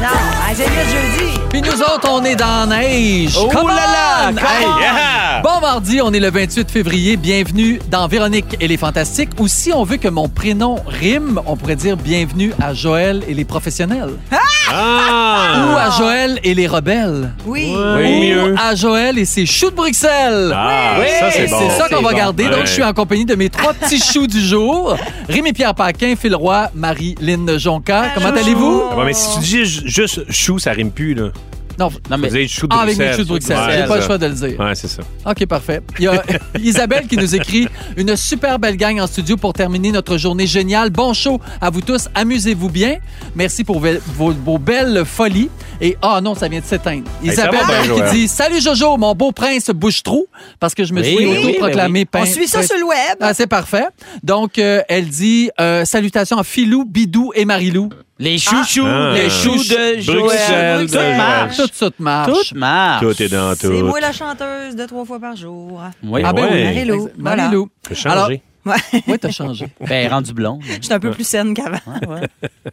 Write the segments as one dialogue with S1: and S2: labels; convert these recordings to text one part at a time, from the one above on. S1: non, ah, c'est le jeudi.
S2: Puis nous autres, on est dans la neige.
S3: Oh
S2: Come
S3: là là,
S2: on!
S3: come
S2: Hey!
S3: on! Yeah!
S2: Bon mardi, on est le 28 février. Bienvenue dans Véronique et les Fantastiques. Ou si on veut que mon prénom rime, on pourrait dire bienvenue à Joël et les professionnels.
S3: Ah!
S2: Ou à Joël et les rebelles.
S1: Oui.
S3: Oui.
S2: Ou à Joël et ses choux de Bruxelles.
S3: Ah,
S2: Oui,
S3: ça, c'est bon.
S2: C'est ça qu'on va
S3: bon.
S2: garder. Donc,
S3: Ouais.
S2: je suis en compagnie de mes trois petits choux du jour. Rémi-Pierre Paquin, Phil Roy, Marie-Lynne Jonca. Comment
S1: Bonjour.
S2: allez-vous?
S3: Ah ouais, mais si tu dis ju- juste chou, ça rime plus, là.
S2: Non,
S4: Non, mais
S3: Vous dites chou de
S2: ah, avec mes
S3: Bruxelles.
S2: choux de Bruxelles.
S3: Ouais,
S2: J'ai pas le
S3: ça.
S2: choix de le dire.
S3: Ouais, c'est ça.
S2: OK, parfait. Il y a Isabelle qui nous écrit une super belle gang en studio pour terminer notre journée géniale. Bon show à vous tous. Amusez-vous bien. Merci pour ve- vos, vos belles folies. Et ah non, ça vient de s'éteindre.
S3: ça
S2: Isabelle
S3: va bien,
S2: qui
S3: Joël.
S2: dit Salut Jojo, mon beau prince bouche-trou, parce que je me
S4: Oui,
S2: suis
S4: oui,
S2: autoproclamé prince.
S1: On suit ça
S2: prince-
S1: sur le web.
S2: Ah, c'est parfait. Donc, euh, elle dit euh, salutations à Filou, Bidou et Marilou.
S4: les chouchous,
S3: Ah.
S4: les choux de
S3: Bruxelles,
S4: Joël. Tout
S3: Bruxelles.
S4: marche.
S2: Tout ça te marche.
S4: Tout marche.
S3: Tout est dans
S1: C'est
S3: tout.
S1: moi la chanteuse de trois fois par jour.
S4: Oui.
S2: Ah ben oui.
S3: Ouais.
S1: Marilou, voilà.
S2: Marilou.
S3: Faut changer.
S1: Ouais.
S2: Oui, t'as changé.
S4: Ben, rendu blond.
S1: Je suis un peu plus saine qu'avant.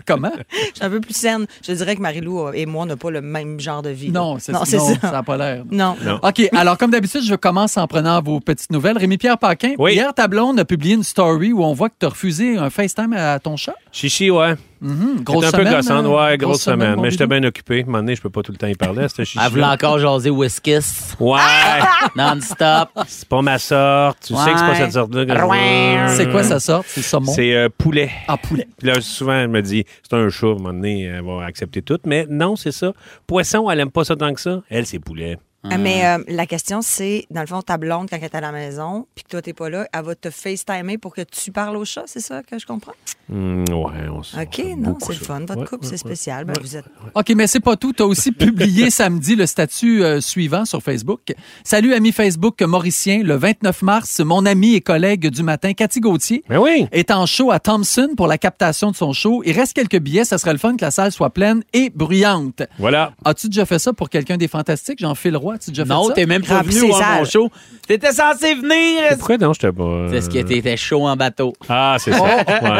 S2: Comment?
S1: Je suis un peu plus saine. Je dirais que Marie-Lou et moi, on n'a pas le même genre de vie.
S2: Non, c'est
S1: c'est ça.
S2: non, ça n'a pas l'air.
S1: Non.
S3: Non.
S2: OK, alors comme d'habitude, je commence en prenant vos petites nouvelles. Rémi-Pierre Paquin,
S3: Oui.
S2: hier, ta blonde a publié une story où on voit que tu as refusé un FaceTime à ton chat.
S3: Chichi, ouais.
S2: Hum,
S3: C'était
S2: grosse
S3: un peu
S2: semaine,
S3: gossant,
S2: hein?
S3: ouais, grosse semaine.
S2: mon
S3: Mais j'étais
S2: bidou.
S3: bien occupé. À un moment donné, je peux pas tout le temps y parler, c'était chichi.
S4: Elle voulait Ah, encore jaser Whiskis
S3: Ouais,
S2: Ah!
S4: non-stop.
S3: c'est pas ma sorte. Tu sais que c'est pas
S4: Ouais.
S3: cette sorte-là que je
S4: Ouais.
S3: veux.
S2: C'est quoi sa sorte? C'est saumon
S3: C'est euh, poulet.
S2: en poulet.
S3: Puis là, souvent, elle me dit, c'est un chat, à un moment donné, elle va accepter tout. Mais non, c'est ça. Poisson, elle aime pas ça tant que ça. Elle, c'est poulet.
S1: Ah, Mais euh, la question, c'est, dans le fond, ta blonde, quand elle est à la maison, puis que toi, t'es pas là, elle va te FaceTimer pour que tu parles au chat, c'est ça que je comprends?
S3: Hmm, ouais, on se.
S1: OK,
S3: on aime
S1: non,
S3: beaucoup
S1: c'est le
S3: ça.
S1: fun. Votre
S3: Ouais,
S1: couple,
S3: ouais,
S1: c'est
S3: ouais.
S1: spécial. Ben, vous êtes...
S2: OK, mais c'est pas tout. Tu as aussi publié samedi le statut euh, suivant sur Facebook. Salut, ami Facebook mauricien. Le 29 mars, mon ami et collègue du matin, Cathy Gauthier,
S3: Mais Ben oui.
S2: est en show à Thompson pour la captation de son show. Il reste quelques billets. Ça serait le fun que la salle soit pleine et bruyante.
S3: Voilà.
S2: As-tu déjà fait ça pour quelqu'un des fantastiques? Jean-Phil Roy, as-tu déjà fait
S4: Non,
S2: ça?
S4: t'es même pas
S1: Grave,
S4: venu
S1: c'est
S4: voir mon
S1: sale.
S4: show. T'étais censé venir.
S3: Pourquoi non, hein, j'étais pas. euh,
S4: C'est ce que t'étais chaud en bateau.
S3: Ah, c'est ça. Ouais. C'est pas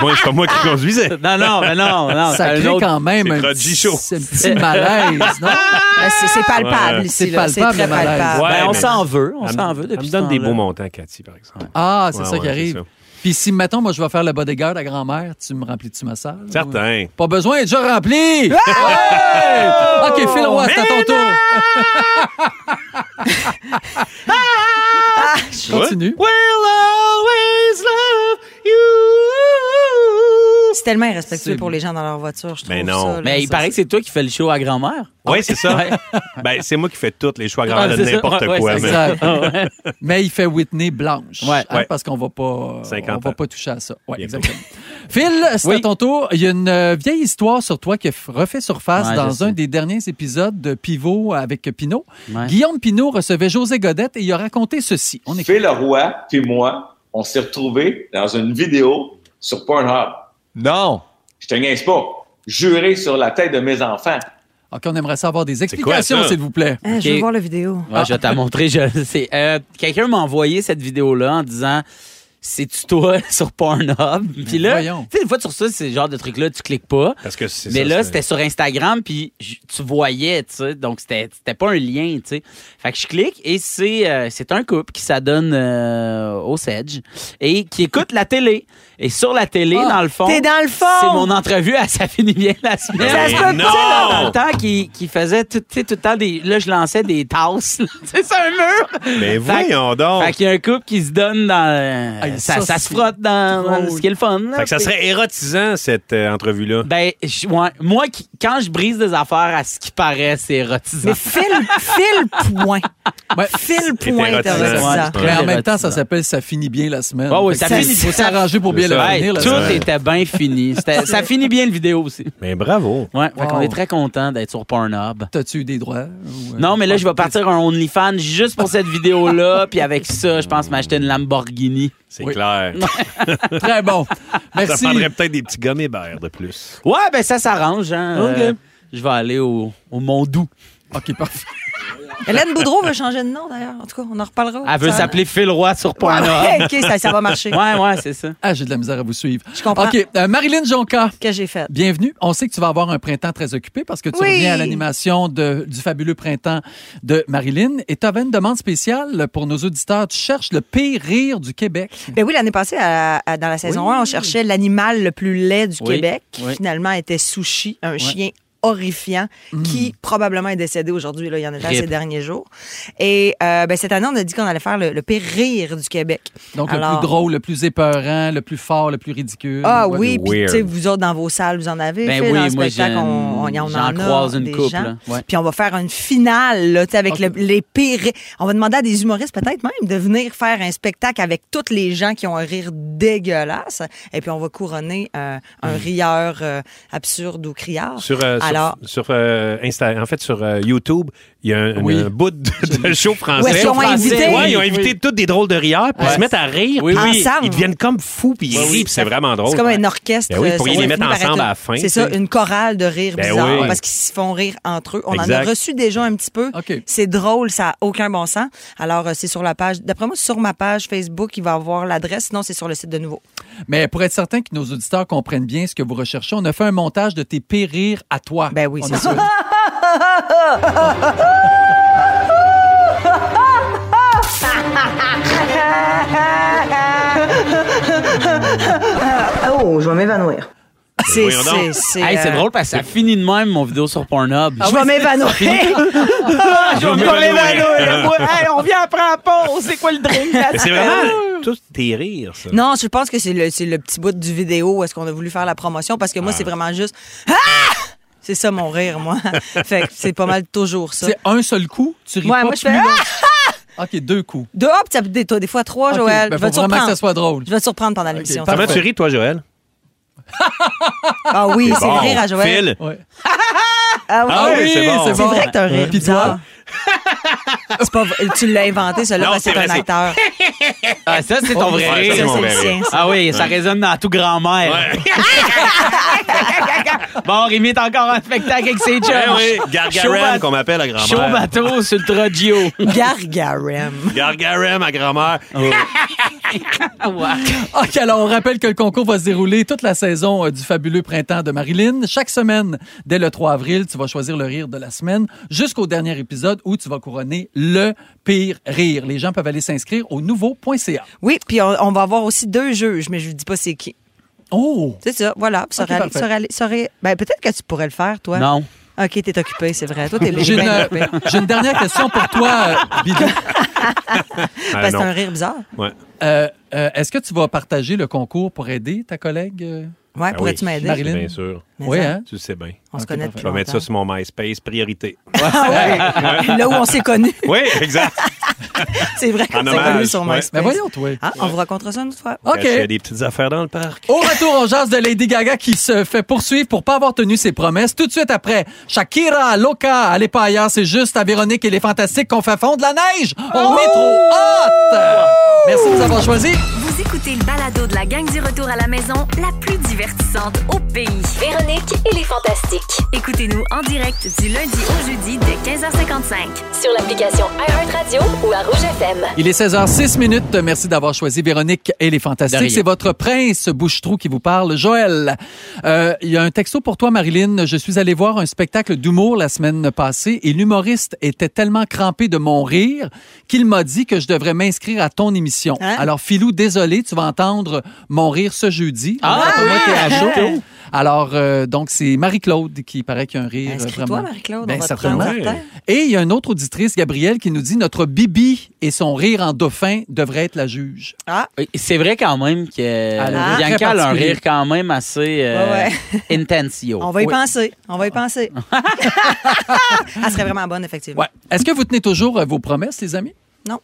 S3: moi- c'est pas moi qui conduisais.
S4: Non, non, mais non, non.
S2: Ça
S4: c'est un
S2: crée
S4: autre-
S2: quand même
S3: c'est
S2: un
S3: Rodgy
S2: petit,
S3: Show.
S2: un petit malaise, non?
S1: Ben, c'est- c'est palpable
S3: Ouais.
S1: ici.
S2: C'est
S1: là.
S2: palpable,
S1: très
S2: le malaise.
S1: palpable.
S3: Ouais,
S4: Ben, on
S3: mais-
S4: s'en veut. On
S3: Elle
S4: s'en
S3: me-
S4: veut
S3: Elle
S4: depuis
S3: me donne
S4: ce
S3: des
S4: temps-là.
S3: beaux montants, Cathy, par exemple.
S2: Ah, c'est
S3: Ouais,
S2: ça
S3: ouais,
S2: qui
S3: c'est
S2: arrive.
S3: ça.
S2: Puis si, mettons, moi, je vais faire le bodyguard à grand-mère, tu me remplis-tu ma salle? Ou-
S3: Certain.
S2: Pas besoin, déjà rempli! Ouais! OK, Phil Roy, c'est à ton tour.
S3: Ouais.
S2: Continue.
S3: We'll always love you.
S1: C'est tellement irrespectueux
S2: C'est-
S1: pour les gens dans leur voiture, je trouve.
S3: Mais non.
S1: ça, là,
S4: Mais il
S1: ça,
S4: paraît que c'est toi qui fais le show à grand-mère.
S3: Oui, c'est ça. Ben, c'est moi qui fais tous les choix
S4: Ah,
S3: grands de n'importe quoi. mais-
S2: Exact. Mais il fait Whitney blanche. hein,
S4: Ouais.
S3: ben. Ah Ouais.
S2: Parce qu'on va pas, on
S3: 50
S2: va
S3: ans.
S2: pas toucher à ça. Ouais,
S3: Bien
S2: exactement. Phil, c'est
S4: Oui.
S2: à ton tour. Il y a une euh, vieille histoire sur toi qui a f- refait surface
S4: Ouais, je
S2: dans
S4: sais.
S2: un des derniers épisodes de Pivot avec Pinot.
S4: Ouais.
S2: Guillaume Pinot recevait José Godette et il a raconté ceci. On écoute.
S5: Phil Leroy puis moi, on s'est retrouvés dans une vidéo sur Pornhub.
S6: Non.
S5: Je te niaise pas. Juré sur la tête de mes enfants.
S2: OK, on aimerait savoir des
S3: quoi,
S2: explications,
S3: ça?
S2: s'il vous plaît.
S1: Ah, Je veux
S4: Ok.
S1: voir la vidéo.
S4: Ouais, je vais t'en montrer. Je, c'est, euh, quelqu'un m'a envoyé cette vidéo-là en disant C'est-tu toi sur Pornhub? Puis là, tu
S2: voyons.
S4: sais, une fois sur ça, c'est le genre de truc-là, tu cliques pas.
S3: Parce que c'est
S4: Mais
S3: ça,
S4: là,
S3: c'est-
S4: c'était sur Instagram, puis j- tu voyais, tu sais. Donc, c'était, c'était pas un lien, tu sais. Fait que je clique et c'est, euh, c'est un couple qui s'adonne euh, au Sedge et qui écoute la télé. Et sur la télé,
S1: Ah,
S4: dans le fond.
S1: t'es dans le fond!
S4: C'est mon entrevue à Ça finit bien la semaine.
S1: Ça se peut
S4: Tu
S3: Mais
S4: sais, dans- dans
S3: non!
S4: le temps qui, qui faisait tout, tu sais, tout le temps des. Là, je lançais des tasses. là. c'est ça, un mur!
S3: Mais
S4: Fait-
S3: voyons donc.
S4: Fait qu'il y a un couple qui se donne dans.
S2: Hey,
S4: Ah, ça,
S2: ça,
S4: ça
S2: c'est
S4: se frotte dans, dans
S2: drôle.
S4: ce qui est le fun. là.
S3: Fait
S1: Ah,
S3: que ça serait érotisant, cette euh, entrevue-là.
S4: Ben, je- ouais, moi, qui- quand je brise des affaires, à ce qui paraît, c'est érotisant.
S1: Mais Phil, Phil Point
S2: Ouais.
S4: Ah,
S1: Fil point
S3: Hétérotisant.
S1: terrorisant.
S4: Ouais.
S2: Mais en même temps, ça
S4: Érotisant.
S2: s'appelle Ça finit bien la semaine.
S4: Ouais, ouais,
S2: Fait que
S4: ça
S2: il
S4: finit-
S2: faut s'arranger pour bien
S3: C'est
S2: le
S3: ça.
S4: Hey,
S2: finir. la
S4: tout
S2: semaine.
S4: était bien fini. C'était- ça finit bien le vidéo aussi.
S3: Mais bravo.
S4: Ouais, fait
S2: Wow.
S4: qu'on est très content d'être sur Pornhub.
S2: T'as-tu eu des droits? ou, euh,
S4: Non, mais là, je vais partir un OnlyFans juste pour cette vidéo-là. Puis avec ça, je pense m'acheter une Lamborghini.
S3: C'est
S2: Oui.
S3: clair.
S2: Très bon.
S3: Ça
S2: Merci.
S3: prendrait peut-être des petits gommés verts de plus.
S4: Ouais, ben ça s'arrange. Hein.
S3: OK.
S4: Euh, je vais aller au, au Mont Doux.
S2: OK, parfait.
S1: Hélène Boudreau veut changer de nom, d'ailleurs. En tout cas, on en reparlera.
S4: Elle veut
S1: Ça-
S4: s'appeler Phil Roy sur Pornhub.
S1: Ouais, OK, ça, ça va marcher.
S4: Ouais, ouais, c'est ça.
S2: Ah, j'ai de la misère à vous suivre.
S1: Je comprends.
S2: OK, euh, Marilyn Jonca.
S1: Que j'ai fait.
S2: Bienvenue. On sait que tu vas avoir un printemps très occupé parce que tu
S1: Oui.
S2: reviens à l'animation de- du fabuleux printemps de Marilyn. Et tu avais une demande spéciale pour nos auditeurs. Tu cherches le pire rire du Québec.
S1: Ben oui, l'année passée, à- à- dans la saison 1, on cherchait l'animal le plus laid du
S4: Oui,
S1: Québec, qui
S4: oui.
S1: finalement était Sushi, un chien horrifiant qui probablement est décédé aujourd'hui. là, Il y en a déjà
S4: Mm. Rip.
S1: ces derniers jours. Et euh, ben, cette année, on a dit qu'on allait faire le, le pire rire du Québec.
S2: Donc, le
S1: Alors-
S2: plus drôle, le plus épeurant, le plus fort, le plus ridicule.
S1: Ah
S2: Ouais.
S1: oui,
S3: de
S1: puis tu sais,
S3: weird.
S1: vous autres, dans vos salles, vous en avez.
S4: Ben
S1: fait,
S4: oui,
S1: dans le
S4: moi,
S1: spectacle,
S4: j'en-
S1: on, on y en,
S4: j'en
S1: a
S4: croise une
S1: des
S4: couple,
S1: gens.
S4: là. Ouais.
S1: Puis on va faire une finale, là, tu sais, avec
S2: Ok.
S1: le- les pires... On va demander à des humoristes, peut-être même, de venir faire un spectacle avec tous les gens qui ont un rire dégueulasse. Et puis on va couronner euh, un
S4: Mm.
S1: rieur euh, absurde ou criard.
S3: Sur, euh, sur-
S1: Alors...
S3: sur, euh, Insta- en fait, sur euh, YouTube, il y a un, un-
S2: Oui.
S3: un bout de, de show français.
S1: Ouais, ils ont invité.
S3: Ouais, ils ont invité
S2: Oui.
S3: tous des drôles de rieurs, puis
S2: Ouais.
S3: ils se mettent à rire,
S4: Oui,
S3: puis
S1: oui. Ensemble.
S3: ils deviennent comme fous, puis ils
S4: Oui, oui.
S3: rient, puis c'est vraiment drôle.
S1: C'est comme un orchestre.
S3: Ben oui, vous
S1: euh,
S3: pourriez
S1: ça
S3: les
S1: finit
S3: mettre
S1: par être
S3: ensemble
S1: un-
S3: à la fin,
S1: C'est ça,
S3: tu sais.
S1: une chorale de rire
S3: Ben
S1: bizarre
S3: oui.
S1: parce qu'ils se font rire entre eux. On en a
S3: Exact.
S1: reçu déjà un petit peu.
S2: OK.
S1: C'est drôle, ça n'a aucun bon sens. Alors, euh, c'est sur la page. D'après moi, sur ma page Facebook, il va avoir l'adresse. Sinon, c'est sur le site de nouveau.
S2: Mais pour être certain que nos auditeurs comprennent bien ce que vous recherchez, on a fait un montage de tes pires rires à toi.
S1: Ben oui,
S2: On
S1: c'est
S2: a
S1: ça.
S2: fait-
S1: Oh, je vais m'évanouir. C'est
S3: Ben voyons donc.
S1: c'est- c'est,
S4: Hey, c'est
S1: euh,
S4: drôle parce que ça finit de même mon vidéo sur Pornhub.
S2: Ah
S1: Je vais m'évanouir.
S3: Ah,
S4: Je vais m'évanouir. Moi, hey, on vient après la pause. C'est quoi le drink? là?
S3: C'est vraiment tous tes rires, ça.
S1: Non, je pense que c'est le, c'est le petit bout du vidéo où est-ce qu'on a voulu faire la promotion parce que moi, c'est vraiment juste. Ah! C'est ça mon rire, moi. fait que c'est pas mal toujours ça.
S2: C'est un seul coup, tu ris
S1: Ouais,
S2: pas
S1: moi, je
S2: plus
S1: fais- Ah!
S2: long- OK, deux coups.
S1: Deux, hop, ça peut des, des fois trois,
S2: OK,
S1: Joël.
S2: ben,
S1: je
S2: faut
S1: vais
S2: vraiment
S1: te
S2: que
S1: surprendre.
S2: ça soit drôle.
S1: Je vais te surprendre pendant l'émission.
S2: parfait.
S3: Comment tu ris, toi, Joël?
S1: Ah oui, c'est le rire à Joël.
S3: Phil,
S2: Ouais.
S1: Ah oui,
S3: Ah oui, c'est bon.
S1: c'est vrai que t'as un rire
S2: Puis toi?
S1: bizarre. C'est pas vrai. Tu l'as inventé, celui-là,
S3: Non,
S1: parce que
S3: c'est
S1: c'est un
S3: vrai, c'est-
S1: acteur.
S4: Ah, ça, c'est ton vrai
S3: Ouais, ça, c'est
S1: Ça, c'est
S4: rire.
S3: mon
S1: le
S3: vrai
S1: sien,
S3: rire.
S1: ça.
S4: Ah oui, ça résonne dans tout grand-mère. Bon, Rémi est encore en spectacle avec ses chums.
S3: Ben oui,
S4: Chaud bat-
S3: Gargarem, qu'on m'appelle à
S4: Chaud
S3: grand-mère.
S4: bateau sur le Trodio.
S1: Gargarem.
S3: Gargarem à grand-mère.
S2: OK, alors on rappelle que le concours va se dérouler toute la saison euh, du fabuleux printemps de Marilyn. Chaque semaine, dès le 3 avril, tu vas choisir le rire de la semaine jusqu'au dernier épisode où tu vas couronner le pire rire. Les gens peuvent aller s'inscrire au nouveau.ca.
S1: Oui, puis on, on va avoir aussi deux juges, mais je vous dis pas c'est qui.
S2: Oh!
S1: C'est ça, voilà. Puis ça
S2: Ok,
S1: aurait-
S2: parfait.
S1: ça aurait- ça aurait- ben, peut-être que tu pourrais le faire, toi.
S4: Non.
S1: OK, t'es occupé, c'est vrai. Toi, t'es bien
S2: J'ai une,
S1: bien occupé.
S2: euh, j'ai une dernière question pour toi, euh, Bibi.
S3: Ah,
S1: Parce que c'est un
S3: non.
S1: rire bizarre.
S3: Ouais.
S2: Euh, euh, Est-ce que tu vas partager le concours pour aider ta collègue? euh?
S1: Ouais,
S3: Ah
S1: pourrais-tu
S3: oui,
S1: m'aider?
S2: Marilyn.
S3: Bien sûr.
S1: Mais
S2: Oui,
S1: ça,
S2: hein?
S3: Tu le sais bien.
S1: On se
S2: Ok,
S1: connaît
S2: parfait.
S1: depuis
S3: Je vais mettre ça
S1: longtemps.
S3: sur mon MySpace, priorité.
S1: Ah ouais, Là où on s'est connus.
S3: Oui, exact.
S1: C'est vrai qu'on
S3: En
S1: s'est connus
S3: hommage,
S1: sur
S3: ouais.
S1: MySpace.
S2: Ben voyons, toi. Ah,
S1: Hein, On vous racontera ça une autre fois.
S2: OK.
S3: Il y a des petites affaires dans le parc.
S2: Au retour, on jase de Lady Gaga qui se fait poursuivre pour pas avoir tenu ses promesses. Tout de suite après, Shakira, Loca, allez pas ailleurs, c'est juste à Véronique et les Fantastiques qu'on fait fondre la neige. On est trop hot! Merci de nous avoir choisis.
S7: Vous écoutez le balado de la gang du retour à la maison, la plus divertissante au pays.
S8: Véronique et les Fantastiques.
S7: Écoutez-nous en direct du lundi au jeudi dès 15h55.
S8: Sur l'application iHeartRadio ou à Rouge FM.
S2: Il est 16h06 minutes. Merci d'avoir choisi Véronique et les
S4: De
S2: Fantastiques.
S4: rien.
S2: C'est votre prince Bouchetrou qui vous parle, Joël. Euh, Il y a un texto pour toi, Marilyn. Je suis allée voir un spectacle d'humour la semaine passée et l'humoriste était tellement crampé de mon rire qu'il m'a dit que je devrais m'inscrire à ton émission.
S1: Hein?
S2: Alors, Philou, désolé, tu vas entendre mon rire ce jeudi.
S4: Ah,
S2: Alors,
S4: oui!
S2: t'es à chaud. Alors, euh, donc, c'est Marie-Claude qui paraît qu'il y a un rire. euh,
S1: Ah, Inscris-toi,
S2: vraiment.
S1: Marie-Claude.
S2: Ben,
S1: on va te
S2: certainement.
S1: prendre certain.
S2: Et il y a une autre auditrice, Gabrielle, qui nous dit notre Bibi et son rire en dauphin devraient être la juge.
S1: Ah,
S4: Oui, C'est vrai quand même que
S2: Ah.
S4: Bianca a un
S2: Très
S4: rire quand même assez euh,
S1: Ouais,
S4: intensio.
S1: on va y
S2: Oui.
S1: penser. On
S2: Ah.
S1: va y penser. Elle serait vraiment bonne, effectivement.
S2: Ouais. Est-ce que vous tenez toujours euh, vos promesses, les amis?
S1: Non.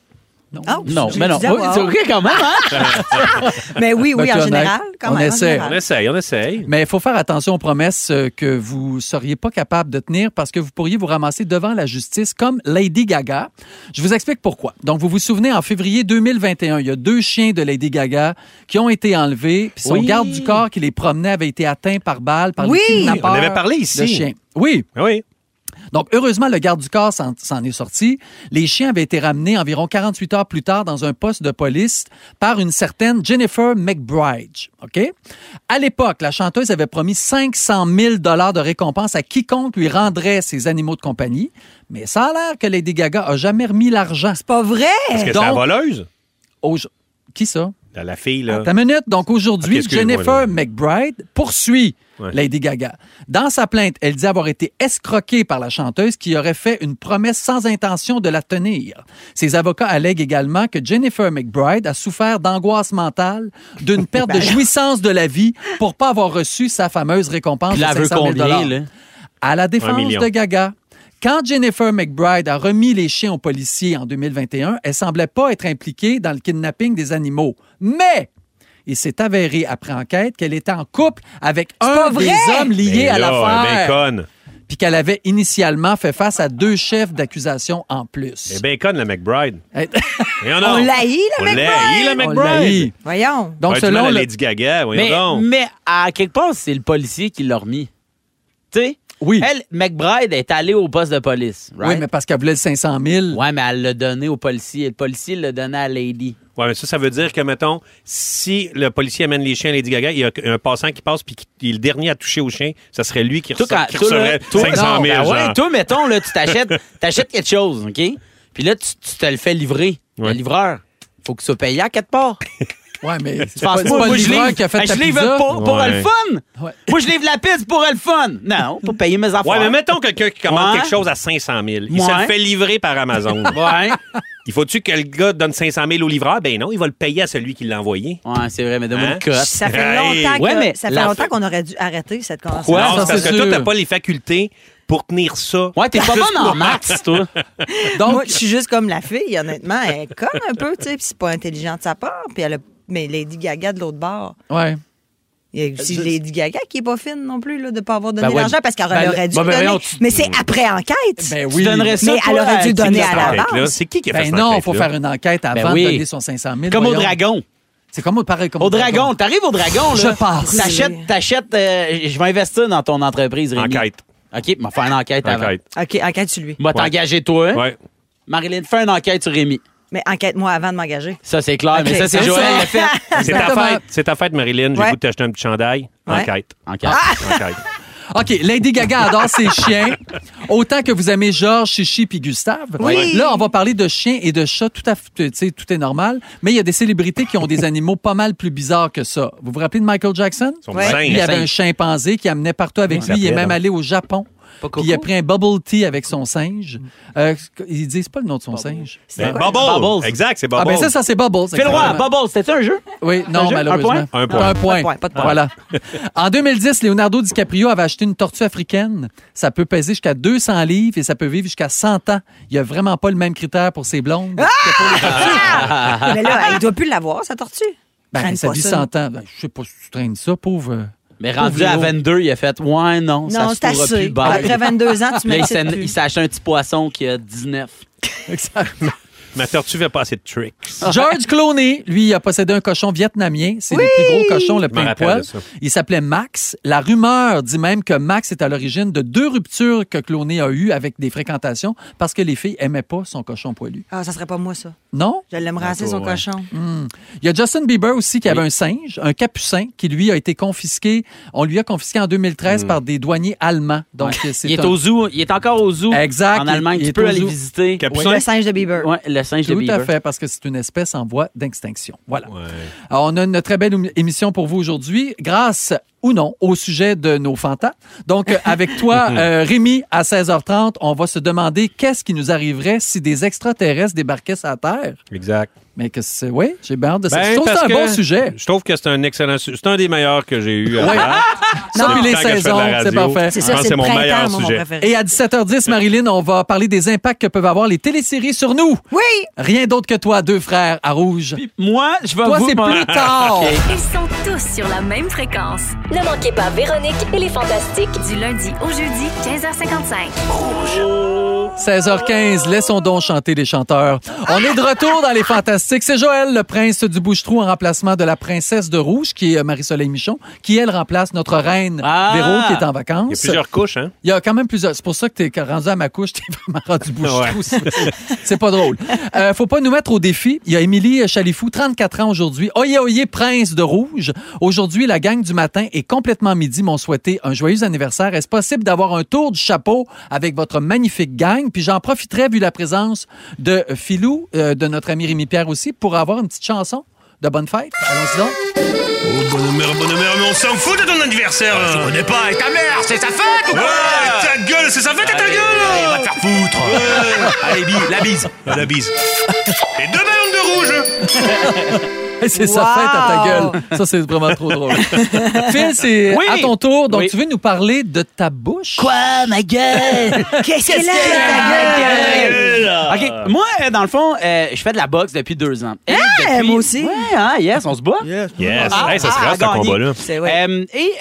S2: Non.
S1: Ah,
S4: Non,
S1: j'ai
S4: mais non.
S1: dit à
S4: Oui,
S1: voix
S4: C'est
S1: haute.
S4: OK quand même, hein?
S1: Mais oui, oui,
S2: Ben,
S1: en
S2: t'es
S1: général. Quand
S2: On
S1: même, en
S2: essaie.
S3: On
S1: général.
S3: essaye, on essaye.
S2: Mais il faut faire attention aux promesses euh, que vous seriez pas capable de tenir parce que vous pourriez vous ramasser devant la justice comme Lady Gaga. Je vous explique pourquoi. Donc, vous vous souvenez, en février 2021, il y a deux chiens de Lady Gaga qui ont été enlevés. Puis son
S4: Oui.
S2: garde du corps qui les promenait avait été atteint par balle, par
S1: Oui.
S2: des
S1: On
S2: kidnappeurs
S3: avait parlé
S2: de
S3: ici.
S2: chiens. Oui.
S3: Ben Oui.
S2: Donc, heureusement, le garde du corps s'en s'en est sorti. Les chiens avaient été ramenés environ 48 heures plus tard dans un poste de police par une certaine Jennifer McBride. OK? À l'époque, la chanteuse avait promis 500 000 de récompense à quiconque lui rendrait ses animaux de compagnie. Mais ça a l'air que Lady Gaga a jamais remis l'argent.
S1: C'est pas vrai.
S3: Est-ce que c'est
S2: Donc-
S3: la voleuse?
S2: Au- Qui ça?
S3: La, la fille, là.
S2: Attends une minute. Donc aujourd'hui,
S3: Ok, excuse-moi,
S2: Jennifer
S3: là.
S2: McBride poursuit
S3: Ouais.
S2: Lady Gaga. Dans sa plainte, elle dit avoir été escroquée par la chanteuse qui aurait fait une promesse sans intention de la tenir. Ses avocats allèguent également que Jennifer McBride a souffert d'angoisse mentale, d'une perte de jouissance de la vie pour pas avoir reçu sa fameuse récompense
S4: Puis
S2: de
S4: la veut
S2: 500 000
S4: combien, là?
S2: à la défense
S3: million.
S2: de Gaga. Quand Jennifer McBride a remis les chiens aux policiers en 2021, elle semblait pas être impliquée dans le kidnapping des animaux. Mais il s'est avéré après enquête qu'elle était en couple avec un
S1: pas
S2: des
S1: vrai!
S2: hommes liés
S3: Mais
S2: à
S3: là, Ben
S2: l'affaire,
S3: conne.
S2: puis qu'elle avait initialement fait face à deux chefs d'accusation en plus.
S3: Elle est bien conne, la McBride.
S2: Eh,
S3: Voyons
S1: On
S3: donc.
S1: l'a haï,
S3: On
S1: la
S3: l'a
S1: McBride.
S3: haï, la
S2: on
S3: McBride.
S2: l'haït.
S1: Voyons.
S2: Donc, selon le-
S3: Lady Gaga, voyons
S4: Mais,
S3: donc.
S4: mais à quelque part, c'est le policier qui l'a remis. Tu sais?
S2: Oui.
S4: Elle, McBride est allée au poste de police,
S2: Oui,
S4: right?
S2: mais parce qu'elle voulait le 500 000.
S4: Ouais, mais elle l'a donné au policier. Le policier l'a donné à Lady.
S3: Ouais, mais ça, ça veut dire que, mettons, si le policier amène les chiens à Lady Gaga, il y a un passant qui passe puis qui qui est le dernier à toucher aux chiens, ça serait lui qui,
S4: Toi,
S3: reço-
S4: quand-
S3: qui
S4: toi, là,
S3: recevrait
S4: toi-
S3: 500 000.
S4: non, ben ouais,
S3: genre.
S4: toi, mettons, là, tu t'achètes, t'achètes quelque chose, OK? Puis là, tu, tu te le fais livrer. Le
S3: Ouais.
S4: livreur. Faut que ça paye à quatre parts.
S2: Ouais, mais
S4: Tu
S2: c'est pas,
S4: penses
S2: c'est
S4: pas,
S2: pas le
S4: moi, je
S2: livreur
S4: livre,
S2: qui a fait
S4: Ben,
S2: ta
S4: je livre
S2: pizza.
S4: pour, pour
S3: Ouais.
S4: le fun.
S2: Ouais.
S4: Moi, je livre la pizza pour le fun. Non, pour payer mes affaires.
S3: Ouais, mais mettons quelqu'un qui commande
S4: Ouais.
S3: quelque chose à 500 000. Il se
S4: Ouais.
S3: le fait livrer par Amazon.
S4: Ouais.
S3: il faut-tu que le gars donne 500 000 au livreur? Ben non, il va le payer à celui qui l'a envoyé.
S4: Ouais, c'est vrai, mais donne-moi
S3: Hein?
S4: une cote.
S1: Ça fait
S3: Hey.
S1: longtemps que-
S4: Ouais, mais
S1: ça fait
S4: la-
S1: longtemps qu'on aurait dû arrêter cette conversation.
S4: Ouais,
S3: non,
S2: ça,
S3: c'est parce
S2: c'est
S3: que toi,
S2: sûr.
S3: t'as pas les facultés pour tenir ça.
S4: Ouais, t'es pas bonne en maths, toi.
S2: Donc,
S1: Moi, je suis juste comme la fille, honnêtement. Elle est conne un peu, tu sais, puis c'est pas intelligent de sa part. Puis elle a... Mais Lady Gaga de l'autre bord.
S2: ouais.
S1: Il y a aussi Lady Gaga qui est pas fine non plus là, de pas avoir donné
S2: Ben ouais.
S1: l'argent parce qu'elle
S2: Ben,
S1: aurait dû
S2: ben,
S1: le
S2: ben,
S1: donner.
S2: non, tu-
S1: Mais c'est après enquête.
S2: Ben
S4: Tu donnerais ça,
S1: Mais
S4: toi,
S1: elle aurait dû
S4: à-
S1: donner
S3: Cette
S1: à la
S3: enquête-là,
S1: base.
S3: C'est qui qui a fait
S2: Ben
S3: cette
S2: non, il
S3: enquête-là?
S2: faut faire une enquête avant
S4: Ben oui.
S2: de donner son 500 000.
S4: Comme au
S2: voyons.
S4: dragon.
S2: C'est comme au- pareil comme
S4: Au dragon. T'arrives au dragon, là.
S2: Je passe.
S4: T'achètes, t'achètes, euh, je vais investir dans ton entreprise, Rémi.
S3: Enquête.
S4: OK, mais faire une enquête avant.
S3: Enquête.
S1: OK, enquête sur lui.
S4: Moi, t'engager toi.
S3: Ouais.
S4: Marilyn, fais une enquête sur Rémi.
S1: Mais enquête-moi avant de m'engager.
S4: Ça, c'est clair,
S1: Ok,
S4: mais ça, c'est
S1: c'est
S4: Joël
S1: ça.
S4: le fait.
S3: C'est ta
S2: Exactement.
S3: fête. C'est ta fête, Marilyn. J'ai
S1: Ouais.
S3: le goût de t'acheter un petit chandail.
S1: Ouais.
S3: Enquête.
S4: Enquête.
S3: Enquête.
S2: OK, Lady Gaga adore ses chiens, autant que vous aimez Georges, Chichi puis Gustave.
S1: Oui.
S2: Là, on va parler de chiens et de chats, tout à fait, tu sais, tout est normal, mais il y a des célébrités qui ont des animaux pas mal plus bizarres que ça. Vous vous rappelez de Michael Jackson?
S3: Ils sont
S1: Ouais.
S3: cinq. Hein?
S2: Il y avait
S4: singe.
S2: un chimpanzé qui amenait partout avec
S3: Ouais.
S2: lui. Il est
S3: S'appelait,
S2: même
S3: donc.
S2: allé au Japon.
S4: Pas
S2: Puis il a pris un bubble tea avec son singe. Euh, ils disent pas le nom de son singe.
S3: Ben,
S1: quoi?
S3: Bubble.
S4: Bubbles.
S3: Exact, c'est Bubble.
S2: Ah ben ça, ça c'est Bubbles.
S4: Fais le roi,
S2: exactement.
S4: Bubble, c'était un jeu?
S2: Oui,
S4: Un
S2: non,
S4: jeu? Un
S2: malheureusement.
S3: point? Un point.
S1: Pas de point, pas de point.
S2: Voilà. En 2010, Leonardo DiCaprio avait acheté une tortue africaine. Ça peut peser jusqu'à 200 livres et ça peut vivre jusqu'à 100 ans. Il n'y a vraiment pas le même critère pour ces blondes.
S1: Mais là, il doit plus l'avoir, sa tortue.
S2: ben,
S1: Traîne
S2: ça
S1: pas
S2: vit 100 ans. Ben, je sais pas si tu traînes ça, pauvre. euh,
S4: Mais
S2: pauvre
S4: rendu à
S2: Léo.
S4: 22, il a fait Ouais, non, ça
S1: Non,
S4: se
S1: c'est
S4: pourra plus
S1: assez.
S4: bye.
S1: Après 22 ans, tu
S4: Là, il
S1: m'excites
S4: s'est- il
S1: plus.
S4: s'est acheté un petit poisson qui a 19.
S2: Exactement.
S3: Ma tortue fait pas assez de tricks.
S2: George Clooney, lui, il a possédé un cochon vietnamien. C'est le plus gros cochon, le
S3: me
S2: plein
S3: rappelle
S2: poil.
S3: de ça.
S2: Il s'appelait Max. La rumeur dit même que Max est à l'origine de deux ruptures que Clooney a eues avec des fréquentations parce que les filles aimaient pas son cochon poilu.
S1: Ah, ça serait pas moi, ça.
S2: Non?
S1: Je l'aimerais assez, son
S3: ouais.
S1: cochon.
S2: Il y a Justin Bieber aussi qui avait un singe, un capucin, qui lui a été confisqué. On lui a confisqué en
S3: Hmm.
S2: 2013 par des douaniers allemands. Donc, c'est
S4: Il est
S2: un-
S4: au zoo. Il est encore au zoo.
S2: Exact.
S4: En Allemagne,
S2: Il
S4: tu
S2: est
S4: peux
S2: au
S4: aller
S2: zoo.
S4: visiter.
S3: Capucin.
S1: Le singe de Bieber.
S4: Ouais, le singe de
S2: Tout
S4: Bieber.
S2: à fait, parce que c'est une espèce en voie d'extinction. Voilà. Alors, on a une très belle émission pour vous aujourd'hui, grâce ou non au sujet de nos fantas. Donc, euh, avec toi, euh, Rémi, à 16h30, on va se demander qu'est-ce qui nous arriverait si des extraterrestres débarquaient sur la Terre.
S3: Exact.
S2: Mais que c'est... Oui, j'ai bien hâte de ça.
S3: Ben,
S2: Je trouve que
S3: parce
S2: c'est un bon
S3: que
S2: sujet.
S3: Je trouve que c'est un excellent sujet. C'est un des meilleurs que j'ai eu. à
S2: Ouais.
S3: date.
S2: Non, puis
S3: Depuis
S2: les
S3: le temps que je fais de la
S2: saisons, c'est
S3: radio,
S2: parfait.
S1: C'est
S3: je
S1: ça,
S3: pense
S1: c'est
S3: que
S1: le
S3: Ah, mon
S1: printemps,
S3: meilleur
S1: moi, mon
S3: sujet.
S1: préféré.
S2: Et à 17h10, Marilyn, on va parler des impacts que peuvent avoir les téléséries sur nous.
S1: Oui!
S2: Rien d'autre que toi, deux frères à rouge.
S4: Puis moi, je vais
S2: Toi,
S4: vous
S2: c'est plus tard.
S7: Ils sont tous sur la même fréquence.
S8: Ne manquez pas Véronique et les Fantastiques.
S7: Du lundi au jeudi, 15h55.
S2: 16h15, laissons donc chanter les chanteurs. On est de retour dans les Fantastiques. C'est Joël, le prince du bouche-trou, en remplacement de la princesse de rouge, qui est euh, Marie-Soleil Michon, qui, elle, remplace notre reine
S4: Ah!
S2: Véro, qui est en
S3: Il y a
S2: vacances.
S3: plusieurs couches, hein?
S2: Il y a quand même plusieurs. C'est pour ça que t'es rendu à ma couche, t'es vraiment rendu bouche-trou.
S3: Ouais.
S2: C'est- C'est pas drôle. Euh, faut pas nous mettre au défi. Il y a Émilie euh, Chalifou, 34 ans aujourd'hui. Oyez, oyez, prince de rouge. Aujourd'hui, la gang du matin est complètement midi m'ont souhaité un joyeux anniversaire. Est-ce possible d'avoir un tour du chapeau avec votre magnifique gang? Puis j'en profiterai, vu la présence de Philou, euh, de notre ami Rémi-Pierre aussi, pour avoir une petite chanson de bonne fête. Allons-y donc.
S6: Oh, bonne mère, bonne mère, mais on s'en fout de ton anniversaire! Bah, je connais pas, et ta mère, c'est sa fête ou quoi? ta gueule, c'est sa fête et ta gueule! va te faire foutre! allez, la bise! la bise! Et deux ballons de rouge!
S2: Hey, c'est sa
S1: Wow!
S2: fête à ta gueule. Ça, c'est vraiment trop drôle. Phil, c'est
S4: Oui.
S2: à ton tour. Donc,
S4: Oui.
S2: tu veux nous parler de ta bouche? Quoi?
S1: Qu'est-ce que
S4: ta
S1: c'est, ta gueule?
S4: OK, moi, euh, dans le fond, euh, je fais de la boxe depuis deux ans. Et depuis-
S1: moi aussi.
S4: Ouais, hein, yes, on se bat.
S3: Yes.
S4: Ah,
S3: Hey, ça
S4: ah,
S3: serait
S4: à
S3: hot, ce
S4: gagner.
S3: combat-là.
S1: C'est vrai.
S4: Euh, et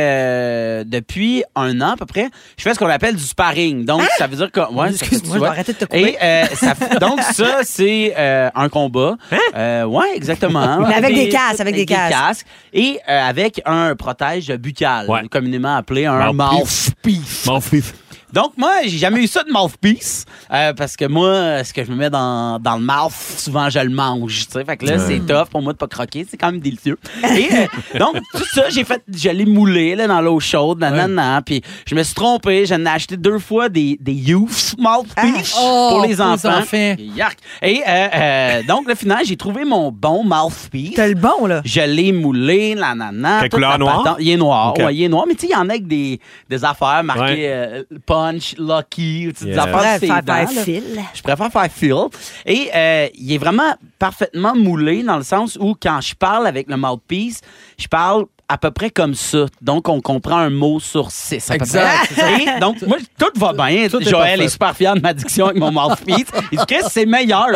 S4: euh, depuis un an à peu près, je fais ce qu'on appelle du sparring. Donc, ça veut dire que... Ouais, ça fait-
S1: Hein? Excuse-moi,
S4: tu
S1: je vais
S4: vois.
S1: arrêter de te couper.
S4: Et euh, ça fait- donc ça, c'est euh, un combat. Euh, ouais, exactement.
S1: Hein? Mais avec des casques, avec des casques.
S4: Et euh, avec un protège buccal,
S3: Ouais.
S4: communément appelé un
S3: Mouthpiece.
S4: mouthpiece. Donc moi, j'ai jamais eu ça de mouthpiece euh, parce que moi, ce que je me mets dans, dans le mouth, souvent je le mange. tu sais. Fait que là, c'est tough pour moi de pas croquer. C'est quand même délicieux. Et euh, donc tout ça, j'ai fait, je l'ai moulé là, dans l'eau chaude, nanana. Puis je me suis trompé. J'en ai acheté deux fois des des youth mouthpiece
S2: Ah.
S4: pour
S2: Oh, pour
S4: les
S2: les
S4: enfants.
S2: enfants.
S4: Yark. Et euh, euh, donc le final, j'ai trouvé mon bon mouthpiece.
S1: T'as le bon, là.
S4: Je l'ai moulé, la nana.
S3: Quelle
S4: toute
S3: couleur
S4: la
S3: noire?
S4: patente. Il est noir.
S3: Ok.
S4: ouais, il est noir. Mais tu sais, il y en a avec des, des affaires marquées
S3: Ouais.
S4: euh, punch, lucky, tu sais, des
S3: Yeah.
S4: affaires de ses
S1: Faire- faire
S4: dents, là.
S1: fil.
S4: Je préfère faire feel. Et euh, il est vraiment parfaitement moulé dans le sens où quand je parle avec le mouthpiece, je parle à peu près comme ça. Donc, on comprend un mot sur six. à peu près.
S2: Exact, c'est ça.
S4: Et donc, moi, tout va bien.
S2: Tout est
S4: Joël
S2: parfait.
S4: est super fier de ma diction avec mon mouthpiece. Il dit que c'est meilleur.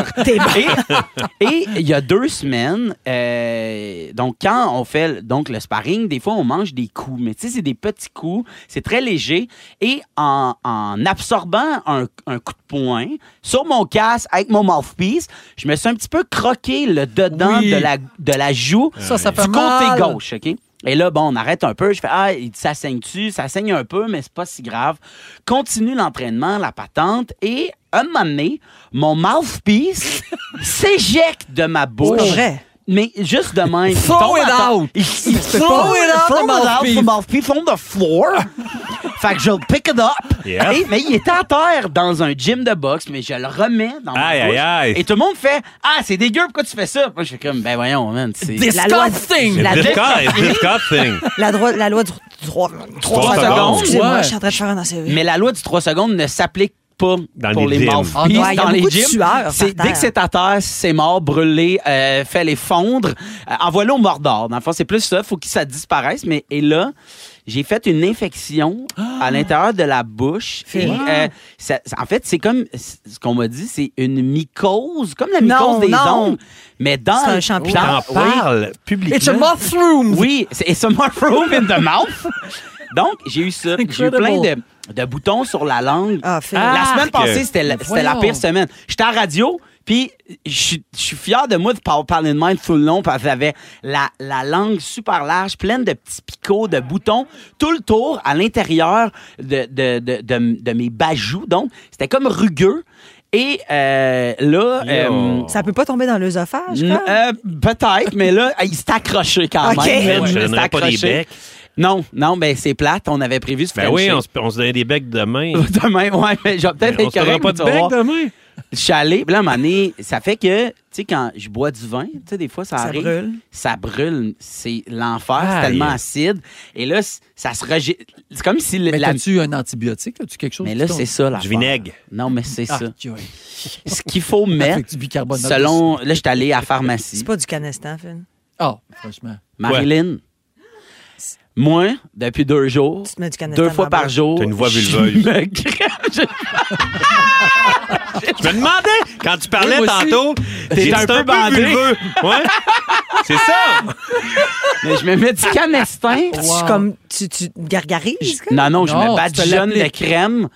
S4: Et, et il y a deux semaines, euh, donc quand on fait le- donc le sparring, des fois on mange des coups, mais tu sais c'est des petits coups, c'est très léger et en, en absorbant un, un coup de poing sur mon casque avec mon mouthpiece, je me suis un petit peu croqué le dedans
S2: Oui.
S4: de la de la joue
S2: Ça, ça fait
S4: du côté
S2: mal.
S4: gauche, OK? Et là, bon, on arrête un peu. Je fais, ah, il dit, ça saigne-tu? Ça saigne un peu, mais c'est pas si grave. Continue l'entraînement, la patente. Et un moment donné, mon mouthpiece s'éjecte de ma bouche.
S1: pas vrai.
S4: Mais juste de même. Il
S2: Throw
S4: tombe
S2: it
S4: à terre.
S2: out.
S4: Il, il throw
S2: pas.
S4: it out,
S2: Throw it
S4: from
S2: out
S4: mouthpiece.
S2: from
S4: From mouthpiece, from the floor. fait que je le pick it up.
S3: Yeah.
S4: Et- mais il était à terre dans un gym de boxe, mais je le remets dans ma
S3: Aïe,
S4: bouche.
S3: aïe, aïe.
S4: Et tout le monde fait, ah, c'est dégueu, pourquoi tu fais ça? Moi, je fais comme, ben voyons, man, c'est...
S1: La loi-
S2: Disgusting!
S1: La-
S3: This cut, this cut thing.
S1: La, droit- la loi du 3
S3: Trois secondes.
S1: Excusez-moi,
S2: Ouais.
S1: je suis en train de faire un E. ACV.
S4: Mais la loi du 3 secondes ne s'applique pas
S3: Dans
S4: pour
S3: les
S4: les
S3: gyms.
S4: morts.
S2: Ah,
S4: Puis
S2: ouais,
S1: il y a
S4: dans les
S1: beaucoup de
S4: gyms,
S1: sueur
S4: c'est-
S1: par
S4: dès que
S1: terre.
S4: c'est à terre, c'est mort, brûlé, euh, fais-les fondre, euh, envoie-les au Mordor. Dans le fond, c'est plus ça, faut que ça disparaisse. Mais et là, j'ai fait une infection à l'intérieur de la bouche. Et, euh, ça- ça- en fait, c'est comme ce qu'on m'a dit, c'est une mycose, comme la mycose
S1: Non,
S4: des
S1: non.
S4: ongles, mais dans
S1: C'est un
S4: le-
S1: champignon.
S4: dans- oui.
S3: T'en parles publiquement.
S2: It's a mushroom!
S4: Oui, c'est it's a mushroom in the mouth. Donc, j'ai eu ça. J'ai eu plein de, de boutons sur la langue.
S1: Ah, Phil.
S4: la semaine
S3: Arc.
S4: passée, c'était la, c'était la
S2: voyons.
S4: pire semaine. J'étais à radio, puis je suis je suis fier de moi de par- parler de même tout le long, parce que j'avais la, la langue super large, pleine de petits picots, de boutons, tout le tour, à l'intérieur de, de, de, de- de mes bajoux. Donc, c'était comme rugueux. Et euh, là... euh,
S1: Ça peut pas tomber dans l'œsophage,
S4: N-
S1: quoi?
S4: euh, Peut-être, mais là, il s'est accroché quand
S1: Ok.
S4: même.
S3: Ouais, je
S4: Il s'est
S3: donnerais pas des
S4: accroché.
S3: becs.
S4: Non, non, ben c'est plate. On avait prévu ce
S3: Ben oui, on Ben se, on se donnait des becs demain.
S4: Demain, ouais, mais je vais peut-être
S3: on
S4: être
S3: se donnera
S4: correct.
S3: pas
S4: mais
S3: de
S4: tu vas
S3: bec
S4: voir.
S3: demain.
S4: Je suis allé, puis là, à un moment donné, ça fait que, tu sais, quand je bois du vin, tu sais, des fois, ça,
S1: Ça
S4: arrive.
S1: brûle.
S4: Ça brûle. C'est l'enfer,
S3: Aïe.
S4: c'est tellement acide. Et là, c- ça se rejette. C'est comme si le-
S2: Mais
S4: la.
S2: as-tu un antibiotique? As-tu quelque chose?
S4: Mais là,
S2: qui
S4: c'est ça, là.
S3: Du vinaigre.
S4: Non, mais c'est
S2: Ah,
S4: ça.
S2: qui a-
S4: Ce qu'il faut
S2: Avec
S4: mettre,
S2: du bicarbonate.
S4: selon. Là, je suis allé à la
S1: C'est
S4: pharmacie.
S1: pas du canestan, Phil.
S2: Ah, franchement.
S4: Marilyn, moi, depuis deux jours,
S1: Tu te mets du canetan
S4: deux
S1: dans la
S4: fois par
S1: bouche.
S4: jour,
S3: T'as une voix
S4: je
S3: vulveuse.
S4: me crème. Je-
S3: Je me demandais, quand tu parlais
S2: Oui, moi aussi.
S3: tantôt, t'es
S4: un
S3: un
S4: peu
S3: peu
S4: bandé.
S3: vulveux. Ouais. C'est ça.
S4: Mais je me mets du canestin.
S1: Tu- Je suis comme, tu, tu gargarises, quoi?
S4: Non, non, je
S2: Non,
S4: me
S2: tu te
S4: badigeonne de
S2: l'appliques.
S4: crème,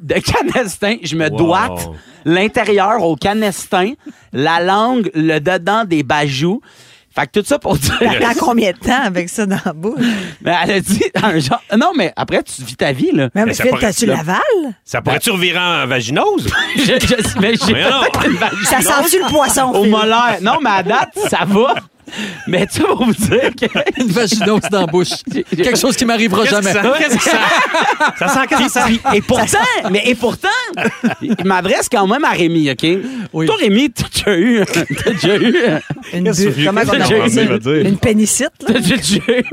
S4: de canestin. Je me
S3: Wow.
S4: doite l'intérieur au canestin, la langue, le dedans des bajoux. Fait que tout ça pour dire.
S1: T'as combien de temps avec ça dans la bouche?
S4: Mais elle a dit un genre. Non, mais après, tu vis ta vie, là.
S1: Même
S3: Mais ça
S1: Phil,
S3: paraît-
S1: t'as-tu
S3: là-
S1: l'aval?
S3: Ça pourrait-tu revirer en vaginose?
S4: je, je, mais j'ai
S3: Mais non.
S4: peut-être une vaginose
S1: Ça sent-tu le poisson,
S4: au
S1: Phil?
S4: molaire. Non, mais à date, ça va. Mais tu vas vous dire que.
S2: Une vaginose dans la bouche. Quelque chose qui m'arrivera
S3: Qu'est-ce que
S2: jamais.
S3: ça- Qu'est-ce que ça? Ça sent qu'est-ce que ça? sent?
S4: Et pourtant, mais et pourtant, il m'adresse quand même à Rémi, OK?
S2: Oui.
S4: Toi, Rémi, t'as déjà eu. T'as déjà eu.
S1: Une
S3: Qu'est-ce
S1: bu-
S3: que tu-
S1: Comment
S3: qu'est-ce
S1: on
S4: que
S1: appelle
S4: j'ai-
S1: ça?
S3: il va dire?
S1: Une pénicite, là?
S4: T'as déjà eu.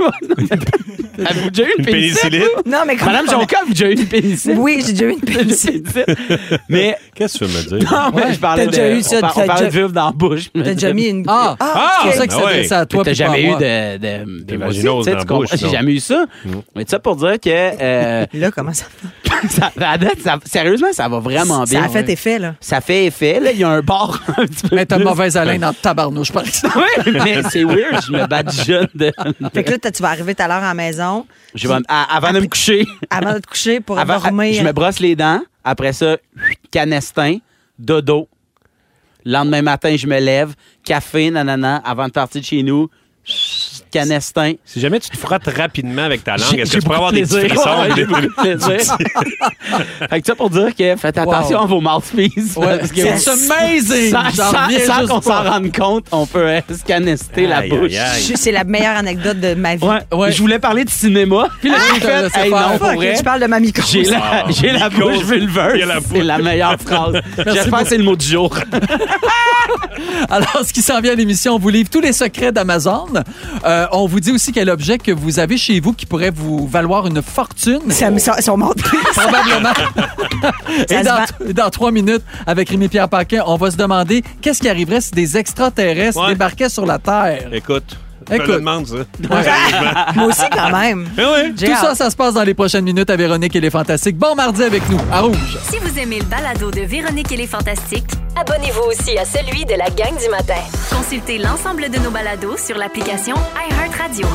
S4: Avez-vous déjà eu une
S3: Une
S4: pénicite?
S3: pénicilline?
S1: Non, mais comment...
S4: Madame Jonca, vous avez déjà eu une pénicite?
S1: Oui, j'ai déjà eu une
S4: T'as
S1: pénicite.
S4: déjà eu une pénicilline. Mais.
S3: Qu'est-ce que tu veux me dire?
S4: Non, mais je parlais
S1: T'as
S4: de.
S1: déjà eu ça,
S4: on par-
S1: t'as
S4: On parlait de
S1: déjà-
S4: vivre dans la bouche.
S1: T'as déjà mis une...
S2: Ah!
S3: Ah!
S2: C'est
S1: ok.
S2: pour ça que
S3: Ah
S2: ça
S3: ouais.
S2: s'adresse à toi.
S4: T'as
S2: puis pas à
S4: jamais eu
S2: moi.
S4: de. de, de-
S3: Des
S4: de-
S3: vaginoses
S4: tu sais,
S3: dans
S4: tu
S3: la bouche,
S4: comprends- J'ai
S3: non. Mm.
S4: jamais eu ça. Mais tout ça pour dire que. euh,
S1: Là, comment ça...
S4: ça, à date, ça- sérieusement, ça va vraiment bien.
S1: Ça a fait effet, là.
S4: Ça fait effet. Là, il y a un bar un petit peu.
S2: Mais t'as
S4: plus.
S2: mauvaise haleine dans le tabarnouche, par exemple.
S4: Oui, mais c'est weird. Je me badigeonne de.
S1: Fait que là, t'as- tu vas arriver tout à l'heure à la maison,
S4: Je vais, à- avant de me coucher.
S1: avant de te coucher, pour
S4: Avant-
S1: dormir.
S4: je me brosse les dents. Après ça, canestin, dodo. Lendemain matin, je me lève. Café, nanana. Avant de partir de chez nous, canestin.
S3: Si jamais tu te frottes rapidement avec ta langue,
S4: J'ai-
S3: est-ce
S4: j'ai
S3: que tu pourrais avoir des
S4: beaucoup de
S3: petits
S4: plaisir.
S3: frissons?
S4: Ouais, j'ai beaucoup de plaisir. fait que ça pour dire que faites attention
S2: Wow.
S4: à vos mouthpieces.
S2: Ouais,
S4: parce que
S2: it's amazing!
S4: sans,
S2: J'en
S4: sans-
S2: reviens
S4: sans
S2: juste
S4: qu'on
S2: pas.
S4: s'en rende compte, on peut euh, scanester la
S3: Aïe,
S4: bouche.
S3: aïe, aïe.
S1: Je- C'est la meilleure anecdote de ma vie.
S4: Ouais,
S2: Ouais.
S4: Je voulais parler de cinéma. Puis là, j'ai
S2: t'as laissé
S4: fait, hey,
S2: faire.
S4: non,
S1: Fuck,
S4: pour vrai,
S1: je parle de ma micro.
S4: j'ai la,
S3: Ah,
S4: j'ai la
S3: Nico,
S4: bouche vulveuse.
S3: il y a la
S4: C'est
S3: bouche.
S4: la meilleure phrase. J'espère
S2: beaucoup.
S4: que c'est le mot du jour.
S2: Alors, ce qui s'en vient à l'émission, on vous livre tous les secrets d'Amazon. Euh, on vous dit aussi quel objet que vous avez chez vous qui pourrait vous valoir une fortune.
S1: Ça me sort- son montre.
S2: Probablement.
S1: Ça
S2: Et
S1: se
S2: dans,
S1: vend.
S2: t- dans trois minutes, avec Rémi-Pierre Paquin, on va se demander qu'est-ce qui arriverait si des extraterrestres
S3: Ouais.
S2: débarquaient sur la Terre.
S3: Écoute, je
S2: Écoute.
S3: te le demande, ça.
S1: Moi aussi, quand même.
S3: Eh oui.
S1: J'ai
S2: Tout ça,
S1: hâte.
S2: ça se passe dans les prochaines minutes à Véronique et les Fantastiques. Bon mardi avec nous, à Rouge.
S7: Si vous aimez le balado de Véronique et les Fantastiques,
S8: Abonnez-vous aussi à celui de la gang du matin.
S7: consultez l'ensemble de nos balados sur l'application iHeartRadio.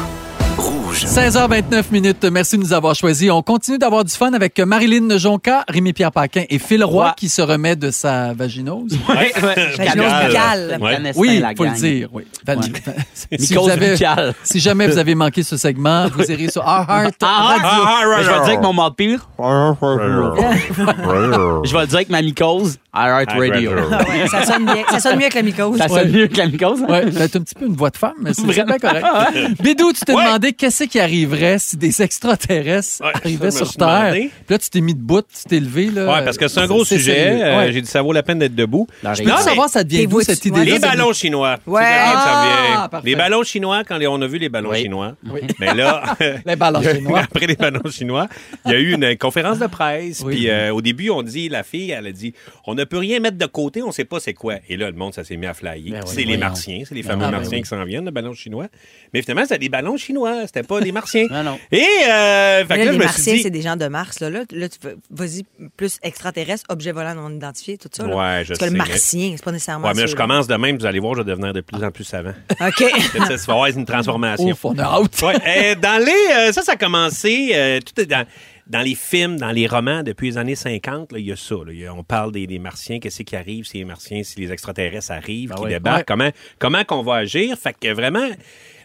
S2: 16h29 minutes. Merci de nous avoir choisis. On continue d'avoir du fun avec Marilyn Jonca, Rémi-Pierre Paquin et Phil Roy
S4: Ouais.
S2: qui se remet de sa vaginose.
S4: Ouais,
S1: Vaginose buccale.
S3: Ouais.
S2: Oui,
S4: la
S2: il faut le
S4: gang.
S2: dire. Oui. si, vous
S4: Mycose
S2: avez-
S4: buccale.
S2: si jamais vous avez manqué ce segment, vous irez sur Our Heart
S4: Ah,
S2: Radio.
S4: ah, ah, Mais je vais le dire avec mon mot de pire. Je vais le dire avec ma mycose. Alright Radio.
S1: Ah Ouais, ça sonne bien. Ça sonne mieux que la micro.
S4: Ça sonne mieux que la mycose. hein?
S2: Ouais, ben, t'as un petit peu une voix de femme, mais c'est c'est bien correct. Bédou, tu t'es demandé qu'est-ce qui arriverait si des extraterrestres
S3: Ouais,
S2: arrivaient
S3: ça, je
S2: sur
S3: me suis
S2: Terre.
S3: demandé.
S2: Puis là, tu t'es mis debout, tu t'es levé. Là,
S3: Ouais, parce que c'est un gros
S2: sérieux.
S3: sujet. Euh,
S2: Ouais.
S3: J'ai dit, ça vaut la peine d'être debout.
S4: La
S2: Je veux
S4: Non, mais-
S2: savoir, ça devient
S1: T'es
S2: d'où
S1: vous-
S2: cette
S1: tu-
S2: idée
S1: ouais,
S3: Les ballons chinois.
S1: Ouais.
S3: C'est de là que
S2: Ah,
S3: ça vient.
S2: parfait.
S3: Les ballons chinois, quand les- on a vu les ballons
S4: Oui.
S3: chinois, mais là,
S2: Les ballons chinois.
S3: après les ballons chinois, il y a eu une, euh, conférence de presse.
S2: Oui.
S3: Puis euh, au début, on dit, la fille, elle a dit, on ne peut rien mettre de côté, on ne sait pas c'est quoi. Et là, le monde, ça s'est mis à flyer.
S4: Ben oui,
S3: c'est les
S4: voyons.
S3: martiens, c'est les fameux
S2: oui,
S3: martiens
S2: oui.
S3: qui s'en viennent, le ballon chinois. Mais finalement, c'était des ballons chinois, c'était pas des martiens.
S4: Non, non.
S3: Et euh, fait
S1: Là,
S3: que là,
S1: les
S3: je me suis
S1: Martiens,
S3: dit,
S1: c'est des gens de Mars. Là, là, là, tu veux- vas-y, plus extraterrestre, objet volant non identifié, tout ça. là.
S3: Ouais, je
S1: Parce que
S3: sais,
S1: le
S3: mais-
S1: Martien, c'est pas nécessairement.
S3: Ouais, mais là, je
S1: sûr.
S3: commence de même, vous allez voir, je vais devenir de plus en plus savant.
S1: OK.
S3: Tu sais, ça va avoir une transformation.
S2: Ouf, on a out.
S3: Ouais, euh, dans les, euh, ça, ça a commencé euh, tout est dans, dans les films, dans les romans, depuis les années 50, là, il y a ça. là. Il y a- on parle des, des martiens, qu'est-ce qui arrive si les martiens, si les extraterrestres arrivent, qui
S2: Ah ouais.
S3: débarquent,
S2: Ouais.
S3: comment comment qu'on va agir. Fait que vraiment,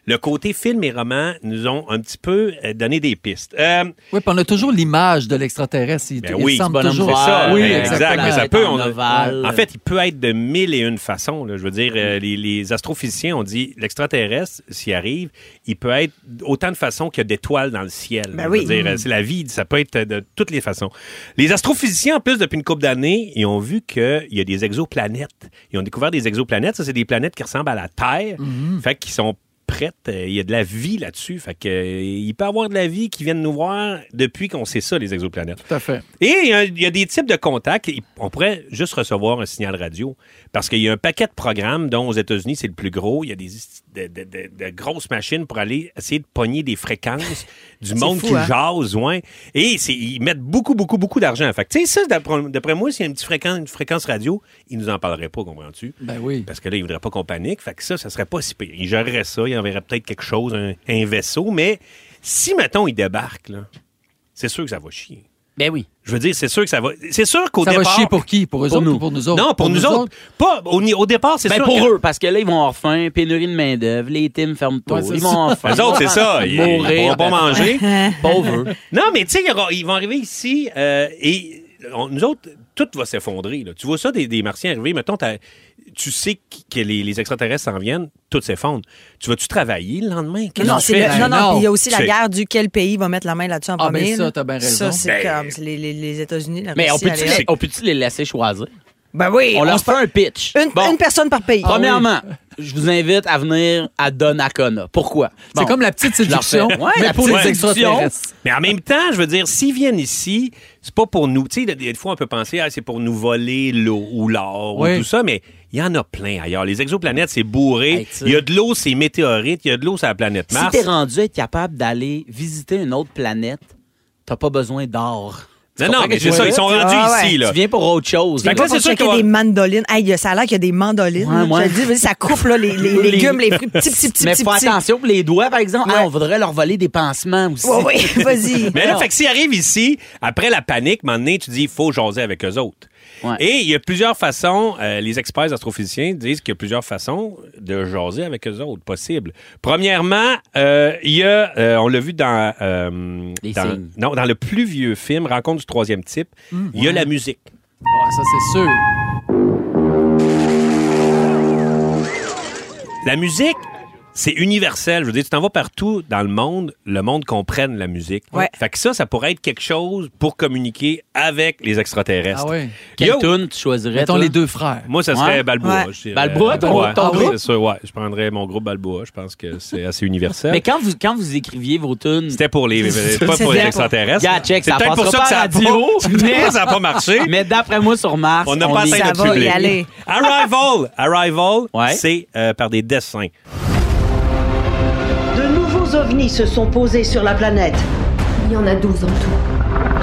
S3: le côté film et roman nous ont un petit peu euh, donné des pistes. Euh,
S2: Oui, puis on a toujours l'image de l'extraterrestre. Il,
S3: ben
S2: il
S3: oui,
S2: semble
S4: bonhomme
S2: toujours...
S3: c'est ça.
S4: vert,
S2: Oui,
S3: ben, exact.
S2: exactement.
S3: Mais ça
S4: Être
S3: peut,
S4: en
S3: on a-
S4: ovale.
S3: en fait, il peut être de mille et une façons. là. Je veux dire, euh, les, les astrophysiciens ont dit l'extraterrestre, s'il arrive, il peut être autant de façons qu'il y a d'étoiles dans le ciel.
S1: Ben
S3: Je veux
S1: oui.
S3: dire, euh, c'est la vie, ça peut être de toutes les façons. Les astrophysiciens, en plus, depuis une couple d'années, ils ont vu qu'il y a des exoplanètes. Ils ont découvert des exoplanètes. Ça, c'est des planètes qui ressemblent à la Terre.
S1: Mm-hmm.
S3: Fait qu'ils sont prêtes. Euh, Il y a de la vie là-dessus. Fait que, euh, il peut y avoir de la vie qui vient de nous voir depuis qu'on sait ça, les exoplanètes.
S2: Tout à fait.
S3: Et il y a- il y, a des types de contacts. Il- On pourrait juste recevoir un signal radio parce qu'il y a un paquet de programmes dont aux États-Unis, c'est le plus gros. Il y a des isti- de, de- de- de grosses machines pour aller essayer de pogner des fréquences du monde
S1: fou,
S3: qui
S1: hein?
S3: jase. Ouais. Et c'est- ils mettent beaucoup, beaucoup, beaucoup d'argent. Fait que, tu sais, ça, d'après d'après moi, s'il y a une petite fréquence, une fréquence radio, ils nous en parleraient pas, comprends-tu?
S2: Ben oui.
S3: Parce que là, ils voudraient pas qu'on panique. Fait que ça, ça serait pas si pire. Ils géreraient ça, ils enverraient peut-être quelque chose, un, un vaisseau. Mais si, mettons, ils débarquent, là, c'est sûr que ça va chier.
S4: Ben oui.
S3: Je veux dire, c'est sûr que ça va. C'est sûr qu'au
S2: Ça
S3: départ.
S2: va chier pour qui? Pour eux
S3: Pour
S2: autres
S3: nous.
S2: ou pour nous autres?
S3: Non, pour, nous, autres. Pas, au, ni- au départ, c'est
S4: Ben
S3: sûr.
S4: pour
S3: que-
S4: eux, parce que là, ils vont avoir faim, pénurie de main-d'œuvre, les teams ferment tôt.
S2: Ouais, c'est
S4: ils vont avoir faim.
S3: Eux autres, c'est ça. Ils ils
S4: Mourir.
S3: pourront pas manger.
S4: Pauvres.
S3: Non, mais tu sais, il y aura- ils vont arriver ici euh, et on- nous autres, tout va s'effondrer. là. Tu vois ça des, des martiens arriver. Mettons, t'as- tu sais qui- que les, les extraterrestres s'en viennent, tout s'effondre. Tu vas-tu travailler le lendemain? Qu'est-ce
S1: Non,
S3: que tu
S1: c'est
S3: fais?
S1: le- non, non,
S2: Non.
S1: puis il y a aussi la
S3: C'est-
S1: guerre du quel pays va mettre la main là-dessus en
S2: Ah, ben
S1: premier.
S2: ça,
S1: là.
S2: t'as bien raison.
S1: Ça, c'est
S3: Ben-
S1: comme c'est les, les- les États-Unis, la
S4: Mais on
S1: Russie,
S4: peut-tu
S1: elle est-
S4: les, on peut-tu les laisser choisir?
S1: Ben oui,
S4: on leur
S1: se
S4: fait un pitch.
S1: Une,
S4: Bon.
S1: une personne Ah par pays.
S4: Premièrement, je vous invite à venir à Donnacona. Pourquoi?
S2: C'est comme la petite séduction,
S4: Je leur fais- Ouais,
S2: mais
S4: la
S2: pour
S4: petite
S2: les
S4: séduction.
S2: extraterrestres.
S3: Mais en même temps, je veux dire, s'ils viennent ici, c'est pas pour nous. Tu sais, des fois, on peut penser, ah, c'est pour nous voler l'eau ou l'or
S2: Oui.
S3: ou tout ça, mais il y en a plein ailleurs. Les exoplanètes, c'est bourré.
S4: Hey, tu sais.
S3: Il y a de l'eau, c'est météorite. Il y a de l'eau sur la planète
S4: Si
S3: Mars.
S4: t'es rendu à être capable d'aller visiter une autre planète, t'as pas besoin d'or. Tu
S3: non,
S4: comprends
S3: non,
S4: que
S3: mais
S4: je
S3: c'est
S4: veux
S3: ça,
S4: dire?
S3: ils sont rendus
S1: Ah ouais.
S3: ici, là.
S4: Tu viens pour autre chose.
S3: Fait
S4: là.
S3: que là,
S1: c'est
S3: c'est sûr
S1: sûr
S3: qu'on va-
S1: des mandolines. Hey, ça a l'air qu'il y a des mandolines.
S4: Ouais,
S1: là,
S4: ouais.
S1: Je te le dis, vas-y, ça coupe là, les, les
S4: Les-
S1: légumes, les fruits. Petit, petit, petit,
S4: mais
S1: petit.
S4: faut
S1: petit.
S4: attention pour les doigts, par exemple. Ah,
S1: Ouais.
S4: on voudrait leur voler des pansements aussi.
S1: Ouais, ouais, vas-y.
S3: Mais là,
S4: Ben Non.
S3: fait que s'ils arrivent ici, après la panique, un moment donné, tu dis, il faut jaser avec eux autres.
S4: Ouais.
S3: Et il y a plusieurs façons, euh, les experts astrophysiciens disent qu'il y a plusieurs façons de jaser avec eux autres possibles. Premièrement, euh, il y a, euh, on l'a vu dans, euh,
S4: Les
S3: dans-
S4: signes. Mmh.
S3: non, dans le plus vieux film, Rencontre du troisième type, il y a la musique.
S2: Ah, ça, c'est sûr.
S3: La musique, c'est universel. Je veux dire, tu t'en vas partout dans le monde, le monde comprenne la musique.
S1: Ouais.
S3: Fait que ça, ça pourrait être quelque chose pour communiquer avec les extraterrestres.
S2: Ah oui.
S4: Quelle
S3: Yo!
S4: toune tu choisirais?
S2: Mettons
S4: toi?
S2: les deux frères.
S3: Moi, ça serait
S4: Ouais.
S3: Balboa.
S1: Ouais.
S3: je dirais.
S4: Balboa, ton-
S3: Ouais.
S4: ton
S3: Ah,
S4: groupe?
S3: C'est sûr, ouais. Je prendrais mon groupe Balboa. Je pense que c'est assez universel.
S4: Mais quand vous, quand vous écriviez vos tunes,
S3: Hein? C'était pour les,
S4: C'est
S3: pas pour les
S1: bien.
S3: extraterrestres.
S4: Yeah, check,
S3: c'est
S4: ça
S3: peut-être pour
S4: passera
S3: ça que ça
S4: pas
S3: a
S4: à la radio.
S3: pas, mais ça a pas marché.
S4: mais d'après moi, sur Mars,
S3: on n'a pas
S4: est-
S3: atteint
S1: ça
S3: notre
S1: va y
S3: public.
S1: aller.
S3: Arrival, Arrival,
S4: Ouais.
S3: c'est euh, par des dessins.
S9: De nouveaux ovnis se sont posés sur la planète.
S10: Il y en a 12 en tout.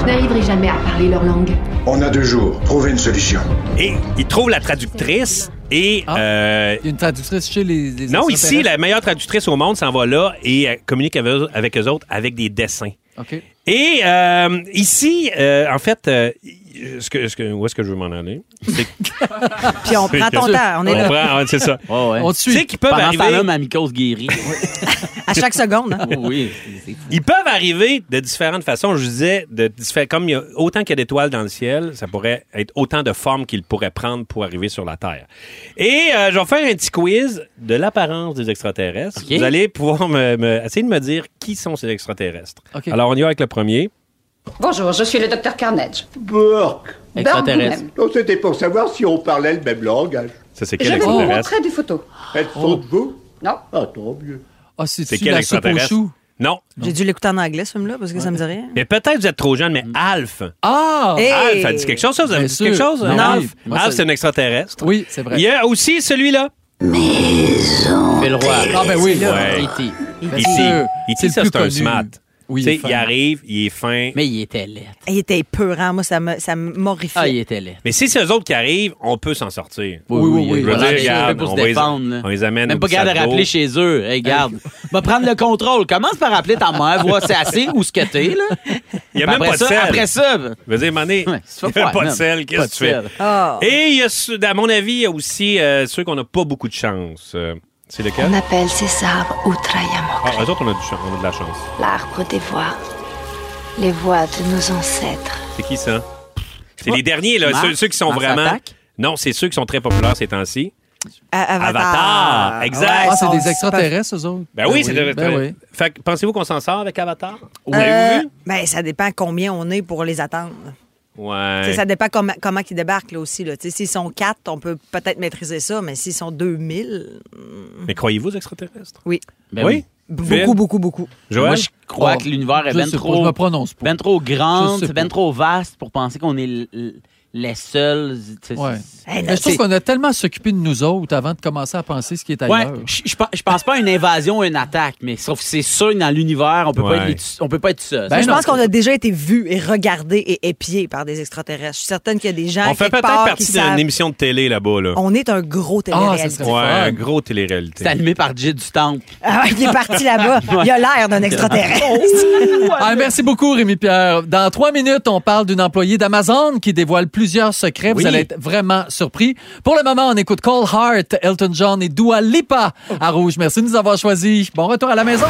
S10: Je n'arriverai jamais à parler leur langue.
S11: On a deux jours. Trouver une solution.
S3: Et ils trouvent la traductrice et
S2: Ah.
S3: euh,
S2: Il y a une traductrice chez les, les
S3: non, ici,
S2: extraterrestres.
S3: la meilleure traductrice au monde s'en va là et elle communique avec eux- avec eux autres avec des dessins.
S2: OK.
S3: Et euh, ici, euh, en fait, euh, ce que, ce que- où est-ce que je veux m'en aller? C'est-
S1: Puis on prend ton temps. On est là.
S3: prend- Oh, ouais, c'est ça.
S4: Ouais, ouais.
S2: On te
S3: Tu sais
S2: suit.
S3: qu'ils peuvent
S4: Pendant ce
S3: arriver.
S4: temps-là, ma mycose guérit.
S1: À chaque seconde. hein.
S4: Oh oui, c'est- c'est fou.
S3: Ils peuvent arriver de différentes façons. Je disais, de diffé- comme il y a autant qu'il y a d'étoiles dans le ciel, ça pourrait être autant de formes qu'ils pourraient prendre pour arriver sur la Terre. Et euh, je vais faire un petit quiz de l'apparence des extraterrestres.
S4: Ok.
S3: Vous allez pouvoir me, me- essayer de me dire qui sont ces extraterrestres.
S2: Ok.
S3: Alors, on y va avec le premier.
S10: Bonjour, je suis le docteur Carnage.
S11: Burke.
S4: Extraterrestre.
S11: C'était pour savoir si on parlait le même langage.
S3: Ça, c'est
S10: Je
S3: quel
S10: vais vous
S3: extraterrestre?
S10: montrer des photos.
S11: Elles sont de vous
S10: Non.
S11: Ah, tant mieux.
S2: Ah, c'est
S3: C'est quel
S2: la soupe aux
S3: extraterrestre?
S2: choux.
S3: Non.
S1: J'ai dû l'écouter en anglais, ce film-là, parce que ça me dit rien.
S3: Mais peut-être vous êtes trop jeune,
S4: Mm.
S3: mais Alf.
S2: Ah!
S1: Hey!
S3: Alf, ça dit quelque chose, ça? Vous avez
S2: Bien
S3: dit
S2: sûr.
S3: quelque chose?
S2: Non,
S3: Alf,
S2: oui. Moi,
S3: Alf,
S2: ça-
S3: c'est un extraterrestre.
S2: Oui, c'est vrai.
S3: Il y a aussi celui-là.
S4: Fais le roi.
S2: Ah, ben oui.
S3: Ouais. E
S4: E.T.
S2: Bien
S3: Ici,
S2: sûr.
S3: ici ça,
S2: le
S3: c'est
S2: plus
S3: un
S2: connu.
S3: smart.
S2: Oui,
S3: Tu
S2: il
S3: sais,
S2: est
S3: il
S2: fin.
S3: arrive, il est fin. Mais,
S4: Mais il était laid.
S1: Il était épeurant. Moi, ça me, ça me morrifiait.
S4: Ah, il était laid.
S3: si c'est eux autres qui arrivent, on peut s'en sortir.
S2: Oui, oui, oui.
S3: Je
S2: Je
S3: veux
S2: Voilà,
S3: dire,
S2: mais
S3: regarde,
S4: pour
S3: on,
S4: se
S3: va les-
S4: défendre. là.
S3: on les amène
S4: Même
S3: au
S4: pas capable de
S3: Saddo.
S4: rappeler chez eux. Hey, regarde, va prendre le contrôle. Commence par appeler ta mère, voir si c'est assez ou ce que t'es. là.
S3: Il n'y a
S4: Puis
S3: même
S4: après
S3: pas de
S4: ça,
S3: sel.
S4: Après ça, ben,
S3: Je veux dire, Mané,
S4: Ouais, c'est
S3: il n'y
S4: pas
S3: a pas de
S4: non,
S3: sel,
S4: pas
S3: qu'est-ce
S4: de
S3: que tu fais?
S4: sel.
S1: Ah.
S3: Et il y a, ceux- à mon avis, il y a aussi euh, ceux qu'on n'a pas beaucoup de chance. Euh, C'est lequel?
S10: On appelle ces arbres Utrayamok,
S3: Ah, eux autres, on a, du ch- on a de la chance.
S10: l'arbre des voix, les voix de nos ancêtres.
S3: C'est qui ça? C'est les derniers, là,
S10: Mars?
S3: ceux, ceux qui sont
S10: Mars
S3: vraiment.
S10: Attack?
S3: Non, c'est ceux qui sont très populaires ces temps-ci.
S1: Ah,
S3: Avatar, exact.
S2: Ah, c'est des extraterrestres, eux autres.
S3: Ben oui, c'est
S2: des
S3: de
S2: ben oui.
S3: Fait que pensez-vous qu'on s'en sort avec Avatar? Oui.
S1: Euh, ben, ça dépend combien on est pour les attendre. Tu sais,
S3: Ouais.
S1: Ça dépend com- comment ils débarquent là, aussi. là. Tu sais, S'ils sont quatre, on peut peut-être maîtriser ça, mais s'ils sont 2000,
S3: Mais croyez-vous aux extraterrestres?
S1: oui.
S4: Ben
S3: oui.
S1: Beaucoup, beaucoup, beaucoup.
S3: Joël?
S4: Moi, je crois
S2: Oh,
S4: que l'univers est
S2: je
S4: ben
S2: sais pas,
S4: trop,
S2: je me prononce pas.
S4: ben trop grande,
S2: Je sais
S4: ben
S2: pas.
S4: trop vaste pour penser qu'on est l- l- les seuls. tu sais,
S2: Ouais.
S4: c'est-
S1: Hey,
S2: Mais je trouve qu'on a tellement à s'occuper de nous autres avant de commencer à penser ce qui est
S4: Ouais,
S2: ailleurs.
S4: je, je pense- je pense pas à une invasion ou une attaque, mais sauf que c'est sûr que dans l'univers, on peut
S3: Ouais.
S4: pas être les- on peut pas être seul.
S2: Ben
S1: je
S2: non,
S1: pense qu'on a déjà été vu et regardé et épié par des extraterrestres. Je suis certaine qu'il y a des gens
S3: On fait
S1: quelque
S3: peut-être
S1: part
S3: partie
S1: qui
S3: d'une
S1: savent-
S3: émission de télé là-bas, là.
S1: On est un gros
S2: Ah, ça
S1: télé-réalité.
S2: serait
S3: Ouais, un
S2: fun.
S3: gros télé-réalité.
S4: c'est animé par Jay du Temple.
S1: Ah, il est parti là-bas. Il a l'air d'un extraterrestre.
S2: Ah, merci beaucoup, Rémi-Pierre. Dans trois minutes, on parle d'une employée d'Amazon qui dévoile plusieurs secrets. Vous
S4: Oui.
S2: allez être vraiment surpris. Pour le moment, on écoute Cole Hart, Elton John et Dua Lipa à Rouge. Merci de nous avoir choisis. Bon retour à la maison.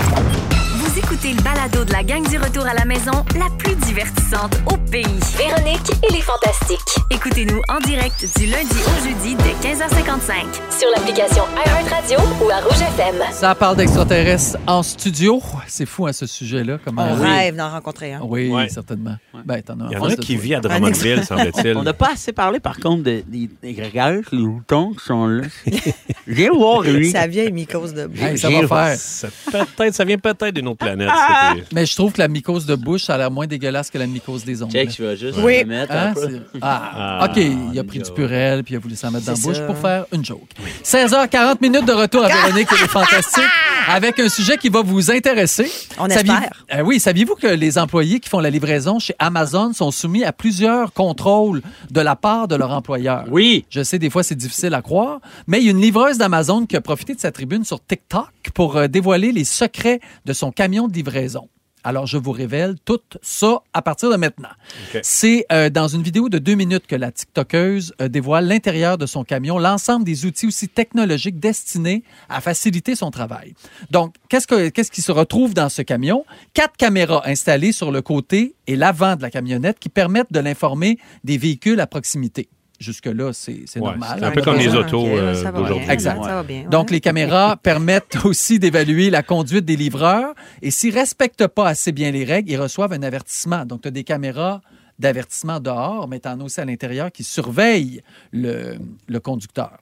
S7: Vous écoutez le balado de la gang du retour à la maison, la plus divertissante au pays.
S8: Véronique et les Fantastiques.
S7: Écoutez-nous en direct du lundi au jeudi dès 15h55.
S8: Sur l'application iHeartRadio ou à Rouge FM.
S2: Ça parle d'extraterrestres en studio. C'est fou à ce sujet-là. Comment...
S1: On
S2: Oui.
S1: rêve d'en rencontrer un.
S2: Oui,
S3: Ah Ouais.
S2: certainement. Ben, t'en as
S3: Il y en
S2: face
S3: a un
S2: de
S3: qui
S2: toi.
S3: vit à Drummondville, semble-t-il.
S4: On n'a pas assez parlé, par contre, de- des des grégaires, les loutons qui sont là. Viens voir, lui.
S1: Sa vieille mycose de
S2: Hey, ça va faire.
S3: Ça, peut-être, ça vient peut-être d'une autre planète.
S4: Ah!
S3: c'était-
S2: Mais je trouve que la mycose de bouche, ça a l'air moins dégueulasse que la mycose des ongles.
S4: Check, je vais juste
S1: Oui.
S4: le mettre un
S2: Hein,
S4: peu.
S2: c'est- Ah,
S3: Ah,
S2: OK. Il a pris du
S4: joke.
S2: purel, puis il a voulu s'en mettre dans la
S1: C'est
S2: bouche
S1: ça.
S2: pour faire une joke. 16h40 minutes de retour à Véronique et les Fantastiques avec un sujet qui va vous intéresser.
S1: On
S2: Saviez-
S1: espère.
S2: Euh, oui, saviez-vous que les employés qui font la livraison chez Amazon sont soumis à plusieurs contrôles de la part de leur employeur?
S4: Oui.
S2: Je sais, des fois, c'est difficile à croire, mais il y a une livreuse d'Amazon qui a profité de sa tribune sur TikTok pour euh, dévoiler les secrets de son camion de livraison. Alors, je vous révèle tout ça à partir de maintenant.
S3: OK.
S2: C'est euh, dans une vidéo de deux minutes que la TikTokeuse euh, dévoile l'intérieur de son camion, l'ensemble des outils aussi technologiques destinés à faciliter son travail. Donc, qu'est-ce, que- qu'est-ce qui se retrouve dans ce camion? Quatre caméras installées sur le côté et l'avant de la camionnette qui permettent de l'informer des véhicules à proximité. Jusque-là, c'est, c'est
S3: Ouais,
S2: normal.
S3: c'est un peu comme les autres. autos,
S1: Ok,
S3: euh,
S1: ça va
S3: d'aujourd'hui.
S1: bien,
S2: Exact.
S1: Ça va bien. ouais.
S2: Donc, les caméras permettent aussi d'évaluer la conduite des livreurs. Et s'ils ne respectent pas assez bien les règles, ils reçoivent un avertissement. Donc, tu as des caméras d'avertissement dehors, mais tu en as aussi à l'intérieur qui surveillent le, le conducteur.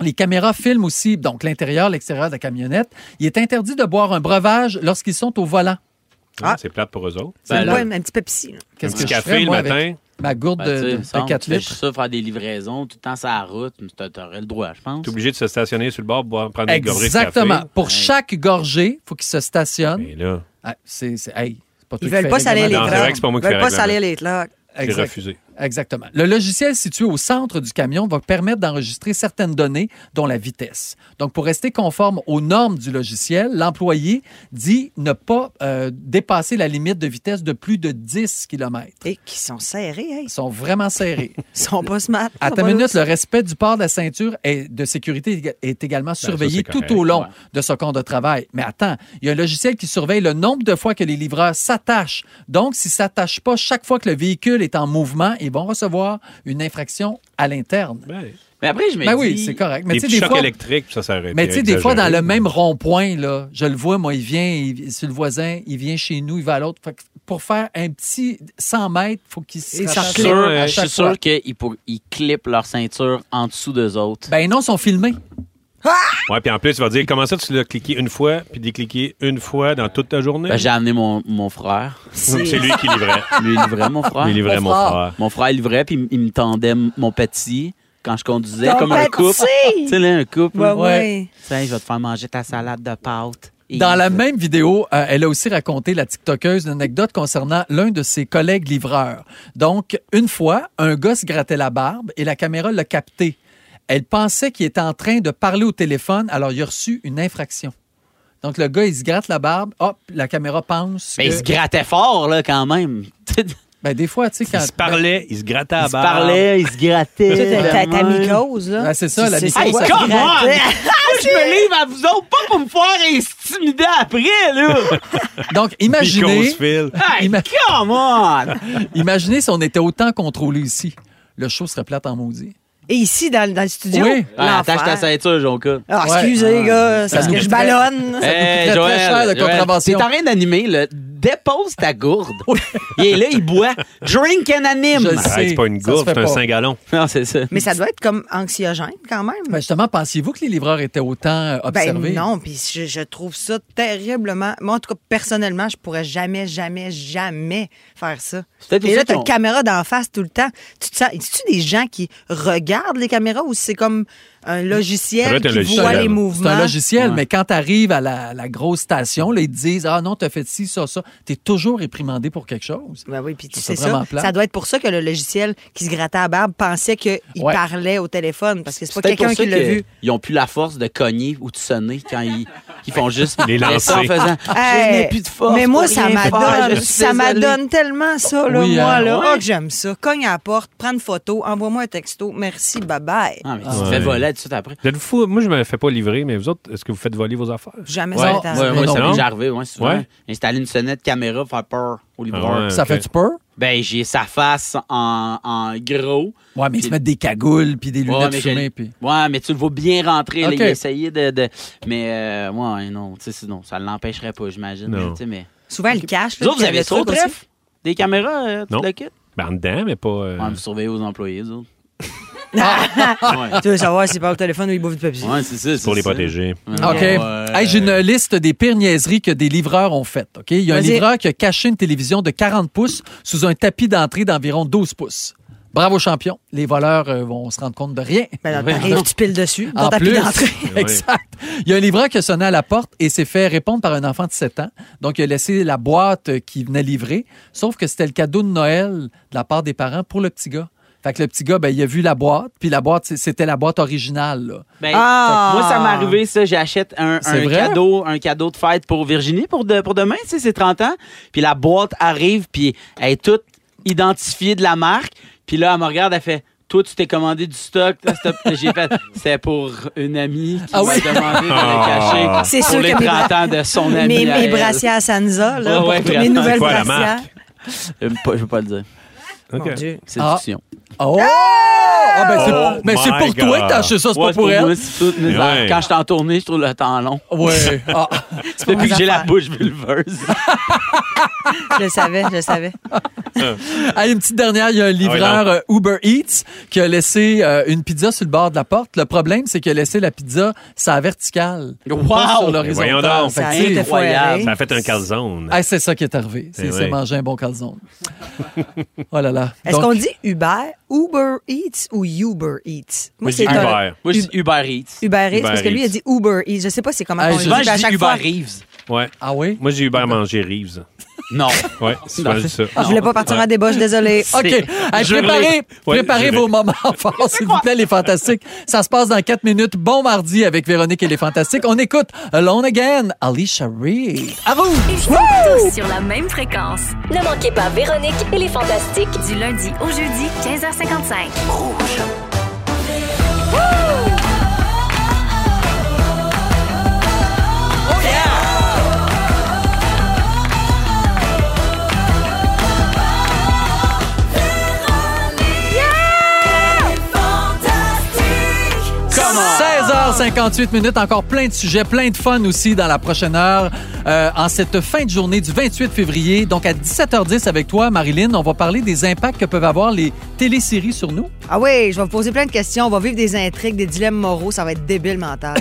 S2: Les caméras filment aussi donc l'intérieur, l'extérieur de la camionnette. Il est interdit de boire un breuvage lorsqu'ils sont au volant.
S3: Ah, c'est plate pour eux autres.
S1: C'est
S4: Ben là,
S1: pas un un petit Pepsi. là.
S2: Qu'est-ce
S3: Un petit
S2: que je
S3: café
S2: ferais,
S3: le
S2: moi,
S3: matin.
S2: avec ma gourde
S4: Ben,
S2: de-
S4: tu sais, il
S2: de,
S4: me semble,
S2: quatre
S4: tu fais
S2: litres?
S4: ça, faire des livraisons, tout le temps sur la route, t'a- t'aurais le droit, je pense.
S3: T'es obligé de se stationner sur le bord pour boire- prendre une gorgée de café.
S2: Exactement. Pour
S4: Hey.
S2: chaque gorgée, il faut qu'ils se stationnent.
S3: Mais là,
S2: Ah, c'est, c'est- hey, c'est pas toi
S1: Ils
S2: qui fais
S1: veulent pas salir les
S2: règlement
S3: Non,
S1: cloques.
S3: c'est
S2: d'argent.
S3: vrai que c'est pas moi qui
S1: Ils
S3: fais
S1: veulent pas
S3: le règlement.
S1: salir les cloques.
S3: j'ai
S2: Exact.
S3: refusé.
S2: Exactement. Le logiciel situé au centre du camion va permettre d'enregistrer certaines données, dont la vitesse. Donc, pour rester conforme aux normes du logiciel, l'employé dit ne pas euh, dépasser la limite de vitesse de plus de 10 km.
S1: Et qui sont serrés, hey.
S2: Ils sont vraiment serrés.
S1: Ils sont pas smart.
S2: À ta
S1: Ils sont pas
S2: minute, le respect du port de la ceinture et de sécurité éga- est également surveillé
S3: Ben, ça, c'est
S2: tout au long
S4: ouais.
S2: de ce compte de travail. Mais attends, il y a un logiciel qui surveille le nombre de fois que les livreurs s'attachent. Donc, s'ils ne s'attachent pas chaque fois que le véhicule est en mouvement, ils vont recevoir une infraction à l'interne.
S3: Ben,
S4: Mais après, je me
S2: Ben
S4: dis...
S2: oui, c'est correct. Mais tu
S3: des
S2: sais,
S3: petits
S2: des
S3: chocs
S2: fois,
S3: électriques, euh, ça s'arrête.
S2: mais tu sais, des fois, dans le même rond-point, là, je le vois, moi, il vient, il- c'est le voisin, il vient chez nous, il va à l'autre. Fait que Pour faire un petit 100 mètres, il faut qu'il se
S1: Il
S2: rattache
S4: Je suis sûr, euh,
S2: à
S3: euh,
S4: je
S2: chaque
S4: suis
S2: fois.
S4: sûr qu'ils pour- ils clippent leur ceinture en dessous d'eux autres.
S2: Ben non, ils sont filmés.
S3: Ouais, puis en plus, il va dire comment ça, tu l'as cliqué une fois, puis décliqué une fois dans toute ta journée.
S4: Ben, j'ai amené mon, mon frère.
S3: Donc, c'est lui qui livrait.
S4: Lui, il livrait, mon frère.
S3: Il livrait
S2: Mon
S3: mon
S2: frère.
S3: frère.
S4: Mon frère, il livrait, puis il m- il me tendait m- mon petit quand je conduisais,
S1: Ton
S4: comme un couple.
S1: petit!
S4: Tu sais, là, un couple.
S1: Ouais, ouais.
S4: Tiens, je vais te faire manger ta salade de pâtes. Et-
S2: Dans la même vidéo, euh, elle a aussi raconté, la TikTokeuse, une anecdote concernant l'un de ses collègues livreurs. Donc, une fois, un gars se grattait la barbe et la caméra l'a capté. Elle pensait qu'il était en train de parler au téléphone, alors il a reçu une infraction. Donc, le gars, il se gratte la barbe, hop, la caméra pense.
S4: Ben, il
S2: que-
S4: se grattait fort, là, quand même.
S2: Ben, des fois, tu sais, quand.
S3: Ils se parlaient, ils se grattaient à
S2: se
S3: barre.
S2: parlaient, ils se grattaient.
S1: Tu sais, Ah, bah. t'as-
S2: Ouais.
S1: t'as ta mycose, là.
S2: Ben, c'est ça, la
S1: Tu sais,
S2: mycose, ça
S1: quoi, tu
S2: se gratte.
S1: grattes?
S4: Moi, je me livre à vous autres, pas pour me faire intimider après, là.
S2: ben, Donc, imaginez. Ah,
S3: Mycose, Phil.
S4: Hey, come on!
S2: Imaginez si on était autant contrôlé ici. Le show serait plate en maudit.
S1: Et ici, dans, dans le studio,
S2: Oui. Ah,
S4: Ouais, attache ta
S1: l'enfer.
S4: ceinture, Jonka.
S1: Ah,
S2: Ouais. Ah,
S1: excusez, les gars, c'est
S2: Ça
S1: parce
S2: nous Eh.
S1: que je
S2: coûterait-
S1: ballonne.
S2: Ça coûterait très cher, la contravention.
S4: T'es en train d'animer, là. Dépose ta gourde. il est là, il boit. Drink and anime.
S2: Je le sais.
S3: Arrête, Ah, c'est pas une
S2: Ça se
S3: gourde,
S2: fait
S3: c'est un
S2: pas.
S3: cingalon.
S4: Non, c'est ça.
S1: Mais ça doit être comme anxiogène, quand même.
S2: Ben, justement, pensiez-vous que les livreurs étaient autant euh,
S1: Ben
S2: observés?
S1: non, puis je, je trouve ça terriblement. Moi, en tout cas, personnellement, je pourrais jamais, jamais, jamais faire ça.
S4: C'est peut-être
S1: Et là,
S4: aussi
S1: t'as
S4: qu'on-
S1: une caméra d'en face tout le temps. Tu te sens... tu des gens qui regardent les caméras ou c'est comme un
S3: Ça doit
S1: logiciel
S3: être un
S1: qui
S3: logiciel.
S1: voit
S3: C'est
S1: les
S3: un
S2: C'est un
S1: mouvements?
S2: logiciel,
S4: Ouais.
S2: mais quand tu arrives à la, la grosse station, là, ils te disent Ah non, t'as fait ci, ça, ça. T'es toujours réprimandé pour quelque chose.
S1: Ben oui, puis tu
S2: Je
S1: sais
S2: trouve ça
S1: ça.
S2: vraiment plate.
S1: Ça doit être pour ça que le logiciel qui se grattait à la barbe pensait qu'il
S2: Ouais.
S1: parlait au téléphone parce que c'est pas
S4: peut-être
S1: quelqu'un
S4: pour ça
S1: qui l'a
S4: que
S1: vu.
S4: Ils ont plus la force de cogner ou de sonner quand ils, ils font juste
S3: Les lancer.
S4: ça en faisant. je
S1: Hey,
S4: n'ai plus de force.
S1: Mais moi,
S4: pour
S1: ça
S4: rien faire, je
S1: m'adonne.
S4: suis
S1: Ça
S4: désolé.
S1: m'adonne tellement ça, là,
S2: Oui,
S1: moi,
S2: hein,
S1: là.
S4: ouais.
S1: Oh, que j'aime ça. Cogne à la porte, prends une photo, envoie-moi un texto. Merci, bye bye.
S4: Ah, mais tu te
S3: Ouais.
S4: fais voler tout de suite après.
S3: Vous êtes fous? Moi, je me fais pas livrer, mais vous autres, est-ce que vous faites voler vos affaires?
S1: Jamais
S4: Ouais,
S1: ça
S2: Non,
S1: m'est
S2: ouais,
S1: arrivé.
S4: moi,
S2: non,
S4: ça
S3: non.
S4: m'est déjà arrivé, ouais, souvent.
S3: Ouais.
S4: Installer une sonnette caméra, faire peur au livreur.
S3: Ah ouais.
S2: Ça
S3: ok.
S2: fait-tu peur?
S4: Ben, j'ai sa face en, en gros.
S2: Ouais, mais ils se
S4: Puis-
S2: mettent des cagoules puis des
S4: Ouais,
S2: lunettes
S4: mais
S2: fumées.
S4: j'ai-
S2: Puis...
S4: Ouais, mais tu le vois bien rentrer.
S2: Ok.
S4: Là, il a essayé de. de- Mais, euh, ouais, non, tu sais, sinon, ça l'empêcherait pas, j'imagine.
S3: Non.
S4: tu sais, Mais...
S1: Souvent, elle le cache. là,
S4: Vous autres,
S1: puis
S4: vous
S1: elle
S4: avez
S1: le
S4: trop de
S1: trouve aussi.
S4: trèfles? Des caméras, euh, tout
S3: Non.
S4: le kit?
S3: Ben, en dedans, mais pas. euh,
S4: Ouais, vous surveillez aux employés, vous autres. ouais,
S1: Tu veux savoir s'il parle au téléphone ou il bouffe du papier. ben,
S4: ouais c'est ça. c'est
S3: pour les
S4: ça.
S3: protéger.
S4: Ouais,
S2: Ah, OK.
S4: ouais.
S2: Hey, J'ai une liste des pires niaiseries que des livreurs ont faites. OK? Il y a un
S1: Vas-y.
S2: livreur qui a caché une télévision de 40 pouces sous un tapis d'entrée d'environ 12 pouces. Bravo, champion. Les voleurs euh, vont se rendre compte de rien.
S1: Ben, là,
S4: Ouais,
S1: t'arrives,
S4: non.
S1: tu piles dessus.
S2: En
S1: Dans ta
S2: plus.
S1: pile d'entrée.
S2: exact. Il y a un livreur qui a sonné à la porte et s'est fait répondre par un enfant de 7 ans. Donc, il a laissé la boîte qui venait livrer, sauf que c'était le cadeau de Noël de la part des parents pour le petit gars. Fait que le petit gars, ben, il a vu la boîte, puis la boîte, c'est- c'était la boîte originale. là.
S4: Ben,
S1: Ah!
S4: Moi, ça m'est arrivé, ça. J'achète un,
S2: C'est
S4: un
S2: vrai?
S4: cadeau, un cadeau de fête pour Virginie pour, de- pour demain, tu sais, c'est 30 ans. Puis la boîte arrive, puis elle est toute identifiée de la marque. Puis là, elle me regarde, elle fait Toi, tu t'es commandé du stock. Toi, stop. J'ai fait C'est pour une amie qui
S2: Ah
S4: m'a
S2: oui?
S4: demandé de le
S3: Ah.
S4: cacher
S1: C'est
S4: pour
S1: sûr
S4: les
S1: que mes
S4: 30 ans de son
S1: Mes,
S4: amie. à
S1: mes
S4: elle.
S1: brassières à Sansa, là,
S4: Ouais,
S1: pour
S4: ouais,
S1: toutes mes
S4: vraiment.
S1: nouvelles
S3: C'est quoi la
S1: brassières.
S4: Euh, pas- je veux pas le dire.
S3: OK.
S1: Mon Dieu.
S4: C'est
S2: Ah.
S4: une fiction.
S2: Oh! Ah, ben, c'est
S3: Oh
S2: mais c'est
S3: my
S2: pour toi
S3: God.
S2: que t'as acheté ça, c'est
S4: Ouais,
S2: pas pour
S4: moi,
S2: elle.
S4: c'est tout. Mais
S3: Ouais.
S4: Quand je suis en tournée, je trouve le temps long.
S2: Ouais. Ah.
S4: Depuis que j'ai la
S1: affaires.
S4: bouche vulveuse.
S1: Je le savais, je le savais.
S2: Allez, une petite dernière. Il
S3: Ah
S2: y a un livreur euh, Uber Eats qui a laissé euh, une pizza sur le bord de la porte. Le problème, c'est qu'il a laissé la pizza sa verticale. Pas sur
S4: Wow!
S3: Mais Eh, voyons
S2: l'horizontale.
S3: donc.
S2: Fait que,
S1: Ça a
S2: tu sais,
S1: été
S4: incroyable.
S1: foiré.
S3: Ça a fait un calzone.
S2: hey, c'est ça qui est arrivé. C'est
S3: Eh
S2: c'est
S3: oui.
S2: manger un bon calzone. oh là là.
S1: Est-ce
S2: Donc,
S1: qu'on dit Uber, Uber Eats ou Uber Eats?
S3: Moi, j'ai
S1: un-
S3: Uber.
S4: Moi, je dis Uber Eats.
S1: Uber Eats,
S3: Uber
S1: parce que lui,
S3: Eats.
S1: il a dit Uber Eats. Je sais pas c'est comment
S2: Ah,
S1: on le dit,
S2: souvent,
S4: Souvent,
S1: mais
S4: je
S1: à
S4: dis
S1: chaque
S4: Uber
S1: fois,
S4: Reeves.
S3: Ouais.
S2: Ah oui?
S3: Moi, j'ai Uber manger Reeves.
S4: Non.
S3: Ouais, souvent, je dis ça.
S2: Ah,
S1: je voulais pas partir en débat, je suis désolée.
S2: OK.
S4: C'est-
S2: Hey,
S3: je
S2: préparez
S3: l'ai. Ouais,
S2: préparez
S3: je l'ai.
S2: vos moments forts, s'il vous plaît, les Fantastiques. Ça se passe dans quatre minutes. Bon mardi avec Véronique et les Fantastiques. On écoute Alone Again, Alicia Reed. À vous!
S7: Ils sont tous sur la même fréquence.
S8: Ne manquez pas Véronique et les Fantastiques.
S7: Du lundi au jeudi, 15h55.
S4: Come on!
S2: 16h58 minutes, encore plein de sujets, plein de fun aussi dans la prochaine heure. Euh, en cette fin de journée du 28 février, donc à 17h10 avec toi, Marilyn, on va parler des impacts que peuvent avoir les téléséries sur nous.
S1: Ah oui, je vais vous poser plein de questions. On va vivre des intrigues, des dilemmes moraux. Ça va être débile mental.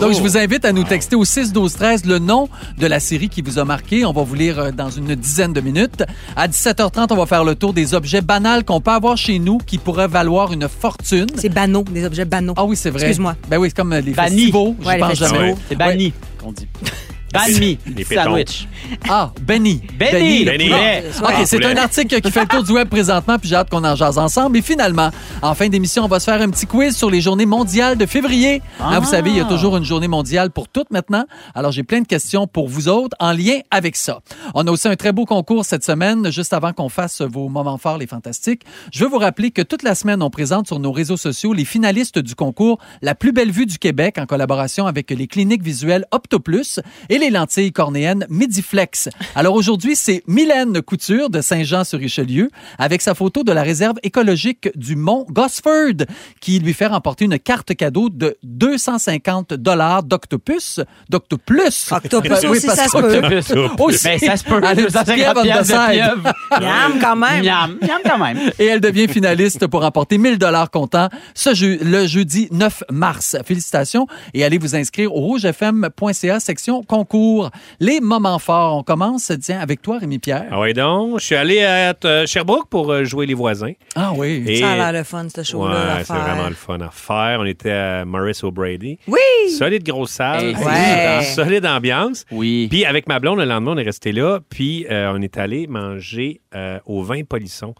S2: Donc,
S4: Oh!
S2: je vous invite à nous texter au 6 12 13 le nom de la série qui vous a marqué. On va vous lire euh, dans une dizaine de minutes. À 17h30, on va faire le tour des objets banals qu'on peut avoir chez nous qui pourraient valoir une fortune.
S1: C'est banaux, des objets banaux.
S2: Ah oui, c'est vrai.
S1: Excuse-moi.
S2: Ben oui, c'est comme euh, les
S4: Banni.
S2: festivals.
S1: Ouais,
S2: je
S1: les
S2: pense
S1: festivals.
S2: jamais.
S4: C'est banni, qu'on dit. Balmi,
S3: Les pétons.
S4: sandwich.
S2: Ah, Benny.
S4: Benny.
S2: le
S4: Benny.
S2: poulet.
S3: Ah,
S4: Ouais.
S2: Ah, OK, c'est
S4: Poulet.
S2: un article qui fait le tour du web présentement, puis j'ai hâte qu'on en jase ensemble. Et finalement, en fin d'émission, on va se faire un petit quiz sur les journées mondiales de février. Hein,
S4: Ah.
S2: vous savez, il y a toujours une journée mondiale pour toutes maintenant. Alors, j'ai plein de questions pour vous autres en lien avec ça. On a aussi un très beau concours cette semaine, juste avant qu'on fasse vos moments forts, les fantastiques. Je veux vous rappeler que toute la semaine, on présente sur nos réseaux sociaux les finalistes du concours La plus belle vue du Québec en collaboration avec les cliniques visuelles Optoplus et les lentilles cornéennes Midiflex. Alors aujourd'hui, c'est Mylène Couture de Saint-Jean-sur-Richelieu avec sa photo de la réserve écologique du mont Gosford qui lui fait remporter une carte cadeau de 250 dollars d'Octopus. D'Octoplus.
S1: Octopus
S2: Euh, oui,
S1: aussi,
S2: parce
S1: ça se peut.
S2: qu'Octopus- Aussi.
S4: Ben, ça se peut.
S2: Allez,
S4: Ça
S2: petite
S4: fait
S2: pieuvre on the
S4: pièce de
S2: side.
S4: pieuvre.
S1: Miam, quand même.
S4: Miam, miam quand même.
S2: Et elle devient finaliste pour remporter 1000 dollars comptant ce jeu, le jeudi 9 mars. Félicitations et allez vous inscrire au rougefm.ca section concours. Les moments forts. On commence, tiens, avec toi, Rémi Pierre.
S3: Ah ouais, donc, je suis allé à euh, Sherbrooke pour euh, jouer les voisins.
S2: Ah oui.
S3: Et-
S1: Ça a l'air le fun, ce show-là.
S3: Ouais, c'est
S1: l'affaire.
S3: vraiment le fun à faire. On était à Maurice O'Brady.
S1: Oui!
S3: Solide grosse salle.
S4: Hey,
S3: solide
S1: Ouais.
S3: ambiance, Solide ambiance.
S4: Oui.
S3: Puis avec ma blonde, le lendemain, on est resté là. Puis euh, on est allé manger euh, au vin polisson.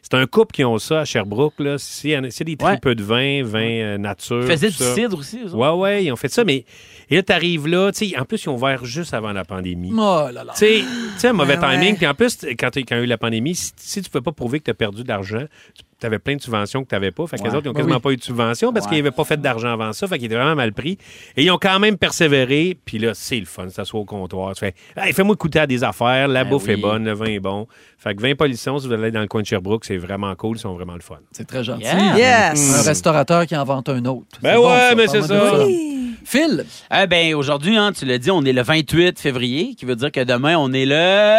S3: C'est un couple qui ont ça à Sherbrooke. Là. C'est, euh, c'est des
S4: Ouais.
S3: tripes de vin, vin euh, nature.
S4: Ils faisaient du
S3: tout ça.
S4: cidre aussi. eux autres.
S3: Ouais, ouais, ils ont fait ça. Mais et là, t'arrives là. tu sais, En plus, ils ont ouvert juste avant la pandémie.
S2: Oh là là.
S3: Tu sais- tu sais, un mauvais
S1: Ben ouais.
S3: timing. Puis en plus, t- quand il y a eu la pandémie, si, si tu ne peux pas prouver que tu as perdu de l'argent, tu avais plein de subventions que tu n'avais pas. Fait que
S4: Ouais.
S3: les autres, ils n'ont quasiment
S2: oui.
S3: pas eu de subventions parce
S4: Ouais.
S3: qu'ils n'avaient pas fait d'argent avant ça. Fait qu'ils étaient vraiment mal pris. Et ils ont quand même persévéré. Puis là, c'est le fun. Ça soit au comptoir. Tu fais, Hey, fais-moi goûter à des affaires. La
S4: Ben
S3: bouffe est
S4: oui.
S3: bonne. Le vin est bon. Fait que 20 polissons, si vous allez dans le coin de Sherbrooke, c'est vraiment cool. Ils sont vraiment le fun.
S2: C'est très gentil.
S4: Yeah.
S2: Un
S1: Yes!
S2: restaurateur qui invente un autre.
S3: Ben
S2: C'est bon,
S3: ouais,
S2: ça,
S3: mais
S2: pas mal
S3: c'est
S2: de
S3: ça.
S2: fun. Phil,
S4: Eh ben, aujourd'hui, hein, tu l'as dit, on est le 28 février, qui veut dire que demain, on est le...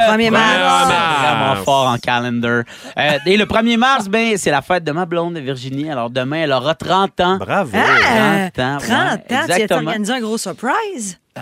S1: 1er mars.
S4: C'est
S3: mars.
S4: Vraiment fort en calendar. Euh, et le 1er mars, ben, c'est la fête de ma blonde, Virginie. Alors, demain, elle aura 30 ans.
S3: Bravo.
S1: Ah,
S4: 30 ans, ouais,
S1: 30 ans, tu as
S4: exactement.
S1: organisé un gros surprise?
S2: ah,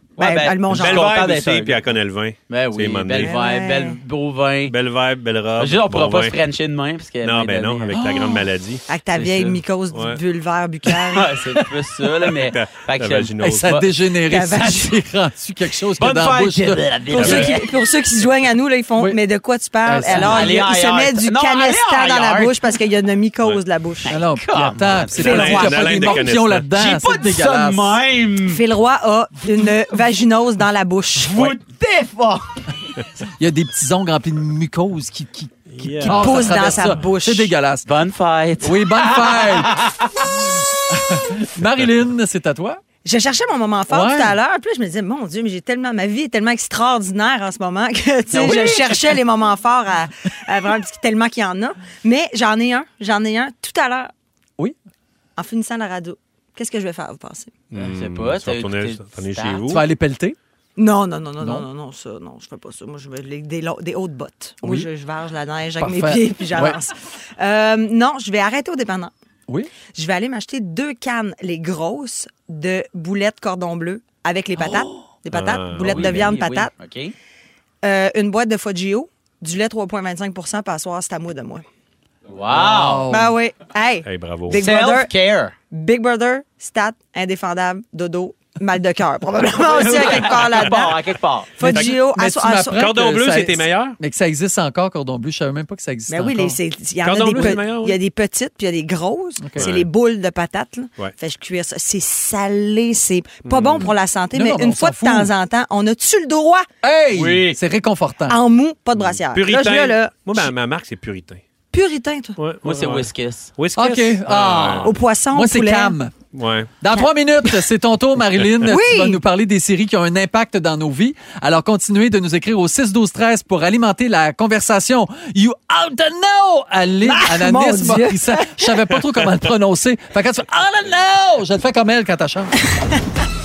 S4: Ouais,
S1: ben,
S4: ben,
S1: elle, mon genre.
S3: Belle
S4: content
S3: vibe
S4: d'être
S3: aussi,
S4: seul.
S3: puis elle connaît le vin.
S4: ben
S3: C'est
S4: oui,
S3: mon
S4: belle
S3: nez.
S4: vibe,
S1: Ouais.
S4: belle beau vin.
S3: Belle vibe, belle robe.
S4: Juste, on pourra
S3: bon
S4: pas
S3: vin.
S4: se frencher de Ah! main. Parce que
S3: Non, ben non, avec ta grande maladie.
S1: Avec ta
S4: C'est
S1: vieille
S4: ça. Ah,
S1: mycose
S3: Ouais.
S1: vulvaire buccale.
S4: Ouais, c'est un peu ça, là, mais.
S3: Ta-
S4: fait
S3: ta
S4: que-
S3: vaginose.
S2: Hey, ça a
S4: Bonne-
S2: dégénéré.
S1: La
S2: Ça
S1: vache.
S2: s'est rendu quelque chose que
S4: Bonne
S2: dans la bouche
S4: fête,
S2: de-
S4: Isabelle.
S1: Pour, ceux qui, pour ceux qui se joignent à nous, là, ils font
S2: Oui.
S1: Mais de quoi tu
S2: Ah,
S1: parles?
S2: ça-
S1: Alors, il,
S4: Allez
S1: il se
S4: ailleurs.
S1: met du
S4: Non,
S1: canestan
S4: allez
S1: dans la
S4: ailleurs.
S1: bouche parce qu'il y a une mycose de la bouche.
S2: Alors, puis
S4: Come
S2: attends,
S4: on.
S2: c'est
S3: C'est
S2: pas
S3: la
S2: dit qu'il n'y a pas
S3: haleine- la
S2: des
S3: haleine de
S2: morpions
S3: Canestan.
S2: là-dedans.
S4: J'ai pas
S2: c'est
S4: dit ça
S2: dégueulasse.
S4: de même!
S1: Phil Roy a une vaginose dans la bouche.
S4: Vous défort!
S2: Il y a des petits ongles remplis de mucose qui, qui, qui
S3: Yeah.
S2: passent à
S1: Poussent dans
S2: travers
S1: sa
S2: Ah, ça.
S1: bouche.
S2: C'est dégueulasse.
S4: Bonne fête!
S2: Oui, bonne fête! Marilyn, c'est à toi.
S1: Je cherchais mon moment fort
S2: Ouais.
S1: tout à l'heure, puis là, je me disais, mon Dieu, mais j'ai tellement, ma vie est tellement extraordinaire en ce moment que, tu sais,
S2: Ah oui?
S1: je cherchais les moments forts à, à vraiment, parce que tellement qu'il y en a. Mais j'en ai un, j'en ai un tout à l'heure.
S2: Oui.
S1: En finissant la radio. Qu'est-ce que je vais faire, vous pensez?
S4: Je sais
S3: Hmm,
S4: pas,
S3: tu vas
S4: t'as-
S3: retourner-
S4: t'as-
S3: t'en es
S4: t'as-
S3: chez
S2: Tu
S3: vous.
S2: vas aller pelleter.
S1: Non, non, non, non,
S2: Non.
S1: non, non, non, ça, non, je fais pas ça. Moi, je me les- des, lo- des hautes bottes. Moi,
S2: Oui.
S1: je, je varge la neige avec mes
S2: Parfait.
S1: pieds, puis j'avance. Euh, non, je vais arrêter au dépendant.
S2: Oui.
S1: Je vais aller m'acheter deux cannes, les grosses, de boulettes cordon bleu avec les patates. Des patates,
S3: Ah,
S1: boulettes
S4: Oui,
S1: de
S4: ben
S1: viande,
S4: oui, oui.
S1: patates.
S4: OK.
S1: Euh, une boîte de Foggio, du lait 3,25 passoire, c'est à moi de moi.
S4: Wow!
S2: Oh.
S1: Ben oui. Hey,
S3: Hey, bravo.
S1: Big Brother,
S4: Self-care!
S1: Big Brother, stat, indéfendable, dodo, mal de cœur. Probablement aussi à quelque part là-dedans.
S4: À quelque part.
S1: Foggio,
S2: Mais
S1: à so-
S2: tu
S1: à
S2: m'apprends
S1: so-
S2: que
S3: Cordon bleu,
S2: ça-
S3: c'est tes meilleurs?
S2: Mais que ça existe encore, cordon bleu. Je savais même pas que ça existait
S1: Mais Ben oui, les-
S2: encore.
S1: c'est- il y en a
S3: Cordon
S1: des
S3: bleu,
S1: pe-
S3: c'est meilleur, oui.
S1: il y a des petites puis il y a des grosses. C'est
S3: Ouais.
S1: les boules de patates. là.
S3: Ouais.
S1: Fait que je cuire ça. C'est salé, c'est pas bon pour la santé,
S2: Non,
S1: mais
S2: non, mais
S1: une
S2: on
S1: fois de
S2: s'en fout.
S1: temps en temps, on a-tu le droit
S2: Hey!
S4: Oui.
S2: C'est réconfortant.
S1: en mou, pas de brassière? Là,
S3: Puritain.
S1: je l'ai, là,
S3: Moi, ben, ma, ma marque, c'est Puritain.
S1: puritain, toi.
S3: Ouais,
S4: Moi,
S3: ouais,
S4: c'est
S3: ouais.
S4: Whiskas.
S3: Whiskas.
S2: OK. Ah. Oh.
S1: Au poisson,
S2: Moi,
S1: au
S2: c'est
S1: poulet.
S2: Cam.
S3: Ouais.
S2: Dans trois minutes, c'est ton tour, Marilyn. Tu
S1: Oui.
S2: vas nous parler des séries qui ont un impact dans nos vies. Alors, continuez de nous écrire au 6-12-13 pour alimenter la conversation. You out the know! Allez,
S1: Ah, mon
S2: Ananis
S1: Dieu.
S2: Morissette. Je savais pas trop comment le prononcer. Fait que quand tu fais out the know, je le fais comme elle quand t'as chante.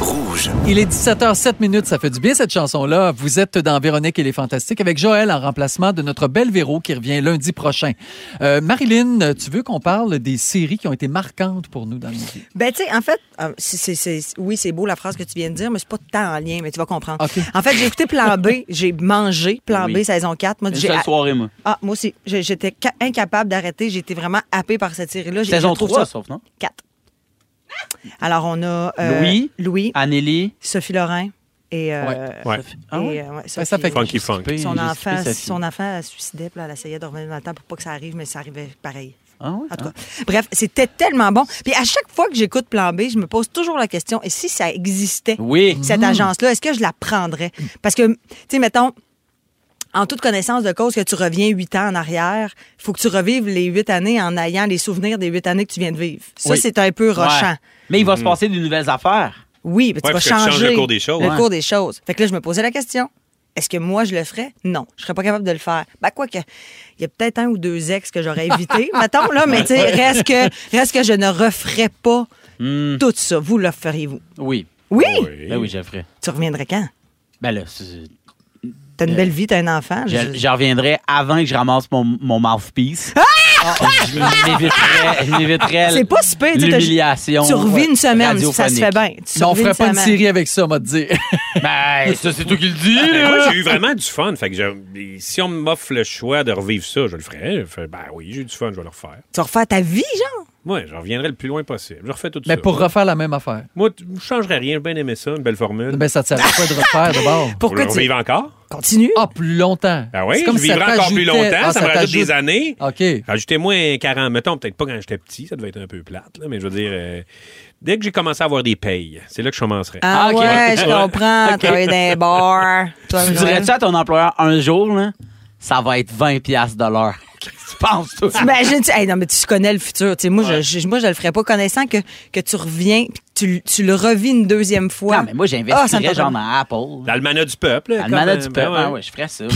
S7: Rouge.
S2: Il est 17h07 minutes, ça fait du bien cette chanson-là. Vous êtes dans Véronique et les Fantastiques avec Joël en remplacement de notre belle Véro qui revient lundi prochain. Euh, Marilyn, tu veux qu'on parle des séries qui ont été marquantes pour nous dans nos vies?
S1: Ben, tu sais, en fait, euh, c'est- c'est- c'est- oui, c'est beau la phrase que tu viens de dire, mais c'est pas tant en lien, mais tu vas comprendre. En fait, j'ai écouté Plan B, j'ai mangé Plan B
S4: Oui.
S1: saison 4. Moi,
S4: Une
S1: j'ai-
S4: seule soirée, moi.
S1: Ah, moi aussi. J'ai- J'étais ca- incapable d'arrêter. J'étais vraiment happée par cette série-là. J'ai-
S4: Saison
S1: je trouve
S4: 3,
S1: ça-
S4: sauf, non?
S1: 4. Alors, on a. euh,
S4: Louis.
S1: Louis.
S4: Annélie.
S1: Sophie Lorrain. Et. euh,
S4: Ah
S3: Ouais.
S1: et,
S4: ouais?
S1: euh, ouais,
S4: Ben,
S1: Sophie,
S4: ça fait
S1: euh,
S3: Funky Funk.
S1: Son
S4: J'ai
S1: enfant,
S4: skippé Sophie.
S1: son enfant se suicidait, puis là, elle essayait de revenir dans le temps pour pas que ça arrive, mais ça arrivait pareil.
S4: Ah ouais?
S1: En tout cas, bref, c'était tellement bon. Puis à chaque fois que j'écoute Plan B, je me pose toujours la question et si ça existait,
S4: Oui.
S1: cette
S4: Mhm.
S1: agence-là, est-ce que je la prendrais? Parce que, tu sais, mettons. En toute connaissance de cause que tu reviens huit ans en arrière, faut que tu revives les huit années en ayant les souvenirs des huit années que tu viens de vivre. Ça,
S4: Oui.
S1: c'est un peu rochant.
S4: Ouais. Mais
S3: Hmm.
S4: il va se passer des nouvelles affaires.
S1: Oui, mais tu
S4: Ouais,
S1: vas
S4: parce que tu changes
S1: changer
S4: le cours des choses.
S1: le
S4: Ouais.
S1: cours des choses. Fait que là, je me posais la question. Est-ce que moi, je le ferais? Non, je serais pas capable de le faire. Ben, quoi que, il y a peut-être un ou deux ex que j'aurais évité, mettons, là, mais tu sais, reste que, reste que je ne referais pas
S4: Hmm.
S1: tout ça. Vous le feriez-vous?
S4: Oui.
S1: Oui?
S4: Ben oui, je le ferai.
S1: Tu reviendrais quand?
S4: Ben là, c'est-
S1: T'as
S4: Euh,
S1: une belle vie, t'as un enfant. je- Ah!
S4: je- j'en reviendrai avant que je ramasse mon, mon mouthpiece. Ah! Je m'éviterai- je m'éviterai
S1: C'est pas super. tu sais, t'as-
S4: l'humiliation.
S1: Tu revis une semaine,
S4: radiophonique.
S1: ça se fait bien. Tu
S2: Non, on
S1: revis
S2: ferait pas une
S1: semaine.
S2: série avec ça, m'a dit.
S4: Ben, ça, c'est toi qui le dis.
S3: Ben,
S4: là.
S3: moi, j'ai eu vraiment du fun. Fait que je- si on m'offre le choix de revivre ça, je le ferai. ben oui, j'ai eu du fun, je vais le refaire.
S1: Tu refais ta vie, genre?
S3: Moi, je reviendrai le plus loin possible. Je refais tout
S2: Mais
S3: ça.
S2: pour refaire la même affaire.
S3: Moi, t- je changerais rien. J'ai bien aimé ça, une belle formule.
S2: Ben, ça te sert à quoi de refaire d'abord?
S3: Pourquoi le revivre encore?
S1: Continue.
S2: Ah, plus longtemps.
S3: Ah oui,
S2: C'est
S3: je
S2: ça
S3: vivrai encore plus
S2: t'ajoutait-
S3: longtemps,
S2: Ah,
S3: ça me rajoute
S2: t'ajoute-
S3: des années.
S2: OK.
S3: Rajoutez-moi 40, mettons, peut-être pas quand j'étais petit, ça devait être un peu plate, là, mais je veux dire, euh, dès que j'ai commencé à avoir des payes, c'est là que je commencerai.
S4: Ah,
S1: Ah,
S4: ok.
S1: ouais, je
S4: Ouais.
S1: comprends.
S4: Ok.
S1: Travailler dans les bars. Toi,
S4: Tu
S1: Joël?
S4: dirais-tu à ton employeur un jour, là, ça va être 20$ piastres de l'heure? Qu'est-ce que tu penses, toi?
S1: T'imagines, tu- hey, non, mais tu connais le futur. Tu sais, moi, je, je- moi, je le ferais pas connaissant que, que tu reviens pis tu, tu le revis une deuxième fois.
S4: Non, mais moi,
S1: Ah, ça me
S4: j'investirais
S1: tente
S4: genre
S1: pas.
S4: dans Apple.
S3: Dans le mana du peuple. là,
S4: Dans le malade
S3: comme,
S4: du
S3: euh,
S4: peuple.
S3: ben ouais.
S4: Ah ouais, je ferais ça. moi.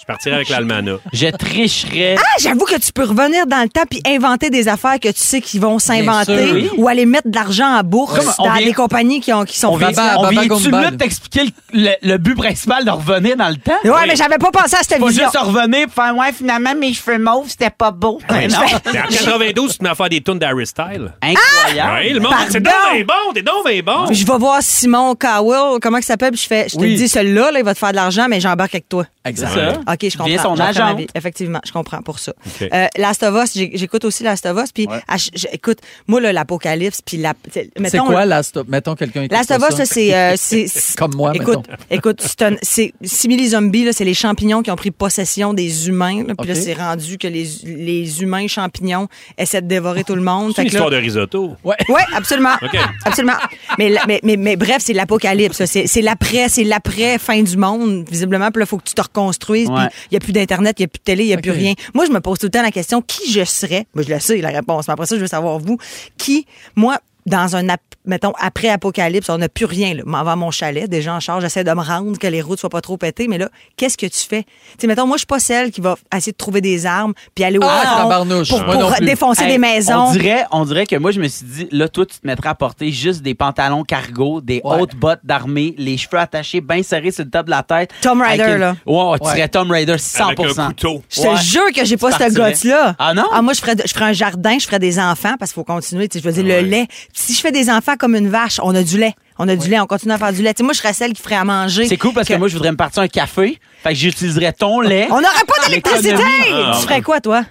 S3: Je partirais avec l'almanach.
S4: Je tricherais.
S1: Ah, j'avoue que tu peux revenir dans le temps puis inventer des affaires que tu sais qui vont s'inventer
S4: sûr, oui.
S1: ou aller mettre de l'argent en bourse
S4: Comme on
S1: dans
S4: vient-
S1: des compagnies qui, ont, qui sont
S4: On vient,
S2: Baba-
S4: on
S2: Baba
S4: vient-tu
S2: Gumball.
S4: là de t'expliquer le, le- le but principal de revenir dans le temps?
S1: Ouais, mais j'avais pas pensé à cette
S4: Pas
S1: vision.
S4: juste revenir pour faire, ouais, finalement, mes cheveux mauves, c'était pas beau. Ben non.
S3: Mais en 92, tu m'as fait des tunes d'Harry Style.
S4: Incroyable.
S3: Ouais, le monde,
S1: Pardon!
S3: c'est donc bien bon, t'es donc bien bon.
S1: Je vais voir Simon Cowell, comment il s'appelle, puis je fais, je te
S2: Oui.
S1: dis, celui-là, là, il va te faire de l'argent, mais j'embarque avec toi.
S2: Exact.
S4: Ça.
S1: Ah. OK, je comprends.
S4: Viens son
S1: J'en fais ma
S4: agent.
S1: vie. Effectivement, je comprends pour ça. Euh, Last of Us, j'ai- j'écoute aussi Last of Us. Puis, à ch- j'- écoute, moi, là, l'apocalypse, puis la. t'sais,
S2: C'est
S1: mettons,
S2: quoi, Last of Mettons quelqu'un écoute
S1: Last
S2: pas
S1: of Us,
S2: ça.
S1: là, c'est. euh, c'est- c'est-
S2: Comme moi,
S1: Écoute, écoute c'est un- c'est simili zombie, c'est les champignons qui ont pris possession des humains. là, Puis là,
S2: OK.
S1: c'est rendu que les, les humains champignons essaient de dévorer tout le monde.
S3: C'est
S1: Fait
S3: une
S1: que là-
S3: histoire de risotto.
S1: oui, absolument.
S3: OK.
S1: Absolument. Mais, la- mais, mais, mais bref, c'est l'apocalypse. là. C'est c'est l'après, c'est l'après fin du monde, visiblement. Puis là, il faut que tu te reconstruises. Puis
S4: Ouais.
S1: il n'y a plus d'Internet, il n'y a plus de télé, il n'y a plus
S2: OK.
S1: rien. Moi, je me pose tout le temps la question qui je serais. Moi, je le sais, la réponse. Mais après ça, je veux savoir vous. Qui, moi, dans un, ap- mettons, après-apocalypse, on n'a plus rien. Là. Je M'en vais à mon chalet, des gens en charge, j'essaie de me rendre, que les routes soient pas trop pétées. Mais là, qu'est-ce que tu fais? Tu sais, mettons, moi, je suis pas celle qui va essayer de trouver des armes puis aller au
S2: Ah,
S1: front
S2: tabarnouche.
S1: pour,
S2: Moi non
S1: pour
S2: plus.
S1: défoncer
S4: Hey,
S1: des maisons.
S4: On dirait, on dirait que moi, je me suis dit, là, toi, tu te mettrais à porter juste des pantalons cargo, des
S2: Ouais.
S4: hautes bottes d'armée, les cheveux attachés, bien serrés sur le top de la tête.
S1: Tomb
S4: Avec
S1: Raider,
S4: une-
S1: là.
S4: Ouais, ouais, tu
S2: Ouais.
S4: serais Tom Raider 100
S3: Avec un couteau.
S1: Je te
S4: Ouais.
S1: jure que j'ai pas
S4: Tu
S1: ce
S4: partirais.
S1: gosse-là.
S4: Ah non?
S1: Ah, moi, je ferais, de- je ferais un jardin, je ferais des enfants parce qu'il faut continuer. Tu sais, je veux dire, le lait. Si je fais des enfants comme une vache, on a du lait. On a du lait, on continue à faire du lait. Tu sais, moi, je serais celle qui ferait à manger.
S4: C'est cool parce que... moi, je voudrais me partir un café. Fait que j'utiliserais ton lait.
S1: On n'aurait pas d'électricité!
S4: L'économie.
S1: tu ferais quoi, toi?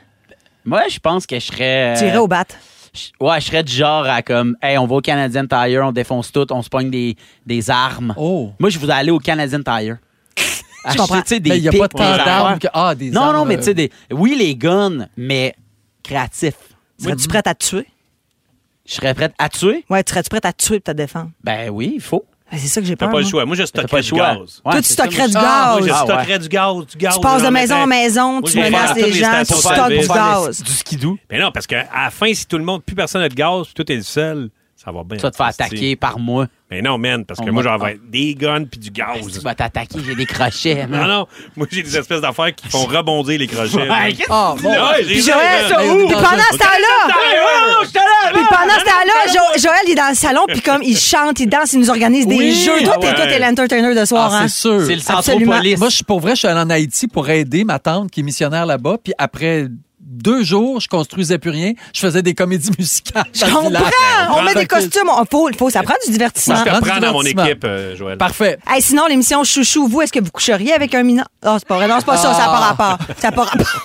S4: Moi, je pense que je serais. euh,
S1: Tu irais au bat.
S4: je- Ouais, je serais du genre à comme, hey, on va au Canadian Tire, on défonce tout, on se pogne des, des armes.
S2: Oh.
S4: Moi, je voudrais aller au Canadian Tire. Acheter,
S1: comprends.
S4: tu sais, des
S2: Mais il n'y a pas
S4: pics,
S2: tant d'armes
S4: affaires.
S2: que. Ah, des
S4: Non,
S2: armes,
S4: non, mais
S2: euh,
S4: tu sais, des... oui, les guns, mais créatifs.
S1: Serais-tu prête à te tuer?
S4: Je serais prête à tuer?
S1: Ouais, tu serais-tu prête à te tuer et te défendre?
S4: Ben oui, il faut.
S1: Ben, c'est ça que j'ai
S3: T'as
S1: peur.
S3: pas le
S1: moi.
S3: choix. Moi, je
S4: T'as pas
S3: stockerais
S4: le
S3: du
S4: choix.
S3: gaz.
S4: Ouais,
S1: Toi, tu
S4: c'est ça, moi,
S1: stockerais du
S3: Ah, moi,
S1: gaz.
S3: je
S4: Ah, ouais.
S3: stockerais du gaz, du gaz.
S1: Tu passes de
S3: j'en
S1: maison en
S3: mettrais-
S1: maison,
S3: Moi,
S1: tu
S3: je vais
S1: menaces
S3: faire toutes
S1: les
S3: les
S1: gens, tu
S3: stations
S1: stockes du
S3: service.
S1: gaz.
S4: Du skidou.
S3: Mais non, parce qu'à la fin, si tout le monde, plus personne n'a de gaz, puis tout est le seul, ça va bien.
S4: Tu vas te faire attaquer par moi.
S3: Mais non, man, parce que
S4: On
S3: moi,
S4: va- Ah,
S3: j'en vais des guns puis du
S4: Tu
S3: gaz.
S4: vas t'attaquer, j'ai des crochets.
S3: Non,
S4: man.
S3: non. Moi, j'ai des espèces d'affaires qui font rebondir les crochets.
S4: Ouais,
S3: man.
S4: qu'est-ce que
S2: Ah, bon.
S3: Ouais, j'ai
S1: Puis
S3: ça,
S1: Joël,
S3: man.
S2: ça où?
S1: Puis pendant ce temps-là,
S4: Ouais, ouais, ouais, je te lève,
S1: puis ce temps-là, Jo- Joël, il est dans le salon, puis comme il chante, il danse, il nous organise des
S2: Oui,
S1: jeux. Toi,
S2: ah
S1: t'es
S2: ouais. Ah,
S1: toi, t'es l'entertainer de soir. hein?
S2: c'est sûr.
S4: C'est le
S1: Absolument.
S4: centropolis.
S2: Moi, je suis pour vrai, je suis allé en Haïti pour aider ma tante qui est missionnaire là-bas. Puis après deux jours, je construisais plus rien. Je faisais des comédies musicales.
S1: Je
S2: dans le
S1: comprends.
S2: village.
S1: On met des
S2: Tranquille.
S1: costumes. On, faut, faut, ça prend du
S3: Moi,
S1: divertissement.
S3: je te
S2: Ah,
S3: prends dans mon
S2: divertissement.
S3: équipe, euh, Joël.
S2: Parfait.
S1: Hey, sinon, l'émission Chouchou, vous, est-ce que vous coucheriez avec un minant? Non, c'est pas vrai. Non, c'est pas ça. Ça n'a pas rapport. Ça n'a pas rapport.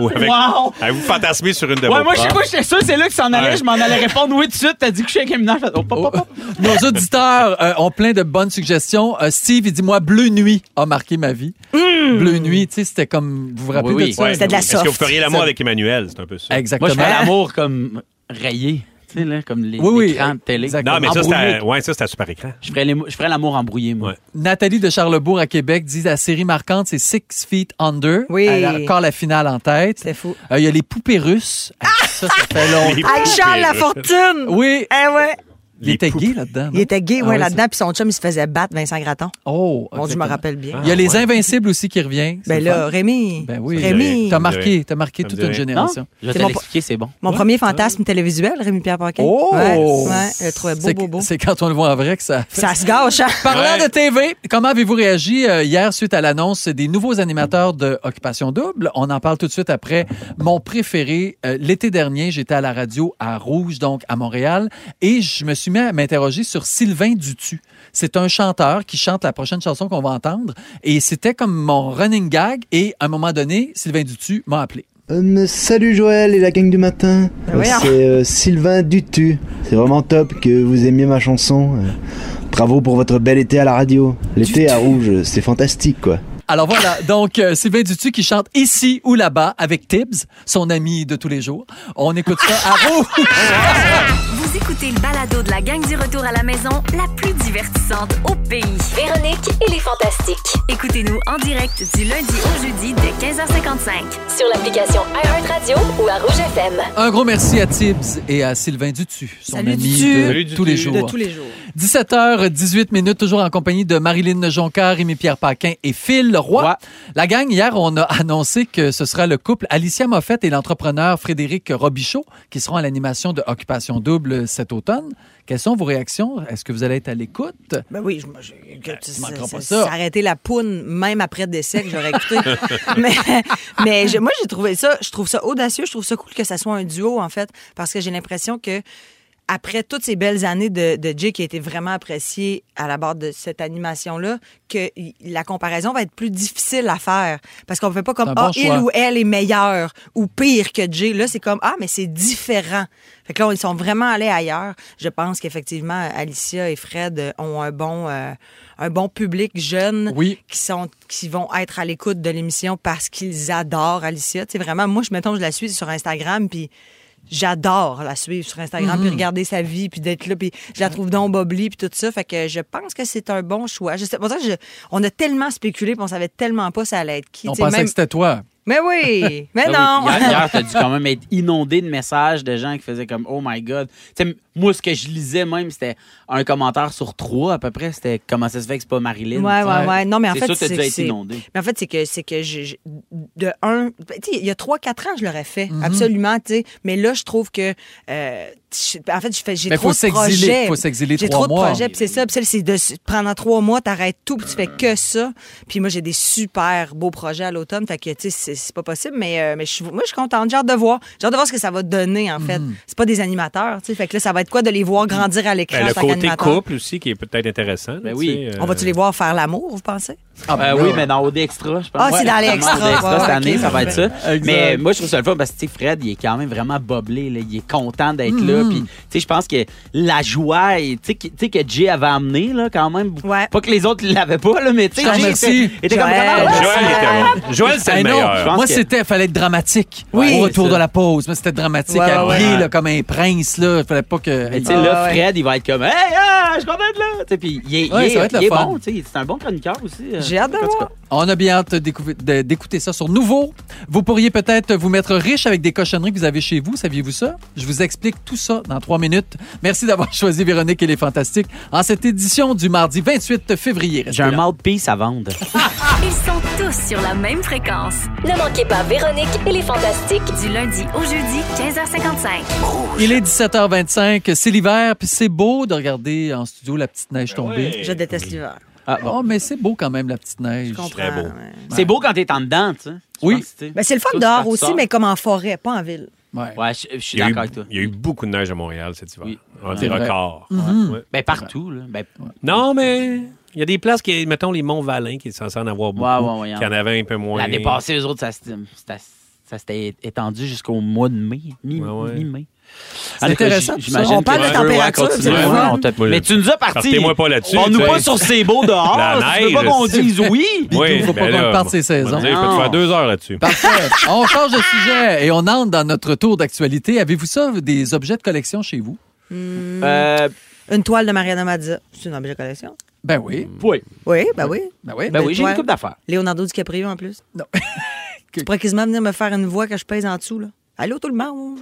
S3: Ou avec-
S4: Wow!
S3: Ah, vous fantasmez sur une de
S4: Ouais,
S3: vos
S4: moi, je sais
S3: propres.
S4: pas, j'étais sûr, c'est là que ça en allait.
S3: Ouais.
S4: Je m'en allais répondre oui tout de suite. T'as dit que je suis avec un mineur. Fait, oh, pop, pop, pop.
S2: Nos auditeurs euh, ont plein de bonnes suggestions. Euh, Steve, il dit Moi, Bleu Nuit a marqué ma vie.
S1: Hmm.
S2: Bleu Nuit, tu sais, c'était comme. Vous vous rappelez
S4: Oui, oui.
S2: de ça?
S3: Ouais.
S1: C'était de la
S3: Est-ce
S1: soft.
S3: que vous feriez l'amour avec Emmanuel? C'est un peu ça.
S4: Moi,
S2: Exactement.
S4: je fais l'amour comme rayé. Tu sais, là, comme les
S2: Oui, oui.
S4: écrans de télé.
S2: Exact.
S3: Non, mais ça,
S4: Embrouillé.
S3: c'était ouais, ça, c'était à super écran.
S4: Je ferais, les- je ferais l'amour embrouillé, moi.
S3: Ouais.
S2: Nathalie de Charlebourg à Québec dit La série marquante, c'est Six Feet Under.
S1: Oui.
S2: Elle a encore la finale en tête.
S1: C'est fou.
S2: Euh, Il y a les poupées russes. Ah, ça, ça fait long.
S3: Les
S1: Hey, Charles
S3: poupées
S1: La
S3: russes.
S1: Fortune.
S2: Oui.
S1: Eh ouais.
S2: Il était gay là-dedans.
S1: Il
S2: non?
S1: était gay,
S2: Ah
S1: ouais,
S2: oui,
S1: là-dedans, puis son chum, il se faisait battre, Vincent Gratton.
S2: c'est- Oh,
S1: Bon, Dieu, je me
S2: exactement.
S1: rappelle bien.
S2: Il y a les Invincibles aussi qui revient.
S1: Ben
S2: C'est
S1: là,
S2: fun.
S1: Rémi.
S2: Ben oui.
S1: Rémi.
S2: T'as marqué, t'as marqué
S3: Ça me
S2: toute
S3: dit
S2: une
S3: rien.
S4: Non?
S2: génération.
S4: Je vais
S1: C'est
S4: te
S1: mon-
S4: l'expliquer, c'est bon.
S1: Mon premier fantasme télévisuel, Rémi Pierre Paquin.
S2: Oh!
S1: Ouais, ouais, je le trouvais beau,
S2: C'est-
S1: beau, beau.
S2: C'est quand on le voit en vrai que ça.
S1: Ça se gâche, hein?
S2: Parlant de TV, comment avez-vous réagi euh, hier suite à l'annonce des nouveaux animateurs de Occupation Double? On en parle tout de suite après. Mon préféré, euh, l'été dernier, j'étais à la radio à Rouge, donc à Montréal, et je me suis mis à m'interroger sur Sylvain Dutu. C'est un chanteur qui chante la prochaine chanson qu'on va entendre, et c'était comme mon running gag, et à un moment donné, Sylvain Dutu m'a appelé.
S12: Hum, salut Joël et la gang du matin.
S1: Ben voyons.
S12: C'est euh, Sylvain Dutu. C'est vraiment top que vous aimiez ma chanson. Euh, bravo pour votre bel été à la radio. L'été à rouge, c'est fantastique quoi.
S2: Alors voilà, donc euh, Sylvain Dutu qui chante ici ou là-bas avec Tibbs, son ami de tous les jours. On écoute ça à Rouge.
S7: Vous écoutez le balado de la gang du retour à la maison, la plus divertissante au pays.
S8: Véronique et les Fantastiques.
S7: Écoutez-nous en direct du lundi au jeudi dès 15h55.
S8: Sur l'application iHeartRadio ou à Rouge FM.
S2: Un gros merci à Tibbs et à Sylvain Dutu, son
S1: Salut,
S2: ami
S1: Dutu.
S2: de
S3: Salut, Dutu.
S2: tous les
S3: De
S2: jours.
S1: tous les jours.
S2: 17h18 minutes, toujours en compagnie de Marilyn Joncar, Rémi-Pierre Paquin et Phil Roy.
S4: Ouais.
S2: La gang, hier, on a annoncé que ce sera le couple Alicia Moffett et l'entrepreneur Frédéric Robichaud qui seront à l'animation de Occupation Double cet automne. Quelles sont vos réactions? Est-ce que vous allez être à l'écoute?
S1: Ben oui, je, moi, je- que tu- ça-
S2: manqueras
S1: ça-
S2: pas ça.
S1: S'arrêter la poune, même après le décès, que j'aurais écouté. mais mais je- moi, j'ai trouvé ça, je trouve ça audacieux, je trouve ça cool que ça soit un duo, en fait, parce que j'ai l'impression que après toutes ces belles années de, de Jay qui a été vraiment apprécié à la barre de cette animation-là, que y- la comparaison va être plus difficile à faire. Parce qu'on ne fait pas comme,
S2: C'est un
S1: ah,
S2: bon
S1: il
S2: choix.
S1: ou elle est meilleure ou pire que Jay. Là, c'est comme, ah, mais c'est différent. Fait que là, ils sont vraiment allés ailleurs. Je pense qu'effectivement, Alicia et Fred euh, ont un bon, euh, un bon public jeune
S2: Oui.
S1: qui, sont, qui vont être à l'écoute de l'émission parce qu'ils adorent Alicia. Tu sais, vraiment, moi, je mettons, je la suis sur Instagram, puis j'adore la suivre sur Instagram,
S2: Mm-hmm.
S1: puis regarder sa vie, puis d'être là, puis je la trouve donc bobli, puis tout ça. Fait que je pense que c'est un bon choix. Je sais, pour ça, je- on a tellement spéculé, puis on savait tellement pas ça allait être qui.
S2: On
S1: Tu sais,
S2: pensait
S1: même-
S2: que c'était toi.
S1: mais oui, mais
S4: Ah
S1: non.
S4: oui, Hier, hier, t'as dû quand même être inondé de messages de gens qui faisaient comme Oh my God. Tu sais, moi, ce que je lisais même, c'était un commentaire sur trois à peu près. C'était comment ça se fait que c'est pas Marilyn.
S1: Ouais, ouais, ouais. Non, mais en
S4: C'est
S1: fait,
S4: sûr, t'as
S1: c'est
S4: dû
S1: que
S4: être
S1: c'est-
S4: inondé.
S1: Mais en fait, c'est que c'est que je, je- de un, tu sais, il y a 3-4 ans, je l'aurais fait,
S2: Mm-hmm.
S1: absolument, tu sais. Mais là, je trouve que, euh, je- en fait, je fais- j'ai
S2: Mais
S1: trop
S2: faut
S1: de
S2: s'exiler,
S1: projets.
S2: faut s'exiler
S1: J'ai
S2: trois
S1: trop de
S2: mois.
S1: projets, puis c'est ça. Puis celle, c'est de s- pendant trois mois, t'arrêtes tout, puis tu fais que ça. Puis moi, j'ai des super beaux projets à l'automne, fait que tu sais, c'est- c'est pas possible. Mais euh, mais je suis, moi, je suis contente, j'ai hâte de voir, j'ai hâte de voir ce que ça va donner en
S2: Mm-hmm.
S1: fait. C'est pas des animateurs, tu sais. Fait que là, ça va être quoi de les voir grandir à l'écran
S3: Ben,
S1: en
S3: le
S1: tant
S3: côté
S1: qu'animateur?
S3: couple aussi qui est peut-être intéressant. là,
S4: Ben oui.
S3: tu sais, euh,
S1: On va-tu les voir faire l'amour, vous pensez?
S2: Ah, ben
S4: Euh,
S2: là.
S4: oui, mais dans OD Extra, je pense.
S1: Ah, c'est dans les
S4: exactement,
S1: extras.
S4: OD Extra
S1: Ouais,
S4: cette
S1: ouais,
S4: année,
S1: ok,
S4: ça va être ça.
S2: Exact.
S4: Mais moi, je trouve ça le fun parce que tu sais, Fred, il est quand même vraiment boblé. là. Il est content d'être là.
S1: Mhm.
S4: Puis, tu sais, je pense que la joie, et- tu sais, qui- tu sais, que Jay avait amené, là, quand même.
S1: Ouais. Ah,
S4: Pas que les autres ne l'avaient pas, là, mais tu sais,
S2: Je te
S4: Jay
S2: remercie.
S4: était, était comme
S1: Joël.
S4: vraiment.
S1: Joël.
S3: Joël était bon. Joël, c'est
S2: Eh
S3: le
S2: non,
S3: meilleur.
S4: pense
S2: moi,
S4: que-
S2: c'était, fallait être dramatique.
S4: Oui.
S2: Au retour
S4: C'est
S2: de
S4: ça.
S2: la pause, mais c'était dramatique,
S1: Ouais, ouais,
S2: habillé
S4: ouais.
S2: là, comme un prince. Là. Fallait pas que.
S4: Mais tu sais,
S2: Ah.
S4: là,
S1: ouais.
S4: Fred, il va être comme Hey, ah, je suis content d'être là! Tu sais, Puis il est,
S2: Ouais,
S4: il est-
S2: ça va être le
S4: il est
S2: fun.
S4: bon, tu sais, c'est un bon chroniqueur aussi. euh.
S1: J'ai hâte de
S2: En tout
S1: voir.
S2: cas, On a bien hâte d'écouver- de- d'écouter ça sur Nouveau. Vous pourriez peut-être vous mettre riche avec des cochonneries que vous avez chez vous. Saviez-vous ça? Je vous explique tout ça dans trois minutes. Merci d'avoir choisi Véronique et les Fantastiques en cette édition du mardi 28 février. J'ai
S4: un mouthpiece à vendre.
S7: Ils sont tous sur la même fréquence. Ne manquez pas Véronique et les Fantastiques du lundi au jeudi 15h55.
S2: Il est 17h25, c'est l'hiver, puis c'est beau de regarder en studio la petite
S4: Ben
S2: neige tomber.
S4: Eh
S1: Je déteste l'hiver.
S2: Ah, bon. Oh, mais c'est beau quand même, la petite neige.
S1: comprends, Très beau. ouais.
S4: C'est beau quand t'es en dedans, tu sais.
S2: Oui.
S1: Ben, c'est le fun
S4: Toi, c'est
S1: dehors
S4: quand tu
S1: aussi,
S4: sors.
S1: mais comme en forêt, pas en ville.
S2: Ouais,
S4: je, je suis
S3: Il y a eu-
S4: d'accord avec toi.
S3: Il y a eu beaucoup de neige à Montréal cet hiver. Ah,
S4: C'est
S3: des
S4: vrai.
S3: records.
S4: Mhm.
S3: Ouais.
S4: Ben, partout, là. Ben,
S3: Non, mais il y a des places qui, mettons, les Monts Valin, qui sont censés en avoir beaucoup,
S4: ouais, ouais,
S3: qui en avaient un peu moins.
S4: L'année passée, les autres, ça s'était- c'était- ça s'était étendu jusqu'au mois de mai, mi- mi-mai.
S3: C'est
S4: En tout cas,
S3: intéressant,
S4: j-
S3: tout
S4: j'imagine
S3: ça. On parle
S4: que-
S3: de
S4: Ouais,
S3: température,
S4: ouais,
S3: c'est
S4: ouais,
S3: le
S4: ouais,
S3: fun.
S4: on t'a-
S3: Moi,
S4: Mais tu nous as parti.
S3: partez-moi pas là-dessus,
S4: On nous
S3: tu sais.
S4: pas sur ces beaux dehors.
S3: La
S4: Tu veux pas
S3: neige,
S4: qu'on
S3: c'est-
S4: dise oui.
S3: Oui,
S2: Il faut pas
S3: ben
S2: qu'on
S3: là,
S2: parte ses
S3: on va
S2: saisons.
S3: dire, Je peux te
S2: Non. Bah,
S3: faire deux heures là-dessus.
S2: Parfait. on change de sujet et on entre dans notre tour d'actualité. Avez-vous ça, des objets de collection chez vous?
S1: Hmm. Une toile de Mariana Mazza. C'est un objet de collection?
S2: Ben oui.
S4: Oui.
S1: Oui, ben oui.
S2: Ben oui.
S4: Ben oui, j'ai une
S1: toile.
S4: coupe d'affaires.
S1: Leonardo DiCaprio en plus. Non. tu pourrais quasiment venir me faire une voix que je pèse en dessous, là. Allô tout le monde?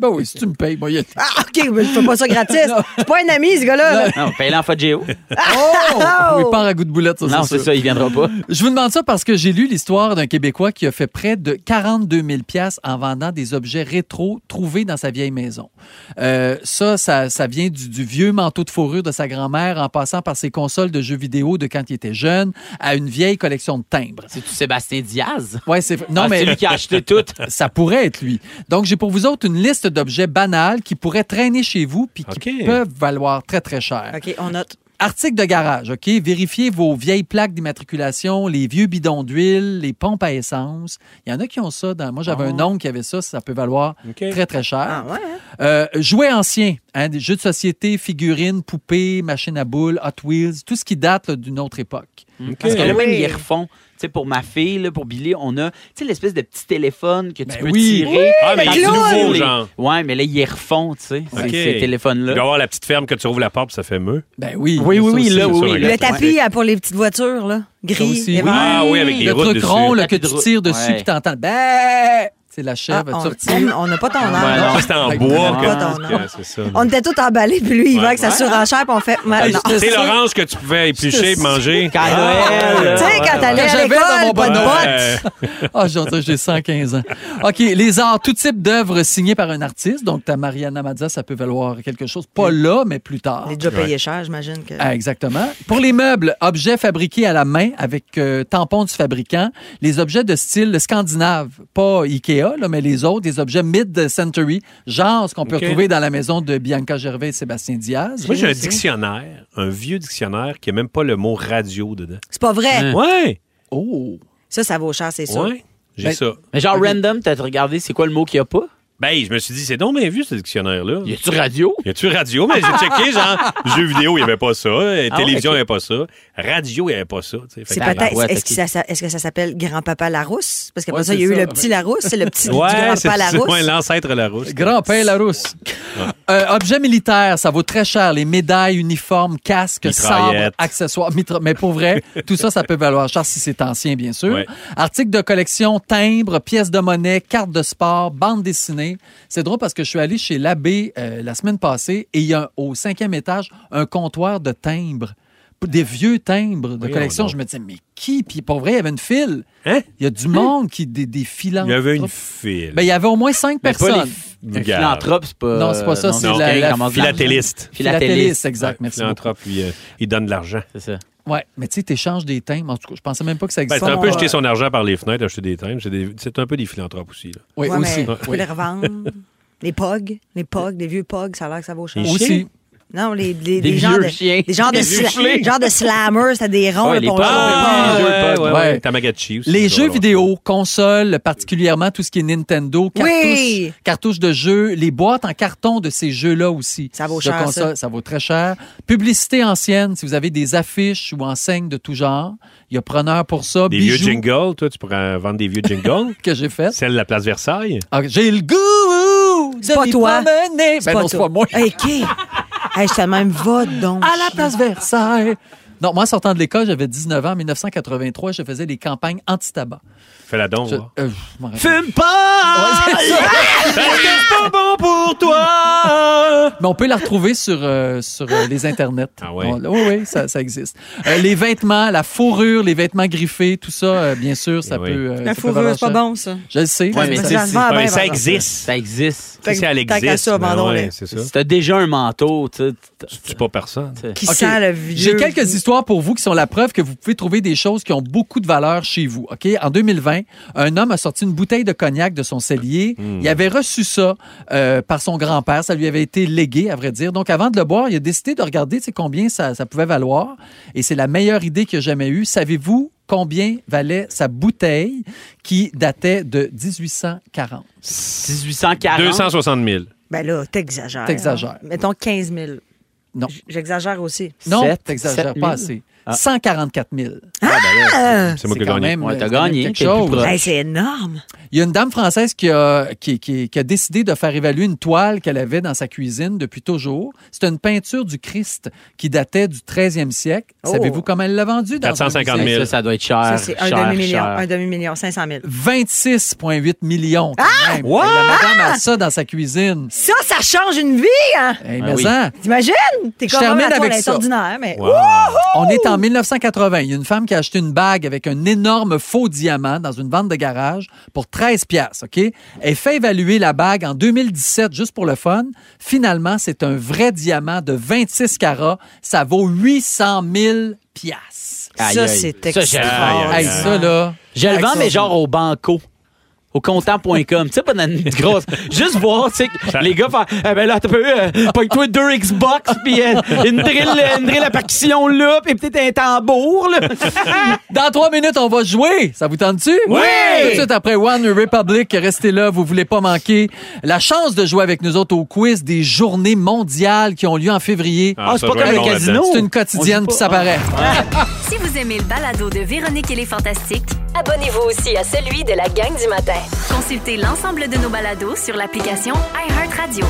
S2: Ben oui, si tu me payes, moi, il y a-
S1: Ah, OK, mais je fais pas ça gratis. C'est pas un ami, ce gars-là. Ah, là.
S4: Non, paye-le en fait Géo.
S2: Oh! Oui, part à goût de boulette, ça,
S4: Non, c'est
S2: sûr.
S4: ça, il viendra pas.
S2: Je vous demande ça parce que j'ai lu l'histoire d'un Québécois qui a fait près de 42 000 pièces en vendant des objets rétro trouvés dans sa vieille maison. Euh, ça, ça, ça vient du, du vieux manteau de fourrure de sa grand-mère en passant par ses consoles de jeux vidéo de quand il était jeune à une vieille collection de timbres.
S4: C'est-tu Sébastien Diaz?
S2: Ouais, c'est non
S4: Ah,
S2: mais
S4: c'est lui qui a acheté tout.
S2: Ça pourrait être lui. Donc j'ai pour vous autres une liste d'objets banals qui pourraient traîner chez vous puis qui peuvent valoir très très cher.
S1: OK, on note.
S2: Article de garage, OK? Vérifiez vos vieilles plaques d'immatriculation, les vieux bidons d'huile, les pompes à essence. Il y en a qui ont ça. Dans... Moi, j'avais
S4: Ah.
S2: un oncle qui avait ça. Ça peut valoir
S4: OK.
S2: très, très cher.
S1: Ah. hein.
S2: Euh, jouets anciens, hein, des jeux de société, figurines, poupées, machines à boules, Hot Wheels, tout ce qui date là, d'une autre époque.
S4: Parce que là,
S2: Ah
S4: même,
S2: oui.
S4: ils refont. Tu sais, pour ma fille, là, pour Billy, on a, tu sais, l'espèce de petit téléphone que tu peux
S2: oui.
S4: tirer.
S2: Oui, Ah, mais
S4: Quand
S2: il est
S4: tu
S2: nouveau,
S4: ouvres les-
S3: genre.
S4: Ouais, mais là, ils refont, tu sais, ces-
S3: OK.
S4: ces téléphones-là.
S3: Tu dois avoir la petite ferme que tu ouvres la porte, puis ça fait meux.
S2: Ben oui.
S4: Oui, oui, oui, là, oui.
S1: Le tapis euh, pour les petites voitures, là. Gris.
S2: aussi.
S1: et vert.
S3: Ah oui, avec les
S2: le
S3: routes
S2: truc
S3: dessus.
S2: rond là, que
S3: Tapis de
S2: tu
S3: route.
S2: tires dessus
S3: Ouais.
S2: puis t'entends ben c'est la chèvre
S1: Ah, on-
S2: tu retires.
S1: on n'a pas ton
S2: Ah, ouais,
S1: âge.
S2: non.
S3: C'est en
S2: Fait que
S3: bois
S2: vraiment,
S3: que-
S1: ton
S3: que c'est ça.
S1: On était tous emballés, puis lui, il va avec sa
S3: Ouais. Ah,
S1: surenchère, puis on fait. ma- non.
S3: C'est l'orange que tu pouvais éplucher et manger. Ah,
S4: Qu'à Noël.
S1: Tu sais, quand t'allais à
S2: J'avais dans mon
S1: l'école, pas de bottes.
S2: Ah, aujourd'hui, j'ai 115 ans. OK, les arts, tout type d'œuvre signée par un artiste. Donc, ta Mariana Mazza, ça peut valoir quelque chose. Pas là, mais plus tard.
S1: Déjà payé cher, j'imagine que.
S2: Ah, exactement. Pour les meubles, objets fabriqués à la main avec euh, tampon du fabricant, les objets de style scandinave, pas Ikea, là, mais les autres, des objets mid-century, genre ce qu'on peut
S3: OK.
S2: retrouver dans la maison de Bianca Gervais et Sébastien Diaz.
S3: Moi, j'ai un dictionnaire, un vieux dictionnaire qui n'a même pas le mot radio dedans.
S1: C'est pas vrai.
S3: Ouais.
S2: Oh.
S1: Ça, ça vaut cher, Hein. c'est sûr.
S3: Ouais. J'ai
S4: Ben,
S3: ça.
S4: Mais genre, random, t'as regardé, c'est quoi le mot qu'il n'y a pas?
S3: Ben, je me suis dit, c'est donc bien vu, ce dictionnaire-là.
S4: Y a-tu radio?
S3: Y a-tu radio? Mais j'ai checké, genre, jeux vidéo, il n'y avait pas ça. euh,
S4: Ah ouais,
S3: télévision, il
S4: ok.
S3: n'y avait pas ça. Radio, il n'y avait pas ça. tu sais. Fait
S1: C'est
S3: que-
S1: peut-être. Est-ce que, ça, est-ce que ça s'appelle Grand-Papa Larousse? Parce qu'après
S3: Ouais,
S1: ça, il y a
S3: c'est
S1: eu
S3: ça.
S1: le petit Larousse, c'est le petit du
S3: Ouais, c'est
S1: Grand-Papa
S3: ça,
S1: Larousse.
S3: ouais, l'ancêtre Larousse.
S2: Grand-père Larousse. Euh, objet militaire, ça vaut très cher. Les médailles, uniformes, casques, sabres,
S3: Mitraillette.
S2: accessoires, mitra- mais pour vrai, tout ça, ça peut valoir cher si c'est ancien, bien sûr.
S3: Ouais.
S2: Articles de collection, timbres, pièces de monnaie, cartes de sport, bandes dessinées. C'est drôle parce que je suis allé chez l'abbé euh, la semaine passée et il y a un- au cinquième étage un comptoir de timbres. Des vieux timbres de
S3: Voyons
S2: collection.
S3: donc.
S2: Je me disais, mais qui? Puis pour vrai, il y avait une file.
S3: Hein?
S2: Il y a du monde qui des, des
S3: Il y avait une
S2: philanthropes.
S3: file.
S2: Ben, il y avait au moins cinq
S4: Mais pas les
S2: personnes.
S4: Un philanthrope, c'est pas.
S2: Non, c'est pas ça,
S4: non,
S2: c'est
S4: non,
S2: la-
S4: quelqu'un
S2: la
S4: qui commence de l'argent.
S3: Philatéliste.
S2: Philatéliste, exact.
S3: Ouais,
S2: Merci
S3: Philanthrope, lui, euh, il donne de l'argent.
S4: C'est ça.
S2: Ouais, mais tu sais, t'échanges des timbres. En tout cas, je pensais même pas que ça
S3: Ben,
S2: existait.
S3: c'est un peu
S2: On-
S3: jeter son argent par les fenêtres, acheter des timbres. C'est des- C'est un peu des philanthropes aussi. là.
S2: Oui,
S1: Ouais,
S2: aussi.
S1: mais Tu peux
S2: Oui.
S1: les revendre. Les pogs, les pogs, des vieux pogs, ça a l'air que ça vaut cher.
S3: Les Aussi. chiens?
S1: Non, les, les,
S4: Des
S1: les genres
S4: vieux
S1: de,
S4: chiens.
S1: Des genres de,
S4: Des vieux
S1: sla-
S4: chiens.
S1: genre de slammers, c'était des ronds.
S4: Ouais,
S1: là,
S4: les
S1: pour
S4: pogs.
S1: leur-
S4: Ah,
S3: Ouais,
S4: ouais,
S3: ouais,
S4: ouais.
S3: ouais. Tamagotchi aussi.
S2: Les
S3: c'est
S2: jeux
S3: drôle.
S2: vidéo, consoles, particulièrement tout ce qui est Nintendo, cartouches,
S1: Oui.
S2: cartouches de jeux, les boîtes en carton de ces jeux-là aussi. Ça
S1: vaut cher, ça.
S2: Ça. vaut très cher. Publicité ancienne, si vous avez des affiches ou enseignes de tout genre, il y a preneur pour ça.
S3: Des vieux
S2: bijoux
S3: jingles, toi, tu pourrais vendre des vieux jingles.
S2: que j'ai fait. Ah,
S3: Celle de la place Versailles.
S2: J'ai le goût
S1: C'est pas
S2: de m'y
S1: toi.
S2: promener.
S1: C'est
S2: Ben
S1: pas
S2: non, c'est
S1: toi.
S2: pas moi.
S1: Hey, OK. Hey, je te même, va donc.
S2: À la place Versailles. Non, moi, sortant de l'école, j'avais 19 ans. En 1983, je faisais des campagnes anti-tabac.
S3: Fais-la donc.
S2: Je-
S3: voir.
S2: euh, je m'en rappelle.
S4: Fume pas!
S2: Ouais, c'est ça.
S4: Parce que c'est pas
S3: bon pour toi!
S2: Mais on peut la retrouver sur, euh, sur euh, les internets. Ah
S3: ouais.
S2: oui, oui, ça, ça existe. Euh, les vêtements, la fourrure, les vêtements griffés, tout ça, euh, bien sûr, ça peut. euh,
S1: La
S2: ça peut
S1: fourrure,
S2: valoir
S1: c'est pas
S2: cher.
S1: bon, ça.
S2: Je le sais.
S1: Ouais, mais
S2: je le
S1: c'est-
S2: sais.
S1: c'est- Ah, ben,
S4: ça
S1: voilà.
S4: existe. Ça existe.
S1: Fait que
S4: Si elle
S1: tant qu'à
S4: existe,
S1: ça,
S4: ben
S1: abandonne-les.
S4: ouais, c'est ça. Si t'as déjà un manteau, tu sais, t-
S3: Tu tues pas personne.
S1: Qui
S2: OK.
S1: sent le vieux.
S2: J'ai quelques histoires pour vous qui sont la preuve que vous pouvez trouver des choses qui ont beaucoup de valeur chez vous. OK? En 2020, un homme a sorti une bouteille de cognac de son cellier.
S4: Hmm.
S2: Il avait reçu ça euh, par son grand-père. Ça lui avait été légué, à vrai dire. Donc, avant de le boire, il a décidé de regarder tu sais, combien ça, ça pouvait valoir. Et c'est la meilleure idée qu'il a jamais eue. Savez-vous combien valait sa bouteille qui datait de 1840?
S4: 1840.
S3: 260 000.
S1: Ben là, t'exagères.
S2: T'exagères.
S1: Mettons 15 000.
S2: Non.
S1: J- J'exagère aussi.
S2: Non,
S4: Sept-
S2: t'exagères
S4: sept
S2: pas
S4: mille?
S2: assez.
S4: Ah.
S2: 144 000.
S1: Ah!
S3: C'est moi qui ai
S2: quand
S3: gagné.
S2: même,
S4: Ouais, t'as
S2: c'est quand même
S4: gagné,
S2: quelque
S4: t'es le plus
S2: chose. hein.
S4: proche.
S1: Hey, c'est énorme.
S2: Il y a une dame française qui a, qui, qui- qui a décidé de faire évaluer une toile qu'elle avait dans sa cuisine depuis toujours. C'est une peinture du Christ qui datait du 13e siècle.
S1: Oh.
S2: Savez-vous comment elle l'a vendue? Dans un
S3: 450
S2: musée?
S3: 000.
S4: Ça, ça doit être cher.
S1: Ça, c'est un
S4: Ah, cher,
S1: demi-million.
S4: cher.
S1: Un demi-million, 500 000.
S2: 26,8 millions. quand même.
S3: What?
S2: La madame a ça dans sa cuisine.
S1: Ça, ça change une vie, hein?
S2: Hey,
S4: Ah
S2: mais
S4: oui.
S2: ça,
S1: T'imagines? T'es
S2: Je
S1: comme
S2: termine
S1: ah, mais attends,
S2: avec
S1: elle est
S2: ça.
S1: ordinaire, mais.
S3: Wow.
S2: On est en 1980. Il y a une femme qui a acheté une bague avec un énorme faux diamant dans une vente de garage pour 13 pièces, OK? Elle fait évaluer la bague en 2017 juste pour le fun. Finalement, c'est un vrai diamant de 26 carats. Ça vaut 800 000 pièces.
S4: Aïe,
S1: Ça,
S4: aïe.
S1: c'est
S4: Ça, j'ai-
S1: extraordinaire.
S2: Hey, ça, là...
S4: Je le vends,
S2: Hey,
S4: mais
S2: ça,
S4: genre au banco. Au comptant.com. Tu sais, pas dans une grosse. Juste voir, tu sais, que les gars font. Eh ben là, t'as pas eu. Euh, Pogne-toi deux Xbox, puis euh, une, drill, une drill à percussion là, puis peut-être un tambour, là.
S2: Dans trois minutes, on va jouer. Ça vous tente-tu?
S4: Oui!
S2: Tout de suite après One Republic, restez là, vous voulez pas manquer la chance de jouer avec nous autres au quiz des journées mondiales qui ont lieu en février.
S4: Ah, c'est pas
S3: je vais
S4: comme le
S3: être bon
S4: casino.
S3: là-dedans.
S2: C'est une
S4: On
S2: quotidienne,
S4: dit
S2: puis
S4: pas-
S2: ça paraît.
S7: Si vous aimez le balado de Véronique et les Fantastiques,
S8: Abonnez-vous aussi à celui de la gang du matin.
S7: consultez l'ensemble de nos balados sur l'application iHeartRadio.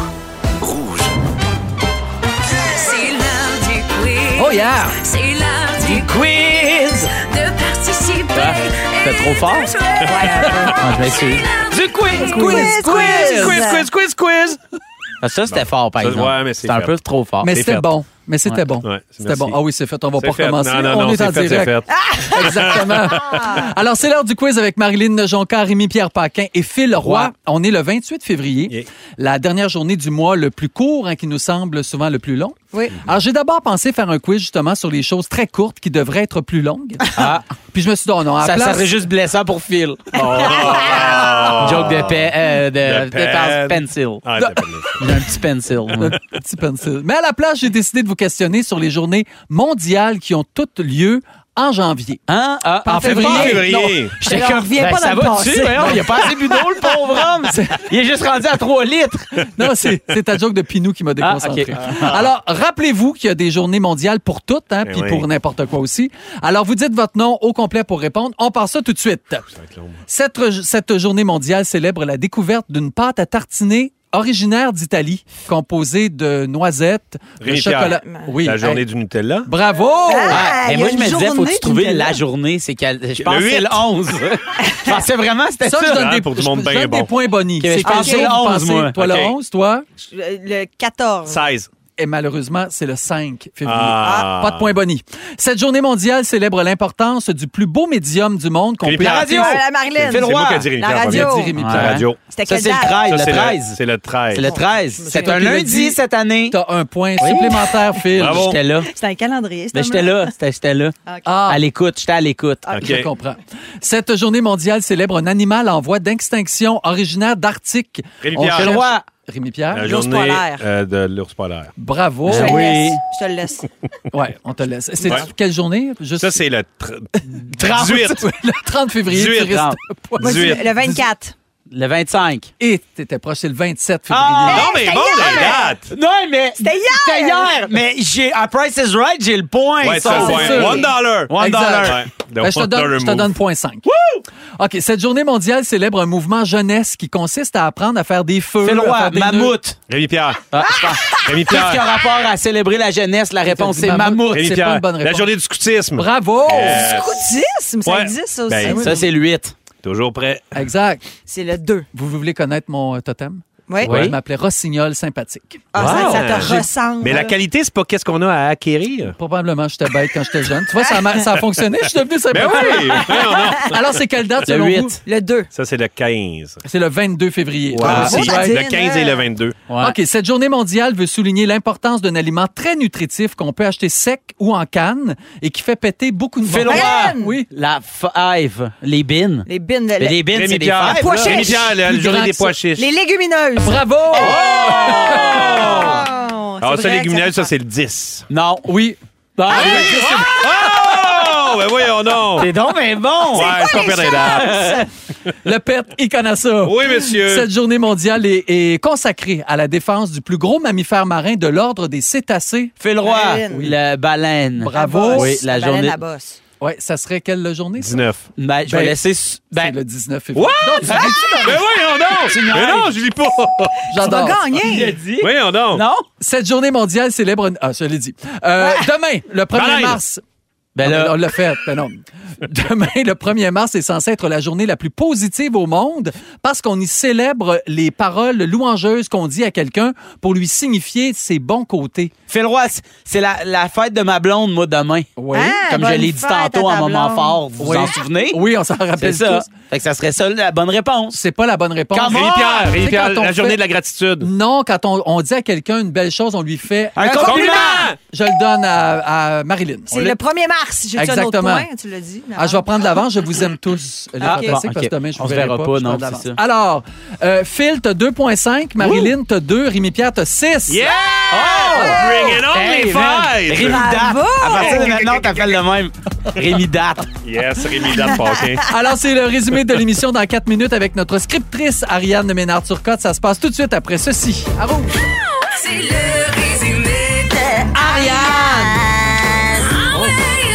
S7: C'est l'heure du quiz.
S2: Oh yeah!
S7: C'est l'heure du
S4: Du quiz!
S7: de participer.
S4: Ah, c'était
S7: et
S4: trop fort.
S7: de jouer.
S4: Ah, je vais essayer.
S7: C'est l'heure
S4: quiz!
S2: Quiz, quiz!
S4: Quiz, quiz, quiz, quiz! Ah, ça, c'était fort, par
S3: Ça,
S4: exemple.
S3: ouais, mais c'est
S4: c'était un
S3: fait.
S4: peu trop fort.
S2: Mais
S3: Ah, C'est
S2: c'était
S3: fait.
S2: bon. Mais c'était
S4: Ouais.
S2: bon.
S3: Ouais,
S2: c'était
S3: merci.
S2: bon. Ah oui, c'est fait. On va
S3: C'est
S2: pas
S3: fait.
S2: recommencer.
S3: Non, non,
S2: on
S3: non,
S2: est en
S3: c'est fait,
S2: direct.
S3: c'est fait.
S2: Exactement. Alors, c'est l'heure du quiz avec Marilyn Jonca, Rémi-Pierre Paquin et Phil Roy.
S4: Roy.
S2: On est le 28 février,
S3: Yeah.
S2: la dernière journée du mois le plus court, hein, qui nous semble souvent le plus long.
S1: Oui.
S2: Alors, j'ai d'abord pensé faire un quiz justement sur les choses très courtes qui devraient être plus longues.
S4: Ah,
S2: Puis je me suis dit, oh non, à la
S4: ça, ça
S2: place...
S4: serait juste blessant pour Phil. Joke de, pe- euh, de,
S3: De
S4: Oh. de
S3: pen.
S4: pencil.
S3: Oh! Ah, t'as pas de leçon.
S4: Il a un petit pencil. ouais.
S2: Notre petit pencil. Mais à la place, j'ai décidé de vous questionner sur les journées mondiales qui ont toutes lieu en janvier.
S4: Hein? Ah, en
S2: Parfait.
S4: février.
S3: En
S2: Non.
S3: février.
S4: J'étais
S1: Alors,
S4: comme,
S1: reviens
S4: ben,
S1: pas dans
S4: ça
S1: le
S4: va
S1: passé.
S4: dessus, voyons, il a pas assez bu d'eau, le pauvre homme. Il est juste rendu à 3 litres.
S2: Non, c'est c'est ta joke de Pinou qui m'a déconcentré.
S4: Ah,
S2: Alors, rappelez-vous qu'il y a des journées mondiales pour toutes, hein,
S3: Eh
S2: puis
S3: oui.
S2: pour n'importe quoi aussi. Alors, vous dites votre nom au complet pour répondre. On part ça tout de suite. Cette, re- cette journée mondiale célèbre la découverte d'une pâte à tartiner originaire d'Italie, composée de noisettes, de
S3: Rémi
S2: chocolat.
S1: Pierre,
S2: Oui.
S3: La journée
S2: hey,
S3: du Nutella.
S2: Bravo!
S1: Ah,
S4: mais
S1: il y
S4: Eh, moi,
S1: a
S4: je
S1: une
S4: me disais,
S1: journée
S4: faut-tu
S1: du
S4: trouver
S1: Nutella.
S4: la journée? C'est quelle? Je pense que
S3: huit.
S4: c'est le 11. je pensais vraiment que c'était ça.
S2: Ça, je donne
S3: hein,
S2: des,
S3: pour du
S2: je-
S3: monde
S2: je
S3: bien
S2: donne
S3: bon.
S2: des points bonnies.
S4: mais je
S2: C'est quoi
S4: pensais le
S2: que vous
S4: 11, moi.
S2: pensez? Toi, le
S3: OK.
S2: 11, toi?
S1: Je- Le 14.
S3: 16.
S2: Et malheureusement, c'est le 5 février.
S3: Ah.
S2: Pas de point boni. Cette journée mondiale célèbre l'importance du plus beau médium du monde qu'on
S3: Philippe
S2: peut...
S3: Pierre.
S4: La radio!
S1: Ah, la Marilyn.
S3: C'est
S4: Fais le
S3: moi
S4: roi.
S3: qui ai dit Rémi
S1: La
S3: Pierre en
S2: Il
S1: radio.
S2: a dit
S3: premier.
S2: Rémi
S4: Ouais.
S2: Pierre.
S3: La radio.
S1: C'était
S4: Ça,
S1: quelle
S4: c'est
S1: date?
S4: le 13.
S3: Ça,
S4: le
S3: c'est
S4: 13.
S3: C'est le 13.
S4: C'est le 13. C'est
S2: souviens
S4: un
S2: qu'il l'a dit.
S4: lundi cette année.
S2: T'as un point supplémentaire, Phil.
S3: Bravo.
S4: J'étais là.
S1: C'était un calendrier,
S4: Mais Ben, j'étais là. C'était- J'étais là.
S2: Ah,
S4: À l'écoute. J'étais à l'écoute.
S1: Ah.
S3: OK.
S2: Je comprends. Cette journée mondiale célèbre un animal en voie d'extinction originaire d'Arctique.
S3: Rémi
S2: On
S3: Pierre. Ben,
S2: cherche-
S4: Le roi.
S2: Rémi Pierre.
S3: La
S1: L'ours
S3: journée
S1: polaire.
S3: euh, de l'ours polaire.
S2: Bravo.
S1: Je te
S4: Oui.
S1: laisse. Je te le laisse.
S2: Ouais, on te laisse. C'est
S3: Ben Ouais.
S2: quelle journée? Juste-
S3: Ça, c'est le tr-
S2: 30.
S3: 18.
S2: le 30 février. tu
S3: 18,
S2: restes-
S3: 30.
S1: Moi, je dis
S3: 18.
S1: le 24.
S4: Le 25.
S2: Et t'étais proche, c'est le 27 février.
S4: Ah!
S2: Non, mais
S4: C'était
S2: bon,
S4: hier!
S2: les dates!
S4: Non, mais.
S2: C'était hier!
S4: C'était hier! Mais j'ai, à Price is Right, j'ai le point.
S2: Ouais,
S4: ça.
S2: c'est le point. C'est sûr.
S4: One dollar. One
S2: Exact.
S4: dollar.
S2: Ben, je te donne, je te donne point 5. OK, cette journée mondiale célèbre un mouvement jeunesse qui consiste à apprendre à faire des feux.
S4: Fais le roi,
S2: à faire des
S4: mammouth.
S3: Rémi Pierre.
S2: Ah.
S3: Ah. Rémi
S4: Qu'est-ce
S3: Pierre.
S4: qui a rapport à célébrer la jeunesse? La réponse, c'est
S3: Mammouth.
S4: mammouth.
S3: Rémi
S4: C'est
S3: Pierre,
S4: pas une bonne
S3: la
S4: réponse.
S3: journée du scoutisme.
S2: Bravo!
S3: Yes.
S1: Scoutisme, ça
S3: Ouais.
S1: existe, ça aussi.
S2: Ah
S3: Ben,
S4: Ça, c'est le 8.
S3: Toujours prêt.
S2: nœuds. Exact.
S1: C'est le 2.
S2: Vous voulez connaître mon euh, totem?
S1: Oui.
S2: Je
S3: Oui.
S2: m'appelais Rossignol sympathique.
S1: Ah, ça-
S3: Wow.
S1: ça te
S3: J'ai-
S1: ressemble.
S3: Mais la qualité, c'est pas qu'est-ce qu'on a à acquérir.
S2: Probablement, j'étais bête quand j'étais jeune. Tu vois, ça, a- ça a fonctionné. Je suis devenu
S3: Ben
S2: sympathique.
S3: oui! Voyons donc.
S2: Alors, c'est quelle date, selon
S3: Le
S2: vous?
S3: 8.
S1: Le 2.
S3: Ça, c'est le 15.
S2: C'est le 22 février.
S3: Ah,
S2: Bravo,
S3: si.
S2: Mike.
S3: le 15 et le 22.
S2: OK, cette journée mondiale veut souligner l'importance d'un aliment très nutritif qu'on peut acheter sec ou en canne et qui fait péter beaucoup de
S4: Fais le
S2: monde.
S4: roi.
S2: Oui.
S4: La five. Les bins.
S1: Les bines.
S4: Mais les bins, c'est des fives.
S1: pois
S4: là.
S1: chiches.
S3: Rémi Pierre, la
S4: Plus
S3: journée
S4: grand
S3: des
S4: que
S3: pois
S4: ça.
S3: chiches.
S1: Les légumineuses.
S2: Bravo!
S1: Oh!
S3: Ah,
S1: C'est
S3: ça,
S1: vrai
S3: les
S1: que
S3: guminales, ça,
S1: fait
S3: c'est le 10.
S4: Non.
S2: Oh, Oui.
S4: Ah, oui.
S3: Oh! Ben voyons donc!
S4: C'est donc, mais bon.
S3: Ouais, c'est pas perdre les dates.
S2: Le pet, il connaît ça.
S3: Oui, euh. monsieur.
S2: Cette journée mondiale est, est consacrée à la défense du plus gros mammifère marin de l'ordre des cétacés.
S4: Fais le roi.
S1: Baleine.
S4: La baleine.
S1: la
S2: Bravo.
S1: bosse,
S4: Oui, la
S1: baleine
S4: journée-
S1: à bosse.
S2: Ouais, ça serait quelle la journée? ça?
S3: 19.
S4: Ben, je vais
S2: Ben,
S4: laisser. s-
S2: C'est
S4: Ben,
S2: le 19 février.
S3: What?
S2: Non, tu-
S3: Mais Ben voyons donc! Mais non, je lis pas!
S2: J'adore.
S1: Tu vas
S4: il a
S1: gagner.
S4: dit.
S3: Voyons donc!
S4: Non?
S2: Cette journée mondiale célèbre... Ah, je l'ai dit. Euh, Demain, le 1er
S3: Baleine.
S2: mars...
S4: Ben
S2: Ah,
S4: là.
S2: On l'a fait, ben non. Demain, le 1er mars, est censé être la journée la plus positive au monde parce qu'on y célèbre les paroles louangeuses qu'on dit à quelqu'un pour lui signifier ses bons côtés.
S4: Fais le roi, c- c'est la, la fête de ma blonde, moi, demain.
S2: Oui.
S1: Ah,
S4: Comme je
S1: bonne
S4: l'ai dit
S1: fête à
S4: tantôt à
S1: ta
S4: un moment
S1: blonde.
S4: fort. Vous vous
S2: Oui.
S4: en souvenez?
S2: Oui, on s'en
S4: C'est
S2: rappelle
S4: ça.
S2: tous.
S4: Fait que ça serait ça la bonne réponse.
S2: C'est pas la bonne réponse.
S4: Come
S3: Rémi
S4: on!
S3: Pierre, Rémi
S2: C'est
S3: Pierre,
S2: quand on
S3: la journée
S2: fait-
S3: de la gratitude.
S2: Non, quand on, on dit à quelqu'un une belle chose, on lui fait...
S4: Un compliment!
S2: Je le donne à, à Marilyn.
S1: C'est le 1er mars. J'ai-tu un autre
S2: Exactement.
S1: point? Tu l'as dit.
S2: Ah, je vais prendre l'avance, je vous aime tous. Les
S4: Ah,
S2: fantastiques,
S4: bon,
S2: parce
S4: ok.
S2: que demain, je
S4: On
S2: vous
S4: se
S2: verrai
S4: verra
S2: pas.
S4: pas,
S2: je
S4: non,
S2: prends de
S4: c'est
S2: l'avance. Alors, euh, Phil, t'as 2,5. Marilyn, t'as 2. Rémi-Pierre, t'as 6.
S3: Yeah! Oh, Bring it on,
S4: Hey,
S3: les
S4: man,
S3: fêtes!
S4: Rémi Date.
S1: Bravo!
S4: À partir de maintenant, t'appelles le même. Rémi Date.
S3: Yes, Rémi Date Paquin.
S2: Alors, c'est le résumé de l'émission dans 4 minutes avec notre scriptrice Ariane Ménard-Turcotte. Ça se passe tout de suite après ceci. À rouge.
S7: C'est le résumé de Ah
S4: Oh.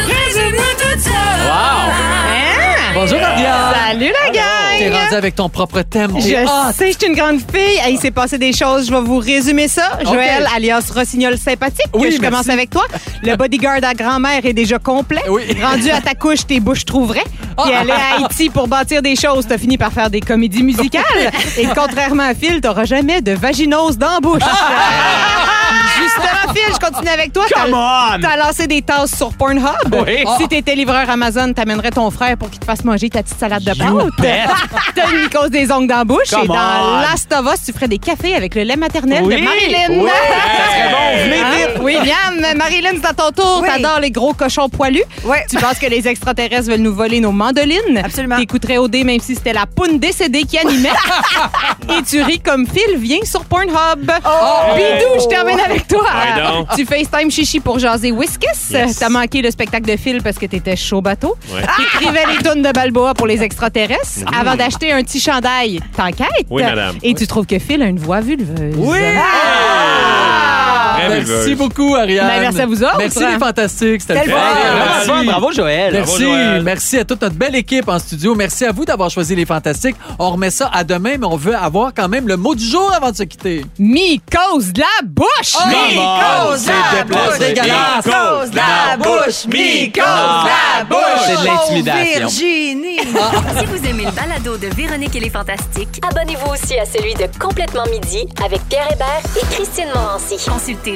S7: Résume tout Ah.
S2: Bonjour, Ariane.
S13: Salut la
S2: T'es
S13: gang!
S2: rendue avec ton propre thème. T'es
S13: Je
S2: hot.
S13: sais, je suis une grande fille. Hey, il s'est passé des choses. Je vais vous résumer ça.
S2: Ok.
S13: Joël, alias Rossignol sympathique, que
S2: Oui,
S13: je commence
S2: merci.
S13: avec toi. Le bodyguard à grand-mère est déjà complet.
S2: Oui.
S13: Rendu à ta couche, tes bouches trouveraient.
S4: Ah!
S13: Puis aller à Haïti pour bâtir des choses, t'as fini par faire des comédies musicales. Et contrairement à Phil, t'auras jamais de vaginose dans la bouche. Justement, Phil, je continue avec toi.
S4: Ah! Come
S13: T'as-
S4: on!
S13: T'as lancé des tasses sur Pornhub.
S4: Oui. Ah!
S13: Si t'étais livreur Amazon, t'amènerais ton frère pour qu'il te fasse manger ta petite salade de
S4: You bet.
S13: pâtes. T'as une mycose des ongles dans la bouche.
S4: Come
S13: et dans
S4: on.
S13: Last of Us, tu ferais des cafés avec le lait maternel
S4: Oui.
S13: de Marilyn.
S4: Oui. Ça serait bon, venez
S13: Hein? Oui, Miam, Marilyn, c'est à ton tour.
S1: Oui.
S13: T'adores les gros cochons poilus.
S1: Oui.
S13: Tu penses que les extraterrestres veulent nous voler nos mandolines.
S1: Absolument.
S13: T'écouterais au dé même si c'était la poune décédée qui animait. et tu ris comme Phil vient sur Pornhub.
S1: Oh!
S13: Oh! Bidou, je termine avec toi.
S3: Ouais, donc.
S13: tu FaceTime Chichi pour jaser Whiskas.
S3: Yes.
S13: T'as manqué le spectacle de Phil parce que t'étais chaud bateau.
S3: Ouais. Mm-hmm.
S13: T'écrivais les tonnes de Balboa pour les extraterrestres. Avant d'acheter un petit chandail, t'enquêtes.
S3: Oui, madame.
S13: Et tu trouves que Phil a une voix vulveuse.
S2: Oui.
S3: Très
S2: Merci
S3: vulveuse.
S2: beaucoup, Ariane.
S13: Ben, merci à vous autres.
S2: Merci, les fantastiques. C'était
S1: Quel
S2: le
S1: fun.
S2: fun. Merci.
S4: Bravo, bravo, Joël.
S2: Merci,
S3: Joël.
S2: merci à toute notre belle équipe en studio. Merci à vous d'avoir choisi les fantastiques. On remet ça à demain, mais on veut avoir quand même le mot du jour avant de se quitter.
S13: Mycose de la bouche!
S2: Mycose
S1: de la bouche.
S2: dégueulasse.
S1: Mycose de la bouche. Mycose de la bouche.
S4: C'est de l'intimidation.
S1: Oh, Virginie.
S8: Si vous aimez le balado de Véronique et les Fantastiques,
S7: Abonnez-vous aussi à celui de Complètement Midi avec Pierre Hébert et Christine Morancy.
S8: Morancy.
S7: Consultez